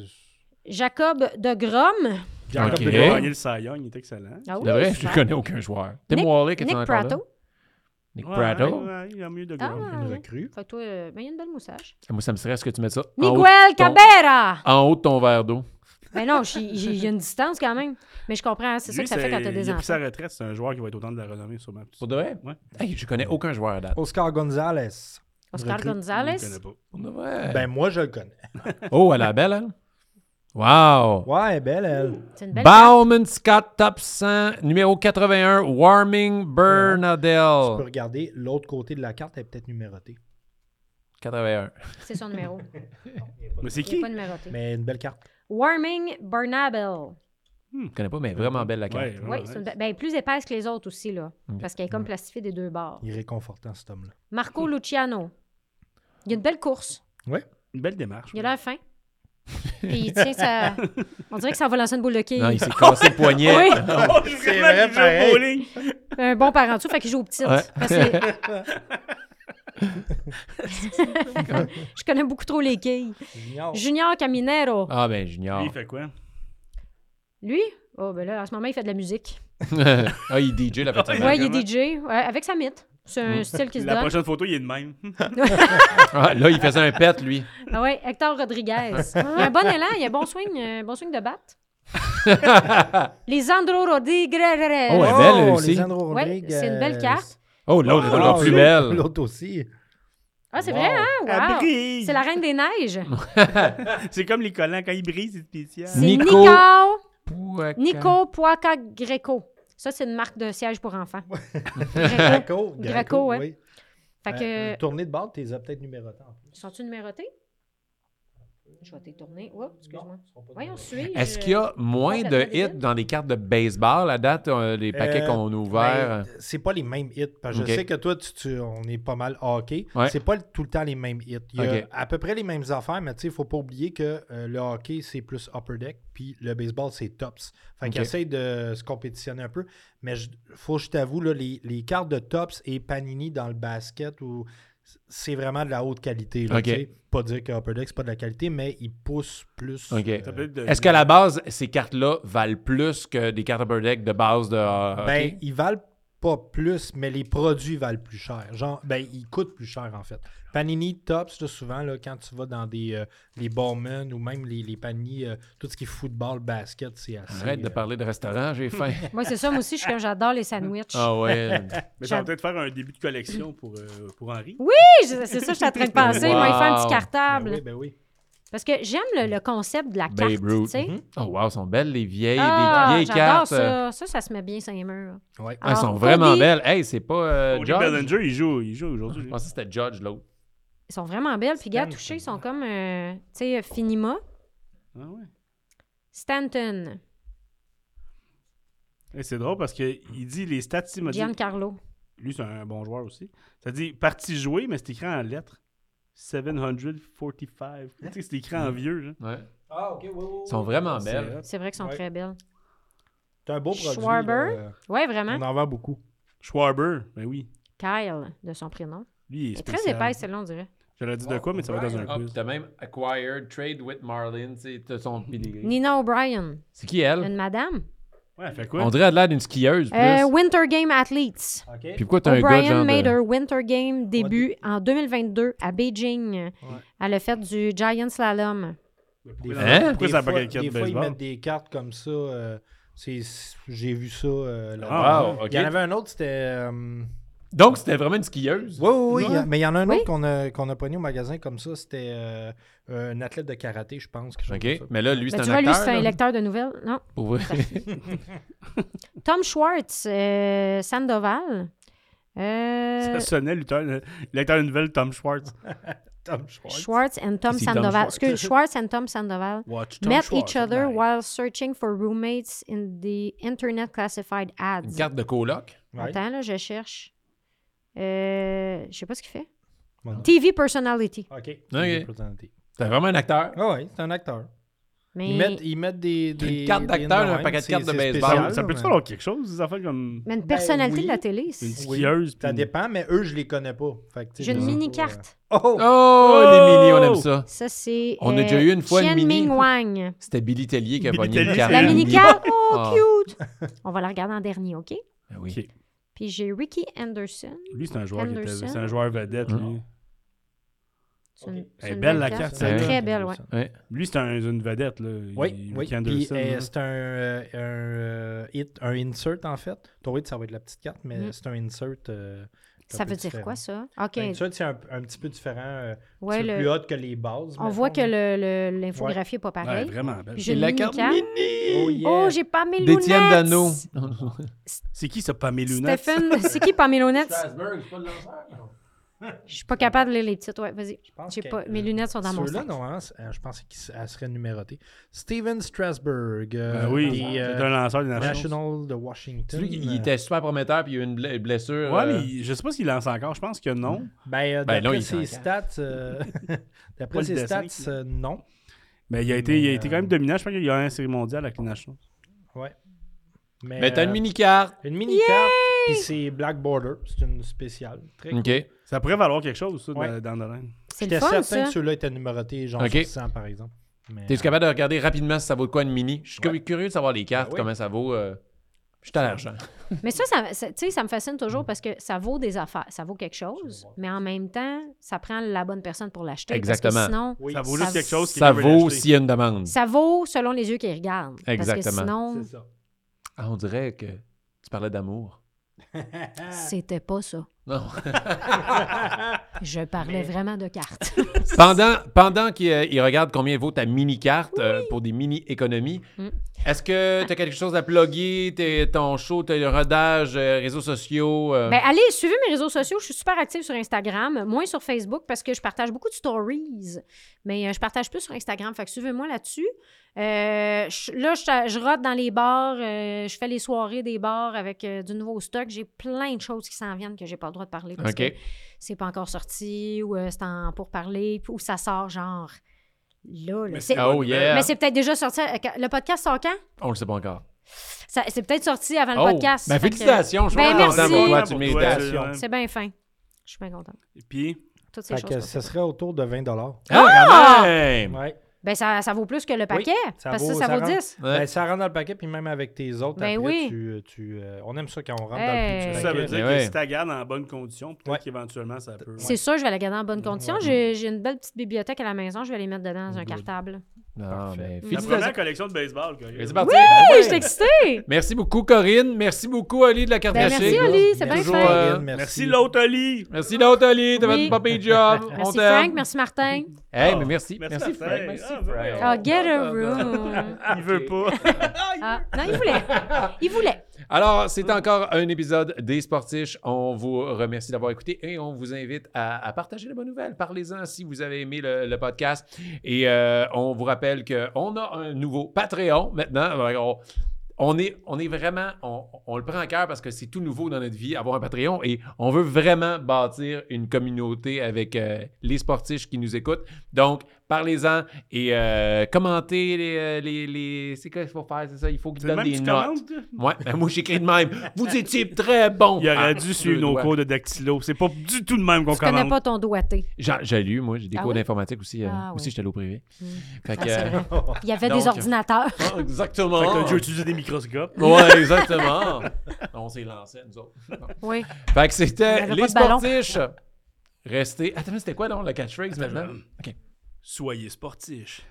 Jacob de Grom.
Jacob
Ok.
de
Il a
Gaulle.
gagné le Cy Young, il est excellent.
Ah oui,
De vrai, je
super.
ne connais aucun joueur. Tim
Nick-
Wallach, est-ce
Nick
encore là?
Prato.
Nick
Ouais,
Prato.
ouais, il a mieux de
Ah,
Gaulle.
Une
ouais.
recrue.
Fait que toi, euh, ben, il y a une belle moustache.
Moi, ça me serait ce que tu mettes ça en haut,
Miguel
Ah, ton-
Cabrera!
en haut de ton verre d'eau.
Ben non, j'ai- j'ai- il y a une distance quand même. Mais je comprends, hein, c'est ça
Lui,
que ça fait quand t'as des
Il a pris
enfants.
sa retraite, c'est un joueur qui va être autant de la renommée, sûrement.
Pour de vrai?
Ouais.
Hey, je connais aucun joueur à date.
Oscar Gonzalez.
Oscar
Je
recrue.
le
Gonzalez.
connais pas.
Pour de vrai?
Ben, moi, je le connais.
Oh, elle est belle, elle? Wow!
Ouais, belle, elle.
C'est une belle carte.
Bauman Scott, top 100, numéro 81, Warming
Tu peux
Bernadelle.
regarder l'autre côté de la carte, elle est peut-être numérotée.
81.
C'est son numéro.
Mais c'est
Il n'est
qui?
pas numéroté.
Mais une belle carte.
Warming Bernabel.
Je connais pas, mais vraiment belle la carte.
Ouais,
Oui,
ouais,
c'est une be- ben, plus épaisse que les autres aussi, là.
Ah, Ok.
Parce qu'elle est comme plastifiée des deux bords.
Il est réconfortant, cet homme-là.
Marco Luciano. Il a une belle course.
Une belle démarche.
Il a l'air fin. Puis il tient sa. On dirait que ça va lancer une boule de quille.
Non, il s'est cassé le poignet.
Oui,
Oh, j'ai
C'est
vraiment
vrai,
du jeu
pareil.
bowling.
un bon parent dessous, fait qu'il joue aux petites.
Ouais.
Parce que- Je connais beaucoup trop les quilles.
Junior.
Junior Caminero.
Ah, ben,
Lui,
Junior.
il fait quoi?
Lui? Oh, ben là, en ce moment, il fait de la musique.
ah, il est DJ la fin de
Ouais,
semaine.
il
Exactement.
est DJ, ouais, avec sa mythe. C'est un
Mm.
style qui se
La
donne.
prochaine photo, il est de même.
Ah, là, il faisait un pet, lui.
Ah ouais, Hector Rodriguez. il a un bon élan, il a un bon swing, euh, un bon swing de batte. Lisandro Rodriguez.
Oh, ouais. belle, elle aussi.
Lisandro
Ouais,
Rodriguez.
c'est une belle carte.
Oh, l'autre,
Ah,
l'autre plus
l'autre-
belle.
L'autre aussi.
Ah, c'est
Wow.
vrai, hein?
Elle
Wow.
brille.
C'est la reine des neiges.
C'est comme les collants, quand ils brillent, c'est spécial.
C'est
Nico-
Nico,
Pouaca.
Nico Poaca Greco. Ça, c'est une marque de siège pour enfants. Greco.
Greco.
Greco, ouais.
oui.
Fait que,
Euh, tournée de barre, t'es as peut-être numérotés en plus.
sont-tu numérotés? Je vais détourner. Oups, excuse-moi. Voyons, euh, suis
Est-ce qu'il y a moins
Ouais,
de
la
hits
Floride.
dans les cartes de baseball à date, euh, les paquets
Euh,
qu'on a ouverts?
Ben, c'est pas les mêmes hits. Parce que
Ok.
Je sais que toi, tu, tu- on est pas mal hockey.
Ouais.
C'est pas tout le temps les mêmes hits. Il y a
Ok.
à peu près les mêmes affaires, mais tu sais, faut pas oublier que euh, le hockey, c'est plus upper deck, puis le baseball, c'est tops. Fait qu'ils
Ok.
essayent de se compétitionner un peu. Mais je- faut que je t'avoue, là, les, les cartes de tops et panini dans le basket, ou c'est vraiment de la haute qualité. Là,
Ok.
tu sais. Pas dire que Upper Deck, c'est pas de la qualité, mais ils poussent plus.
OK.
euh,
Ça peut être de-
Est-ce qu'à la base, ces cartes-là valent plus que des cartes upper deck de base de.
Ah,
euh,
ben,
ok?
ils valent pas plus, mais les produits valent plus cher. Genre, ben, ils coûtent plus cher, en fait. Panini Tops, là, souvent, là, quand tu vas dans des euh, les Bowman ou même les, les Panini, euh, tout ce qui est football, basket, c'est assez.
Arrête de
euh,
parler de restaurant, j'ai faim.
Moi, c'est ça, moi aussi, je suis comme, j'adore les sandwichs.
Ah ouais.
Mais ça va
J'aime.
peut-être faire un début de collection pour, euh, pour Henri.
Oui, je- c'est ça que je suis en train de penser.
Wow.
Moi, il fait un petit
ben
cartable.
oui, ben oui.
Parce que j'aime le, le concept de la carte,
Babe
tu
Ruth.
sais.
Mhm.
Oh wow, sont belles les vieilles,
Ah,
les vieilles
j'adore
cartes. euh,
ça. Ça, ça se met bien sur les murs.
ben Ouais.
elles sont
Alors,
vraiment
Cody-
belles. Hey, c'est pas euh,
Cody
Judge.
Bellinger, il joue, il joue
Je
aujourd'hui.
pensais que c'était Judge l'autre.
Ils sont vraiment belles. Puis, gars,
Stanton.
touchés, ils sont comme, euh, tu sais, Finima.
Ah ouais.
Stanton,
Et c'est drôle parce qu'il dit les stats, il m'a dit.
Giancarlo.
Lui, c'est un bon joueur aussi. Ça dit partie jouée, mais c'est écrit en lettres. 745. Tu sais, c'est écrit en vieux. hein. là.
Ouais.
Ah, ok, oui, oui.
Elles sont vraiment
C'est
belles.
hot.
C'est vrai qu'ils sont
Ouais.
très belles.
C'est un beau produit.
Schwarber. Hein?
là, euh,
Ouais,
on
vraiment.
en vend beaucoup.
Schwarber, ben oui.
Kyle, de son prénom.
Lui, il est
Elle est très
spécial.
épaisse, celle-là, on dirait.
J'allais dire de quoi, mais ça va dans un
Ah, puis
quiz.
t'as même acquired, trade with Marlin, c'est son pedigree.
Nina O'Brien,
C'est qui elle?
une madame.
Ouais, elle fait
On
quoi?
dirait elle a l'air d'une skieuse. Plus.
Euh, Winter Game Athletes.
OK.
Puis pourquoi t'as un gars
O'Brien
genre
made
de...
her Winter Game début en 2022 à Beijing. Elle a fait du Giant Slalom.
Des
Hein?
fois-
Pourquoi
des
ça a pas
fois,
quelqu'un de
des fois, ils
baseball?
mettent des cartes comme ça. euh, c'est- J'ai vu ça. euh, là.
Ah,
wow, ok.
Il y en avait un autre, c'était. euh,
Donc c'était vraiment une skieuse.
Oui, oui, oui.
Ouais.
Mais il y en a un
Oui.
autre qu'on a, qu'on a pogné au magasin comme ça. C'était euh, un athlète de karaté, je pense. quelque chose
OK,
comme ça.
mais là lui c'est
Ben,
un
tu vois, lui,
acteur.
c'est un
là.
lecteur de nouvelles. Non.
Pour vrai.
Tom Schwartz, euh, Sandoval. Euh,
Ça sonnait, lutteur, le lecteur de nouvelles, Tom Schwartz.
Ah,
Tom Schwartz.
Schwartz and Tom
C'est Tom
Sandoval.
Schwartz.
Excuse, Schwartz and Tom Sandoval.
Watch
met each other while searching for roommates in the internet classified
Une
ads.
carte de coloc.
Ouais.
Attends, là, je cherche. Euh, je sais pas ce qu'il fait.
Bon.
TV personality.
OK.
Ok. C'est vraiment un acteur.
Ah oui, c'est un acteur.
Mais,
Ils mettent, ils mettent des, des.
carte
des
d'acteur,
noms,
un paquet de
c'est-
cartes de
c'est
baseball.
Ça,
spécial,
Ah,
ça
là,
peut-tu
mais-
avoir quelque chose, des affaires comme
mais une
Ben
personnalité
oui.
de la télé. c'est-
une
Oui.
skieuse?
Ça
puis-
dépend, mais eux, je les connais pas. Fait que, tu sais,
J'ai
je
une
sais
mini
pas, euh.
carte.
Oh,
Oh!
les mini, on aime ça.
Ça, c'est.
On a déjà eu une fois une
Chen
mini.
Ming Wang.
C'était Billy Tellier qui a
Billy
pogné une
Tellier,
carte.
c'est
La
une
mini carte. Oh,
Ah.
cute. On va la regarder en dernier, OK?
Ah oui.
Ok.
Puis j'ai Ricky Anderson.
Lui, c'est un joueur, qui était-
Anderson.
c'est un joueur vedette.
Hein?
Lui,
C'est une-
Ok.
c'est
Elle est
une
belle, la carte,
C'est
celle-là.
très belle, ouais.
Ouais.
lui c'est un- une vedette. Là.
Oui,
Il-
oui.
Ricky
Puis,
Anderson,
euh,
là.
c'est un, euh, un, euh, hit, un insert, en fait. Ton hit, ça va être la petite carte, mais
Mm.
c'est un insert. euh, un
Ça
peu
veut dire
différent.
quoi, ça? OK.
Un insert, c'est un, un petit peu différent. euh,
Ouais,
c'est
le-
plus haute que les bases.
On
mettons,
voit que
là.
le- le- l'infographie n'est pas
Ouais,
pareille.
vraiment belle.
Puis j'ai une
la
mini
carte
carte.
Oh, yeah.
Oh, j'ai pas mes lunettes.
D'Étienne Dano.
C'est qui ça, Pamela Lunettes?
Stephen, c'est qui pas mes lunettes?
Strasbourg, c'est pas le lanceur.
Je suis pas capable de lire les titres. Ouais, vas-y.
pense
J'ai
que-
pas... Mes lunettes sont dans mon
Ceux-là,
sac.
non, hein, c'est- euh, je pensais qu'elle serait numérotée. Steven Strasberg, euh,
Ah
Ben
oui,
des,
c'est
euh,
un lanceur des Nationals.
National de Washington.
Celui qui il était super prometteur, puis il y a eu une bla- blessure.
Ouais,
euh,
mais il- je sais pas s'il lance encore. Je pense que non.
Ben, euh,
Ben, non,
d'après
il
ses
s'en
stats, euh,
Pas
d'après
le
ses
dessin
stats, euh, non.
Mais il a été, il a
Mais,
été
euh,
quand même dominant. Je pense qu'il y a un série mondiale avec les Nationals.
Ouais.
Mais t'as
euh,
une mini-carte.
Une mini carte, puis c'est Black Border, c'est une spéciale. Très cool.
OK.
Ça pourrait valoir quelque chose, ça,
Ouais.
dans, dans la ligne.
C'est le
J'étais
fun,
certain
ça.
que ceux-là étaient numérotés, genre
Ok.
sur 100 par exemple. Mais, euh,
T'es-tu capable de regarder rapidement si ça vaut de quoi une mini? Je suis cu- curieux de savoir les cartes,
Ah oui.
comment ça vaut. euh, Je suis à l'argent.
Mais ça, ça, ça- tu sais, ça me fascine toujours parce que ça vaut des affaires. Ça vaut quelque chose, mais en même temps, ça prend la bonne personne pour l'acheter.
Exactement.
Parce que sinon,
Oui,
Ça vaut
ça-
juste quelque chose.
Ça
quelqu'un veut
vaut
l'acheter.
s'il y a une demande.
ça vaut selon les yeux qui regardent. Parce que
Exactement.
sinon,
c'est ça.
Ah, on dirait que tu parlais d'amour.
c'était pas ça.
Non.
Je parlais vraiment de cartes.
pendant pendant qu'il euh, il regarde combien vaut ta mini-carte euh, pour des mini-économies,
Mm.
est-ce que t'as quelque chose à plugger? T'es- Ton show, tes rodages, euh, réseaux sociaux? euh,
Ben, allez, suivez mes réseaux sociaux. Je suis super active sur Instagram, moins sur Facebook parce que je partage beaucoup de stories. Mais euh, je partage plus sur Instagram. Fait que suivez-moi là-dessus. Euh, je- là, je, je rote dans les bars. euh, je fais les soirées des bars avec euh, du nouveau stock. J'ai plein de choses qui s'en viennent que j'ai pas le droit de parler parce
OK.
que c'est pas encore sorti ou euh, c'est en pour parler ou ça sort genre là. là. C'est-
oh yeah!
Mais c'est peut-être déjà sorti. euh, quand- Le podcast sort quand?
On le sait pas encore.
Ça- C'est peut-être sorti avant le
Oh!
podcast.
Ben,
Fait que-
félicitations! Je suis
Ben,
vraiment content
merci.
pour toi,
Pour
tu
toi,
mérites.
c'est-
C'est bien fin. Je suis bien contente.
Puis,
toutes ces
Fait que
choses.
ça serait autour de 20
Ah, quand même!
Ouais.
Ben, ça, ça vaut plus que le paquet,
ça
parce que
vaut-
ça,
ça
vaut
rentre.
10.
Ouais.
Ben, ça rentre dans le paquet, puis même avec tes autres,
Ben
après,
oui.
tu, tu, euh, on aime ça quand on rentre
Hey.
dans le
Ça
paquet.
veut dire
Ouais.
que si tu la gardes en bonne condition, peut-être
Ouais.
qu'éventuellement ça peut.
C'est sûr, je vais la garder en bonne condition. J'ai j'ai une belle petite bibliothèque à la maison, je vais les mettre dedans dans un
Good.
cartable.
Non,
Parfait.
mais
La
félicitations.
première collection de baseball. gars.
C'est parti. Ben
Hey,
Ouais.
je suis excitée!
Merci beaucoup, Corinne. Merci beaucoup, Oli de la carte
Ben,
cachée.
merci, Oli, c'est bien
Toujours,
fait.
euh,
Corinne,
Merci, l'autre Oli.
Merci, l'autre Oli, de
Oui.
votre papi job. On
Merci
t'aime.
Frank, merci Martin.
Hey,
Ah,
mais merci.
merci,
Merci,
Martin.
Frank. Merci,
Ah,
Frank.
voyons.
Oh, get a
Ah,
room.
Il veut pas.
Ah, non, il voulait. Il voulait.
Alors, c'est encore un épisode des Sportiches. On vous remercie d'avoir écouté et on vous invite à, à partager la bonne nouvelle. Parlez-en si vous avez aimé le, le podcast. Et euh, on vous rappelle qu'on a un nouveau Patreon maintenant. Alors, On, on est, on est vraiment, on, on le prend à cœur parce que c'est tout nouveau dans notre vie, avoir un Patreon. Et on veut vraiment bâtir une communauté avec euh, les sportiches qui nous écoutent. Donc, parlez-en et euh, commentez les. euh, les, les- c'est quoi qu'il faut faire? C'est ça? Il faut qu'ils
C'est le
donnent
même
des
tu
notes.
commandes?
Ouais, ben moi j'écris de même. Vous étiez très bon.
Il aurait
Ah,
dû suivre
deux
nos
doigts.
cours de dactylo. C'est pas du tout de même qu'on
Je connais
commande.
pas ton doigté.
J'en- J'ai lu, moi, j'ai des
Ah
cours
oui?
d'informatique aussi. euh,
Ah
Aussi,
oui.
j'étais allé au privé. Fait
Ah,
que,
c'est
euh,
vrai. Il y avait des
Donc-
ordinateurs.
ah, exactement.
Fait que t'as dû utiliser des microscopes.
Ouais, exactement. On s'est lancé, nous autres.
Oui.
Fait que
Il y
c'était
avait
les
pas de ballon.
sportiches. Restez. Attends, mais c'était quoi, donc, la catchphrase maintenant? OK.
Soyez sportifs.